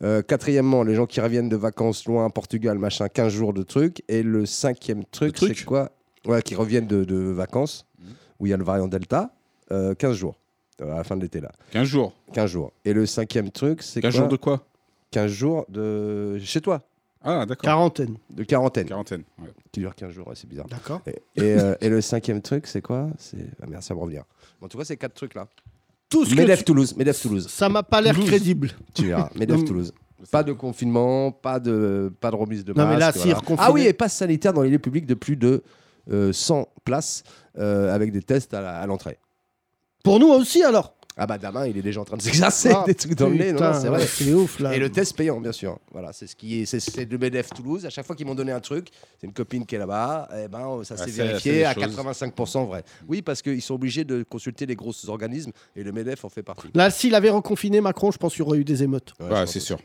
[SPEAKER 5] Euh, quatrièmement, les gens qui reviennent de vacances loin, Portugal, machin, 15 jours de trucs. Et le cinquième truc,
[SPEAKER 3] truc
[SPEAKER 5] c'est quoi Ouais, qui reviennent de, de vacances, où il y a le variant Delta, euh, 15 jours, euh, à la fin de l'été là.
[SPEAKER 3] 15 jours.
[SPEAKER 5] 15 jours. Et le cinquième truc, c'est
[SPEAKER 3] 15
[SPEAKER 5] quoi
[SPEAKER 3] jours de quoi
[SPEAKER 5] 15 jours de chez toi.
[SPEAKER 3] Ah, d'accord.
[SPEAKER 2] Quarantaine.
[SPEAKER 5] de quarantaine,
[SPEAKER 3] Quarantaine. ouais.
[SPEAKER 5] qui dure 15 jours, ouais, c'est bizarre.
[SPEAKER 2] D'accord.
[SPEAKER 5] Et, et, euh, et le cinquième truc, c'est quoi C'est ah, Merci à me revenir. En tout cas, ces quatre trucs-là.
[SPEAKER 2] Tout ce que
[SPEAKER 5] Medef
[SPEAKER 2] tu-
[SPEAKER 5] Toulouse, Medef Toulouse,
[SPEAKER 2] Ça m'a pas l'air
[SPEAKER 5] Douze.
[SPEAKER 2] crédible.
[SPEAKER 5] tu verras. Medef
[SPEAKER 2] Non,
[SPEAKER 5] Toulouse. Pas de confinement, pas de, pas de remise de
[SPEAKER 2] Non,
[SPEAKER 5] masque.
[SPEAKER 2] mais là, si, reconfiner-
[SPEAKER 5] Ah oui, et passe sanitaire dans les lieux publics de plus de euh, 100 places euh, avec des tests à la- à l'entrée.
[SPEAKER 2] Pour nous aussi alors.
[SPEAKER 5] Ah bah Damin, il est déjà en train de s'exercer
[SPEAKER 2] Ah,
[SPEAKER 5] des trucs dans le nez, non,
[SPEAKER 2] putain,
[SPEAKER 5] non, c'est vrai.
[SPEAKER 2] ouais, C'est ouf là.
[SPEAKER 5] Et le test payant, bien sûr. Voilà, c'est ce qui est, c'est, c'est le BDF Toulouse. À chaque fois qu'ils m'ont donné un truc, c'est une copine qui est là-bas. Et ben, ça s'est
[SPEAKER 3] Ah, c'est- c'est
[SPEAKER 5] vérifié
[SPEAKER 3] des
[SPEAKER 5] à
[SPEAKER 3] choses.
[SPEAKER 5] 85% vrai. Oui, parce qu'ils sont obligés de consulter les gros organismes et le Medef en fait partie.
[SPEAKER 2] Là, s'il avait reconfiné Macron, je pense qu'il y aurait eu des émeutes.
[SPEAKER 5] Ouais, je
[SPEAKER 3] Bah,
[SPEAKER 5] pense
[SPEAKER 3] c'est
[SPEAKER 5] aussi.
[SPEAKER 3] sûr.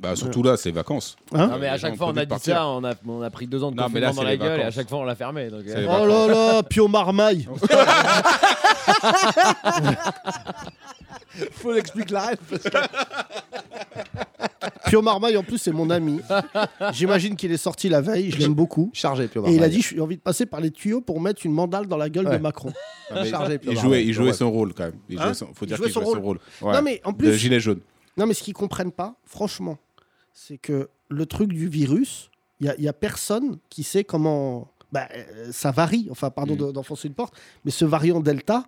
[SPEAKER 3] Bah, surtout là, c'est vacances.
[SPEAKER 2] Hein
[SPEAKER 3] Euh,
[SPEAKER 4] Non, Ah, mais à
[SPEAKER 3] les gens
[SPEAKER 4] chaque fois,
[SPEAKER 3] ont
[SPEAKER 4] on a
[SPEAKER 3] envie de
[SPEAKER 4] dit
[SPEAKER 3] partir.
[SPEAKER 4] ça, on a, on a pris deux ans de
[SPEAKER 3] Non, mais là,
[SPEAKER 4] confinement dans
[SPEAKER 3] c'est
[SPEAKER 4] la
[SPEAKER 3] les
[SPEAKER 4] gueule et à
[SPEAKER 3] vacances.
[SPEAKER 4] chaque fois, on l'a fermé. donc, euh,
[SPEAKER 3] C'est les
[SPEAKER 2] Oh là là, puis au marmaille.
[SPEAKER 5] Faut l'expliquer la règle. parce que-
[SPEAKER 2] Pio Marmaille, en plus, c'est mon ami. J'imagine qu'il est sorti la veille, je l'aime beaucoup.
[SPEAKER 5] Chargé, puis on va
[SPEAKER 2] Et il a
[SPEAKER 5] parler.
[SPEAKER 2] dit J'ai envie de passer par les tuyaux pour mettre une mandale dans la gueule de
[SPEAKER 5] Ouais.
[SPEAKER 2] Macron.
[SPEAKER 3] Ah, mais
[SPEAKER 5] Chargé, puis on
[SPEAKER 3] il
[SPEAKER 5] va
[SPEAKER 3] jouait,
[SPEAKER 5] parler.
[SPEAKER 3] il jouait son rôle quand même. Il
[SPEAKER 2] Hein
[SPEAKER 3] jouait son- faut
[SPEAKER 2] Il
[SPEAKER 3] dire
[SPEAKER 2] jouait
[SPEAKER 3] qu'il
[SPEAKER 2] son
[SPEAKER 3] jouait son rôle. Ouais.
[SPEAKER 2] Non, mais en
[SPEAKER 3] De
[SPEAKER 2] plus,
[SPEAKER 3] gilet jaune.
[SPEAKER 2] non, mais ce qu'ils comprennent pas, franchement, c'est que le truc du virus, il n'y a, personne qui sait comment. Bah, euh, ça varie, enfin, pardon
[SPEAKER 3] Mm.
[SPEAKER 2] de- d'enfoncer une porte, mais ce variant Delta.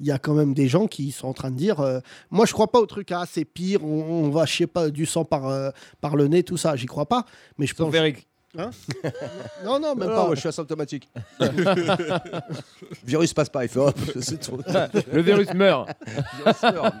[SPEAKER 2] Il y a quand même des gens qui sont en train de dire euh, Moi, je crois pas au truc, ah, c'est pire, on, on va, je sais pas, du sang par, euh, par le nez, tout ça, j'y crois pas. Mais je
[SPEAKER 4] Sauf
[SPEAKER 2] pense.
[SPEAKER 4] Eric.
[SPEAKER 2] Non, non, même
[SPEAKER 5] Non,
[SPEAKER 2] pas.
[SPEAKER 5] non, Ah, moi, je suis asymptomatique. Virus passe pas, il fait hop, c'est trop.
[SPEAKER 4] Le virus meurt.
[SPEAKER 5] Virus meurt.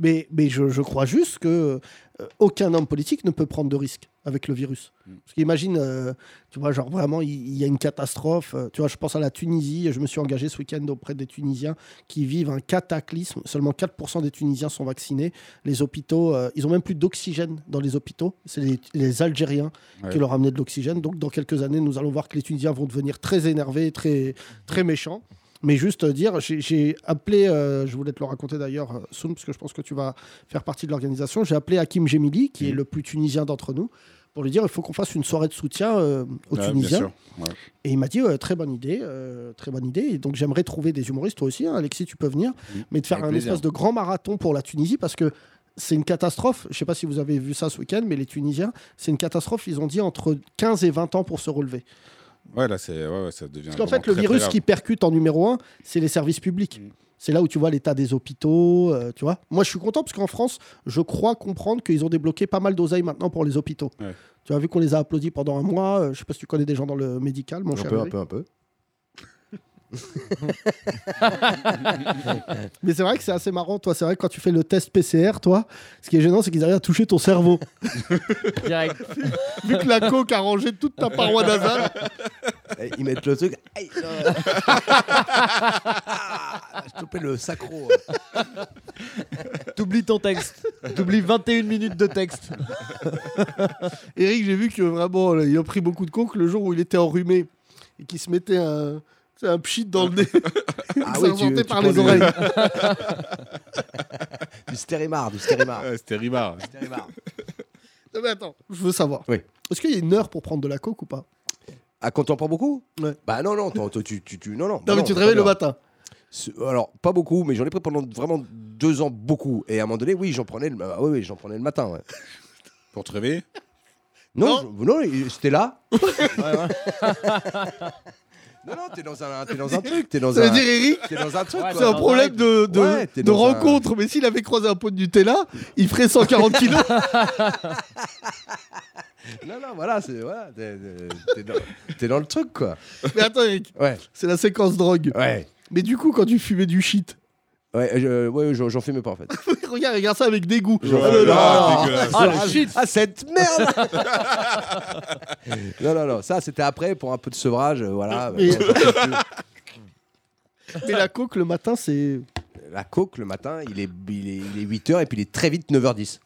[SPEAKER 2] Mais, mais je, je crois juste que euh, aucun homme politique ne peut prendre de risque avec le virus.
[SPEAKER 3] Mm.
[SPEAKER 2] Parce qu'imagine, euh, tu vois, genre vraiment, il, il y a une catastrophe. euh, tu vois, je pense à la Tunisie. Je me suis engagé ce week-end auprès des Tunisiens qui vivent un cataclysme. Seulement 4% des Tunisiens sont vaccinés. Les hôpitaux, euh, ils ont même plus d'oxygène dans les hôpitaux. C'est les, les Algériens
[SPEAKER 3] Ouais.
[SPEAKER 2] qui leur amenaient de l'oxygène. Donc, dans quelques années, nous allons voir que les Tunisiens vont devenir très énervés, très, très méchants. Mais juste euh, dire, j'ai- j'ai appelé, euh, je voulais te le raconter d'ailleurs, euh, Soun, parce que je pense que tu vas faire partie de l'organisation. J'ai appelé Hakim Gemili, qui est
[SPEAKER 3] Mhm.
[SPEAKER 2] le plus tunisien d'entre nous, pour lui dire il faut qu'on fasse une soirée de soutien euh, aux
[SPEAKER 3] Ouais, bien
[SPEAKER 2] Tunisiens.
[SPEAKER 3] sûr. Ouais.
[SPEAKER 2] Et il m'a dit Ouais, très bonne idée, euh, très bonne idée. Et donc j'aimerais trouver des humoristes, toi aussi, hein, Alexis, tu peux venir,
[SPEAKER 3] Mhm.
[SPEAKER 2] mais de faire
[SPEAKER 3] Avec
[SPEAKER 2] un
[SPEAKER 3] plaisir.
[SPEAKER 2] espèce de grand marathon pour la Tunisie parce que. C'est une catastrophe. Je ne sais pas si vous avez vu ça ce week-end, mais les Tunisiens, c'est une catastrophe. Ils ont dit entre 15 et 20 ans pour se relever.
[SPEAKER 3] Ouais, là, c'est, ouais, ouais, ça devient.
[SPEAKER 2] Parce qu'en
[SPEAKER 3] vraiment
[SPEAKER 2] fait, le
[SPEAKER 3] Ah, très, très
[SPEAKER 2] virus
[SPEAKER 3] grave.
[SPEAKER 2] qui percute en numéro un, c'est les services publics.
[SPEAKER 3] Mm.
[SPEAKER 2] C'est là où tu vois l'état des hôpitaux, euh, tu vois. Moi, je suis content parce qu'en France, je crois comprendre qu'ils ont débloqué pas mal d'oseilles maintenant pour les hôpitaux.
[SPEAKER 3] Ouais.
[SPEAKER 2] Tu as vu qu'on les a applaudis pendant un mois. euh, je sais pas si tu connais des gens dans le médical, mon
[SPEAKER 5] Un
[SPEAKER 2] cher.
[SPEAKER 5] peu, un
[SPEAKER 2] Eric.
[SPEAKER 5] peu, un peu.
[SPEAKER 2] Mais c'est vrai que c'est assez marrant, toi. C'est vrai que quand tu fais le test PCR, toi, ce qui est gênant, c'est qu'ils arrivent à toucher ton cerveau.
[SPEAKER 4] Direct.
[SPEAKER 2] Vu que la coke a rangé toute ta paroi nasale.
[SPEAKER 5] Et Ils mettent le truc. Aïe, non. Ah, J'ai chopé le sacro.
[SPEAKER 4] T'oublies ton texte. T'oublies 21 minutes de texte.
[SPEAKER 2] Eric, j'ai vu que vraiment, là, il a pris beaucoup de coke le jour où il était enrhumé et qu'il se mettait un, tu sais, un pchit dans le nez.
[SPEAKER 5] Ah
[SPEAKER 2] Ça
[SPEAKER 5] oui,
[SPEAKER 2] sentait
[SPEAKER 5] tu- tu
[SPEAKER 2] par
[SPEAKER 5] prends
[SPEAKER 2] les
[SPEAKER 5] du-
[SPEAKER 2] oreilles.
[SPEAKER 5] Du stérimar, du stérimar.
[SPEAKER 3] Ouais, c'était Ribard.
[SPEAKER 5] Stérimar.
[SPEAKER 2] Non, mais attends, je veux savoir.
[SPEAKER 5] Oui.
[SPEAKER 2] Est-ce qu'il y a une heure pour prendre de la coke ou pas
[SPEAKER 5] Ah, quand t'en prends beaucoup
[SPEAKER 2] Ouais.
[SPEAKER 5] Bah non, non, t'en- t'en- tu, tu, tu- non, non. bah
[SPEAKER 2] Non, mais tu te
[SPEAKER 5] pas
[SPEAKER 2] réveilles le
[SPEAKER 5] bien.
[SPEAKER 2] matin.
[SPEAKER 5] Ce- Alors, pas beaucoup, mais j'en ai pris pendant vraiment deux ans beaucoup. Et à un moment donné, oui, j'en prenais, le- ah oui, oui, j'en prenais le matin. ouais.
[SPEAKER 3] Pour te réveiller
[SPEAKER 5] Non, je- non, il- c'était là. non, non, t'es dans un, t'es dans un truc, t'es dans
[SPEAKER 2] Ça
[SPEAKER 5] un,
[SPEAKER 2] veut dire, Eric,
[SPEAKER 5] Ah, t'es dans un truc.
[SPEAKER 4] Ouais,
[SPEAKER 2] c'est
[SPEAKER 5] quoi.
[SPEAKER 2] un problème de, de,
[SPEAKER 5] Ouais, t'es
[SPEAKER 2] de
[SPEAKER 5] dans un-
[SPEAKER 2] rencontre. Mais s'il avait croisé un pot de Nutella, il ferait 140 kilos.
[SPEAKER 5] Non, non, voilà, c'est, voilà, t'es, t'es- t'es dans, t'es dans le truc, quoi.
[SPEAKER 2] mais attends, Eric,
[SPEAKER 5] Ouais,
[SPEAKER 2] c'est la séquence drogue.
[SPEAKER 5] ouais.
[SPEAKER 2] Mais du coup, quand tu fumais du shit,
[SPEAKER 5] Ouais, je- ouais, j'en j'en fumais pas en fait.
[SPEAKER 2] regarde, regarde ça avec dégoût.
[SPEAKER 5] Je-
[SPEAKER 2] Ah, là, là.
[SPEAKER 5] Ah,
[SPEAKER 3] dégueulasse.
[SPEAKER 5] ah, ah, ah, cette merde Non, non, non, ça c'était après pour un peu de sevrage, euh, voilà.
[SPEAKER 2] Mais-
[SPEAKER 5] Euh, j'en fais plus.
[SPEAKER 2] Mais la coke le matin, c'est.
[SPEAKER 5] La coke le matin, il est, il, est, 8h et puis il est très vite 9h10.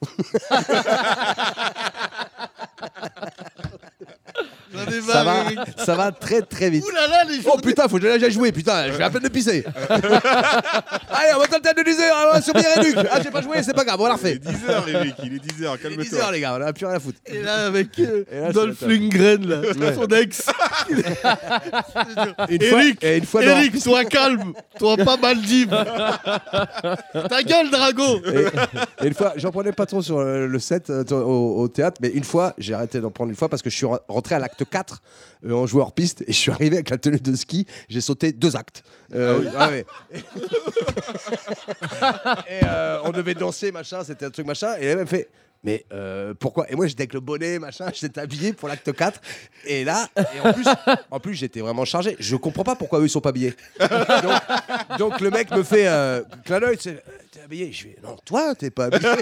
[SPEAKER 2] J'en ai des
[SPEAKER 5] ça va,
[SPEAKER 2] vannes, Eric.
[SPEAKER 5] ça va très très vite.
[SPEAKER 2] Ouh là là, les
[SPEAKER 5] Oh
[SPEAKER 2] journées-
[SPEAKER 5] putain, faut que j'aille jouer, putain, j'ai à peine de pisser. Allez, on va tenter de 10 heures, alors, sur Pierre et Luc. Ah, j'ai pas joué, c'est pas grave, on la
[SPEAKER 3] Il est
[SPEAKER 5] refait.
[SPEAKER 3] 10h, Eric, il est 10h,
[SPEAKER 5] Il est 10
[SPEAKER 3] calme-toi.
[SPEAKER 5] heures, les gars, on a plus rien à foutre.
[SPEAKER 2] Et là, avec euh,
[SPEAKER 5] Et là, c'est
[SPEAKER 2] Dolph
[SPEAKER 5] la table.
[SPEAKER 2] Lundgren, là,
[SPEAKER 5] Ouais.
[SPEAKER 2] son ex.
[SPEAKER 5] Une
[SPEAKER 2] Eric,
[SPEAKER 5] fois, et une fois dans-
[SPEAKER 2] Eric, sois calme. Toi, pas Maldives. Ta gueule, Drago.
[SPEAKER 5] Et, et une fois, j'en prenais pas trop sur euh, le set euh, au, au théâtre, mais une fois, j'ai arrêté d'en prendre une fois parce que je suis re- rentré à l'acte 4 euh, en joueur piste et je suis arrivé avec la tenue de ski, j'ai sauté deux actes. Euh, ah ouais. et euh, on devait danser, machin, c'était un truc, machin, et elle m'a fait. Mais euh, pourquoi Et moi j'étais avec le bonnet, machin, j'étais habillé pour l'acte 4. Et là, et en plus, en plus j'étais vraiment chargé. Je comprends pas pourquoi eux ils sont pas habillés. Donc, donc le mec me fait euh, clin d'œil, tu sais, t'es habillé Je fais non, toi t'es pas habillé.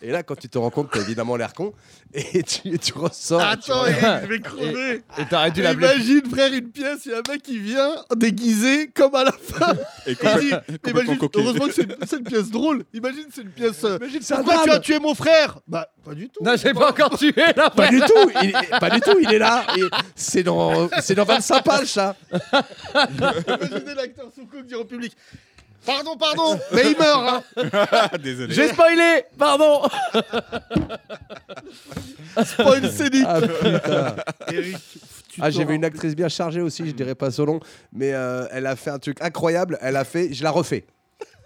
[SPEAKER 5] Et là, quand tu te rends compte, t'as évidemment l'air con et tu, tu ressors. et tu
[SPEAKER 2] Attends,
[SPEAKER 5] regardes.
[SPEAKER 2] Eric, je vais crever.
[SPEAKER 4] Et t'aurais dû l'appeler.
[SPEAKER 2] Imagine, frère, une pièce, il y a un mec qui vient déguisé comme à la fin.
[SPEAKER 3] Et
[SPEAKER 2] Il dit,
[SPEAKER 3] complètement
[SPEAKER 2] imagine,
[SPEAKER 3] coquille.
[SPEAKER 2] heureusement que c'est une, c'est une pièce drôle. Imagine, c'est une pièce. euh,
[SPEAKER 5] Imagine, c'est un
[SPEAKER 2] Pourquoi tu as
[SPEAKER 5] drame.
[SPEAKER 2] tué mon frère Bah, pas du tout.
[SPEAKER 4] Non, j'ai pas encore tué là.
[SPEAKER 5] Pas du tout, il est, pas du tout, il est là. et C'est dans, c'est dans 25 pages, ça.
[SPEAKER 2] Imaginez l'acteur Soukou dire au public Pardon, pardon, mais il meurt. hein.
[SPEAKER 3] Désolé.
[SPEAKER 4] J'ai spoilé, pardon.
[SPEAKER 2] Spoil scénique.
[SPEAKER 5] Ah, putain.
[SPEAKER 2] Eric, tu
[SPEAKER 5] Ah,
[SPEAKER 2] te
[SPEAKER 5] j'ai vu une
[SPEAKER 2] rends-
[SPEAKER 5] actrice bien chargée aussi, je dirais pas son nom, mais euh, elle a fait un truc incroyable. Elle a fait, je la refais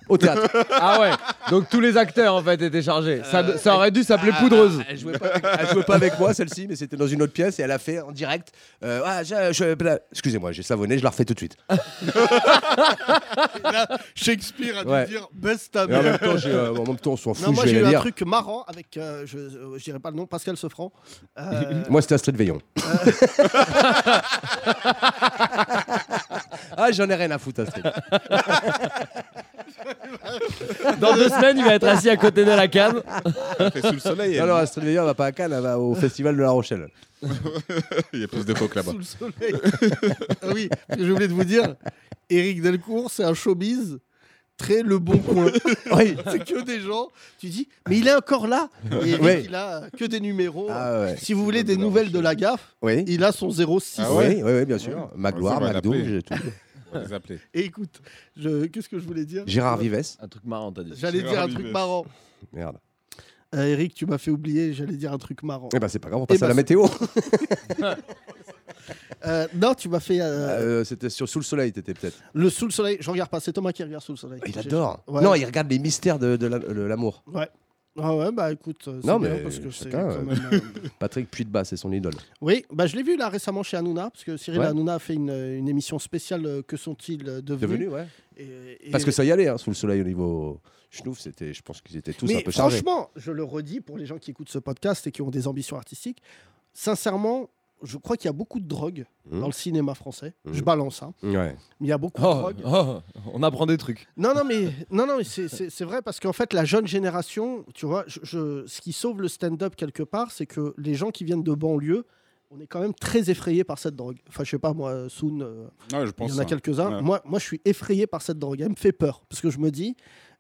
[SPEAKER 5] au théâtre.
[SPEAKER 4] Ah ouais. Donc tous les acteurs en fait étaient chargés. Ça, ça aurait dû s'appeler poudreuse.
[SPEAKER 5] Elle jouait pas avec, elle jouait pas avec moi celle-ci, mais c'était dans une autre pièce et elle a fait en direct. euh, ah, je- je- bla- Excusez-moi, j'ai savonné, je la refais tout de suite.
[SPEAKER 2] Là, Shakespeare a dû
[SPEAKER 5] Ouais.
[SPEAKER 2] dire Baisse ta
[SPEAKER 5] Et en
[SPEAKER 2] mère.
[SPEAKER 5] même temps, j'ai, euh, en même temps, on s'en fout.
[SPEAKER 2] Ah, Non, moi
[SPEAKER 5] je vais
[SPEAKER 2] j'ai eu
[SPEAKER 5] la
[SPEAKER 2] un
[SPEAKER 5] lire.
[SPEAKER 2] truc marrant avec, euh, je, euh, je dirais pas le nom, Pascal Sefranc. Euh,
[SPEAKER 5] Moi, c'était Astrid Veillon. ah, j'en ai rien à foutre, Astrid.
[SPEAKER 4] Dans deux semaines, il va être assis à côté de la canne.
[SPEAKER 3] fait sous le soleil. elle.
[SPEAKER 5] Alors, Astrid Veillon, elle va pas à Cannes, elle va au Festival de La Rochelle.
[SPEAKER 3] Il y a plus de coke
[SPEAKER 5] Bah.
[SPEAKER 3] là-bas.
[SPEAKER 2] sous le soleil. Ah oui, j'ai oublié de vous dire, Eric Delcourt, c'est un showbiz très le bon coin.
[SPEAKER 5] Oui.
[SPEAKER 2] c'est que des gens, tu dis, mais il est encore là. Et Eric,
[SPEAKER 5] Ouais.
[SPEAKER 2] il a que des numéros.
[SPEAKER 5] Ah, ouais.
[SPEAKER 2] Si vous voulez des nouvelles de la gaffe,
[SPEAKER 5] Oui.
[SPEAKER 2] il a son 06.
[SPEAKER 3] Ah ouais
[SPEAKER 5] oui, oui, oui, bien sûr. Magloire,
[SPEAKER 3] Ça, on va
[SPEAKER 5] McDo,
[SPEAKER 3] l'appeler.
[SPEAKER 5] j'ai tout.
[SPEAKER 3] On va les appeler.
[SPEAKER 2] Et écoute, je- qu'est-ce que je voulais dire
[SPEAKER 5] Gérard Vives.
[SPEAKER 4] Un truc marrant, t'as dit.
[SPEAKER 2] J'allais
[SPEAKER 3] Gérard
[SPEAKER 2] dire un
[SPEAKER 3] Vives.
[SPEAKER 2] truc marrant.
[SPEAKER 5] Merde.
[SPEAKER 2] Euh, Eric, tu m'as fait oublier, j'allais dire un truc marrant.
[SPEAKER 5] Eh ben, c'est pas grave, on passe
[SPEAKER 2] Eh ben,
[SPEAKER 5] à la météo.
[SPEAKER 2] Euh, non, tu m'as fait euh,
[SPEAKER 5] Euh, c'était sur Sous le Soleil, t'étais peut-être.
[SPEAKER 2] le sous le soleil. Je regarde pas, c'est Thomas qui regarde sous le soleil.
[SPEAKER 5] Il
[SPEAKER 2] J'ai-
[SPEAKER 5] adore.
[SPEAKER 2] Ah, Ouais.
[SPEAKER 5] Non, il regarde les mystères de, de la- de l'amour.
[SPEAKER 2] Ouais. Ah ouais, bah écoute, euh, c'est
[SPEAKER 5] Non,
[SPEAKER 2] bien
[SPEAKER 5] mais
[SPEAKER 2] parce que c'est
[SPEAKER 5] chacun,
[SPEAKER 2] quand
[SPEAKER 5] euh,
[SPEAKER 2] même, euh,
[SPEAKER 5] Patrick Puy-de-Bas, c'est son idole.
[SPEAKER 2] Oui, bah je l'ai vu là récemment chez Hanouna, parce que Cyril
[SPEAKER 5] Ouais.
[SPEAKER 2] Hanouna a fait une, une émission spéciale euh, Que sont-ils euh,
[SPEAKER 5] Devenu,
[SPEAKER 2] devenus
[SPEAKER 5] ouais.
[SPEAKER 2] Et- et-
[SPEAKER 5] Parce que ça y allait, hein, Sous le Soleil, au niveau schnouf, c'était, je pense qu'ils étaient tous
[SPEAKER 2] Mais
[SPEAKER 5] un peu chargés.
[SPEAKER 2] franchement, je le redis pour les gens qui écoutent ce podcast et qui ont des ambitions artistiques, sincèrement, je crois qu'il y a beaucoup de drogue
[SPEAKER 5] Mhm.
[SPEAKER 2] dans le cinéma français.
[SPEAKER 5] Mhm.
[SPEAKER 2] Je balance, hein.
[SPEAKER 5] Ouais.
[SPEAKER 2] mais il y a beaucoup de
[SPEAKER 4] Oh,
[SPEAKER 2] drogue.
[SPEAKER 4] oh, on apprend des trucs.
[SPEAKER 2] Non, non, mais, non, non, mais c'est- c'est c'est vrai parce qu'en fait, la jeune génération, tu vois, je, je- ce qui sauve le stand-up quelque part, c'est que les gens qui viennent de banlieue, on est quand même très effrayés par cette drogue. Enfin, je sais pas, moi, Soon, euh,
[SPEAKER 3] Non, je pense. hein.
[SPEAKER 2] il y en a
[SPEAKER 3] ça.
[SPEAKER 2] quelques-uns.
[SPEAKER 3] Ouais.
[SPEAKER 2] Moi, moi, je suis effrayé par cette drogue. Elle me fait peur parce que je me dis,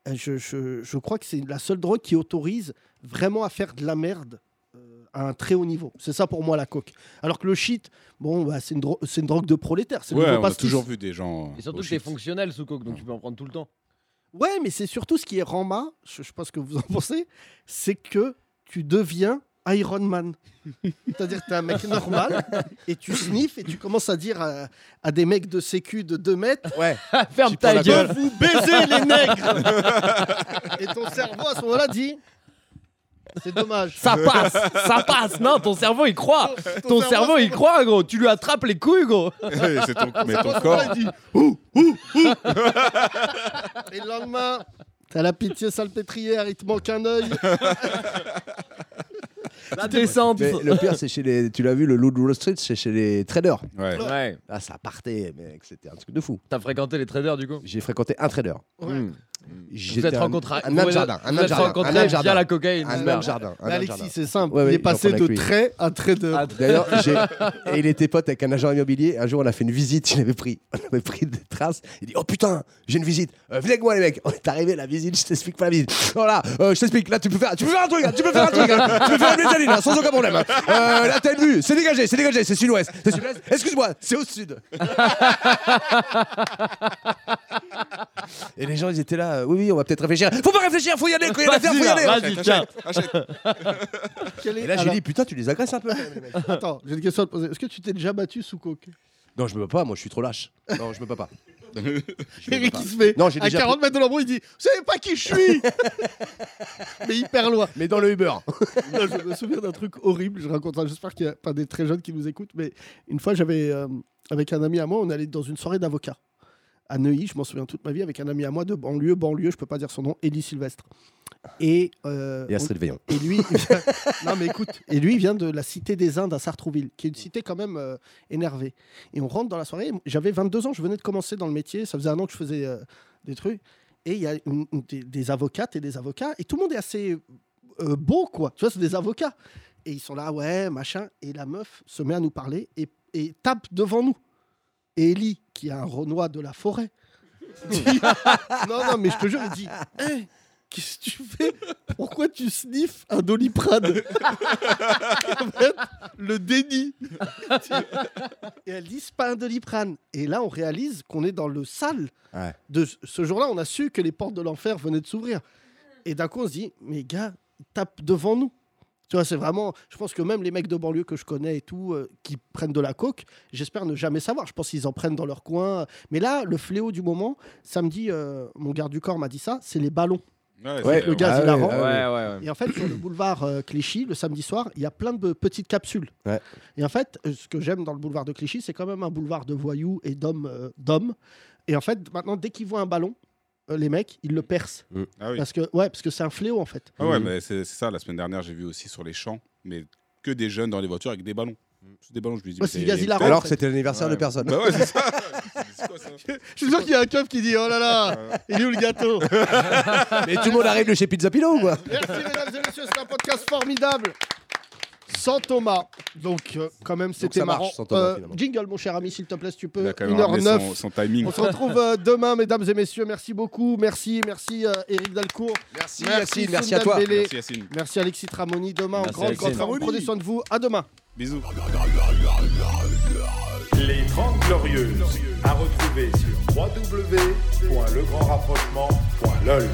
[SPEAKER 2] euh, je, je- je crois que c'est la seule drogue qui autorise vraiment à faire de la merde euh, à un très haut niveau. C'est ça pour moi la coke. Alors que le shit, bon, bah, c'est une, dro- c'est une drogue de prolétaire. C'est le
[SPEAKER 3] Ouais,
[SPEAKER 2] nouveau
[SPEAKER 3] on a
[SPEAKER 2] pastis.
[SPEAKER 3] toujours vu des gens. euh,
[SPEAKER 4] Et surtout
[SPEAKER 3] au
[SPEAKER 4] que t'es
[SPEAKER 3] shit.
[SPEAKER 4] fonctionnel sous coke, donc tu peux en prendre tout le temps.
[SPEAKER 2] Ouais, mais c'est surtout ce qui est Rama, je, je sais pas ce que vous en pensez, c'est que tu deviens Iron Man. C'est-à-dire que t'es un mec normal et tu sniffes et tu commences à dire à, à des mecs de sécu de 2 mètres
[SPEAKER 5] Ouais.
[SPEAKER 4] Ah, Ferme
[SPEAKER 5] prends
[SPEAKER 4] ta
[SPEAKER 5] la
[SPEAKER 4] gueule.
[SPEAKER 2] vous baiser les nègres Et ton cerveau à ce moment-là dit C'est dommage.
[SPEAKER 4] Ça passe, ça passe. Non, ton cerveau il croit.
[SPEAKER 2] Ton
[SPEAKER 4] Ton cerveau il croit, gros. Tu lui attrapes les couilles, gros.
[SPEAKER 3] Et c'est ton- Mais
[SPEAKER 2] à
[SPEAKER 3] ton
[SPEAKER 2] ce moment-là,
[SPEAKER 3] corps.
[SPEAKER 2] il dit Ouh, ouh, ouh Et le lendemain, t'as la pitié salpêtrière, il te manque un œil.
[SPEAKER 4] La descente.
[SPEAKER 5] Mais le pire, c'est chez les. Tu l'as vu, le loup de Wall Street, c'est chez les traders.
[SPEAKER 3] Ouais.
[SPEAKER 4] Ouais.
[SPEAKER 5] Ah, ça partait, mec, c'était un truc de fou.
[SPEAKER 4] T'as fréquenté les traders du coup
[SPEAKER 5] J'ai fréquenté un trader.
[SPEAKER 2] Ouais.
[SPEAKER 4] Mm. Vous
[SPEAKER 5] j'étais
[SPEAKER 4] êtes
[SPEAKER 5] un-
[SPEAKER 4] rencontrés.
[SPEAKER 5] un nain de
[SPEAKER 4] vous
[SPEAKER 5] jardin,
[SPEAKER 4] êtes-
[SPEAKER 5] un
[SPEAKER 4] vous
[SPEAKER 5] nain de
[SPEAKER 4] êtes
[SPEAKER 5] jardin,
[SPEAKER 4] rencontrés
[SPEAKER 5] un nain de
[SPEAKER 4] via
[SPEAKER 5] jardin,
[SPEAKER 4] la cocaïne.
[SPEAKER 5] un nain de jardin, un nain de jardin.
[SPEAKER 2] Alexis, c'est simple.
[SPEAKER 5] Ah, Ouais, ouais,
[SPEAKER 2] il est
[SPEAKER 5] j'en
[SPEAKER 2] passé
[SPEAKER 5] parlais
[SPEAKER 2] de
[SPEAKER 5] avec lui.
[SPEAKER 2] trait à trait de.
[SPEAKER 4] Ah, très-
[SPEAKER 5] D'ailleurs, j'ai- et il était pote avec un agent immobilier. Un jour, on a fait une visite. Il avait pris, on avait pris des traces. Il dit Oh putain, j'ai une visite. Euh, venez avec moi, les mecs. On est arrivé, la visite, je t'explique pas la visite. Voilà, euh, je t'explique. Là, tu peux faire, tu peux faire un truc. hein, tu peux faire un truc. hein. tu peux faire une mezzanine, hein, sans aucun problème. hein. Euh, là, t'as une vue. C'est dégagé, c'est dégagé. C'est sud-ouest. C'est sud-est. Excuse-moi, c'est au sud. et les gens, ils étaient là. euh, oui, oui, on va peut-être réfléchir. Faut pas réfléchir, faut y aller. Quand il y a des affaires, faut y aller.
[SPEAKER 4] Vas-y, vas-y, tiens.
[SPEAKER 2] Quel est-
[SPEAKER 5] Et là, j'ai
[SPEAKER 2] Alors,
[SPEAKER 5] dit Putain, tu les agresses un peu. quand même, les mecs.
[SPEAKER 2] Attends, j'ai une question à te poser. Est-ce que tu t'es déjà battu sous coke
[SPEAKER 5] Non, je me bats pas, moi je suis trop lâche. Non, je me bats pas. Je me bats
[SPEAKER 2] Eric,
[SPEAKER 5] pas.
[SPEAKER 2] il se met
[SPEAKER 5] Non, j'ai
[SPEAKER 2] à
[SPEAKER 5] déjà
[SPEAKER 2] 40 mètres de l'embrouille, il dit Vous savez pas qui je suis Mais hyper loin.
[SPEAKER 5] Mais dans le Uber.
[SPEAKER 2] Non, je me souviens d'un truc horrible. Je raconte ça. J'espère qu'il n'y a pas des très jeunes qui nous écoutent. Mais une fois, j'avais euh, avec un ami à moi, on allait dans une soirée d'avocats à Neuilly. Je m'en souviens toute ma vie avec un ami à moi de banlieue, banlieue. Je peux pas dire son nom, Élie Sylvestre. Et, euh,
[SPEAKER 5] Et
[SPEAKER 2] on-
[SPEAKER 5] Astrid Veillon.
[SPEAKER 2] et lui, il vient- non mais écoute, et lui il vient de la cité des Indes à Sartrouville, qui est une cité quand même euh, énervée. Et on rentre dans la soirée. J'avais 22 ans, je venais de commencer dans le métier. Ça faisait un an que je faisais euh, des trucs. Et il y a une- une- des, des avocates et des avocats. Et tout le monde est assez euh, beau, quoi. Tu vois, c'est des avocats. Et ils sont là, ouais, machin. Et la meuf se met à nous parler et, et tape devant nous. Et Ellie, qui a un Renoir de la forêt, dit- Non, non, mais je te jure, elle dit Hey, Qu'est-ce que tu fais Pourquoi tu sniffes un doliprane En fait, Le déni. et elle dit C'est pas un doliprane. Et là, on réalise qu'on est dans le sale.
[SPEAKER 5] Ouais.
[SPEAKER 2] De ce- ce jour-là, on a su que les portes de l'enfer venaient de s'ouvrir. Et d'un coup, on se dit Mais gars, tape devant nous. Tu vois, c'est vraiment. Je pense que même les mecs de banlieue que je connais et tout, euh, qui prennent de la coke, j'espère ne jamais savoir. Je pense qu'ils en prennent dans leur coin. Mais là, le fléau du moment, samedi, euh, mon garde du corps m'a dit ça c'est les ballons.
[SPEAKER 5] Ouais,
[SPEAKER 3] c'est-
[SPEAKER 2] Le gaz,
[SPEAKER 5] Ah
[SPEAKER 2] il la
[SPEAKER 5] ouais,
[SPEAKER 2] rend.
[SPEAKER 5] ah
[SPEAKER 4] Ouais, ouais, ouais.
[SPEAKER 2] Et en fait, sur le boulevard euh, Clichy, le samedi soir, il y a plein de petites capsules.
[SPEAKER 5] Ouais.
[SPEAKER 2] Et en fait, euh, ce que j'aime dans le boulevard de Clichy, c'est quand même un boulevard de voyous et d'hommes. euh, d'hommes. et en fait, maintenant, dès qu'ils voient un ballon, euh, les mecs, ils le percent.
[SPEAKER 3] Ah oui.
[SPEAKER 2] Parce que ouais, parce que c'est un fléau, en fait.
[SPEAKER 3] Ah ouais, mais c'est c'est ça. La semaine dernière, j'ai vu aussi sur les champs, mais que des jeunes dans les voitures avec des ballons. Des ballons, je me dis.
[SPEAKER 2] Ouais,
[SPEAKER 3] mais
[SPEAKER 2] c'est du gaz
[SPEAKER 3] il y a
[SPEAKER 2] hilarant.
[SPEAKER 3] peut-être-
[SPEAKER 5] Alors que c'était l'anniversaire
[SPEAKER 3] Ouais.
[SPEAKER 5] de personne.
[SPEAKER 3] Bah ouais, c'est ça. C'est quoi, ça
[SPEAKER 2] Je suis sûr qu'il y a un keuf qui dit Oh là là, il est où le gâteau
[SPEAKER 5] Mais tout le monde arrive de chez Pizza Pilo ou quoi
[SPEAKER 2] Merci mesdames et messieurs, c'est un podcast formidable. Sans Thomas. Donc euh, quand même c'était
[SPEAKER 5] ça marche,
[SPEAKER 2] marrant.
[SPEAKER 5] sans Thomas,
[SPEAKER 2] Euh,
[SPEAKER 5] finalement.
[SPEAKER 2] jingle mon cher ami s'il te plaît si tu
[SPEAKER 3] Il
[SPEAKER 2] peux.
[SPEAKER 3] a quand même ramené
[SPEAKER 2] 1h09.
[SPEAKER 3] son, son timing.
[SPEAKER 2] On se retrouve euh, demain mesdames et messieurs. Merci beaucoup. Merci, merci euh, Eric Dalcourt.
[SPEAKER 5] Merci, merci, merci à
[SPEAKER 2] Sundal
[SPEAKER 5] toi.
[SPEAKER 2] Bellé.
[SPEAKER 3] Merci Yacine.
[SPEAKER 2] Merci Alexis Tramoni. Demain en
[SPEAKER 4] Merci,
[SPEAKER 2] grande
[SPEAKER 4] Alexis.
[SPEAKER 2] grande forme. Prenez soin de vous. À demain.
[SPEAKER 3] Bisous.
[SPEAKER 6] Les 30 Glorieuses, à retrouver sur www.legrandrapprochement.lol.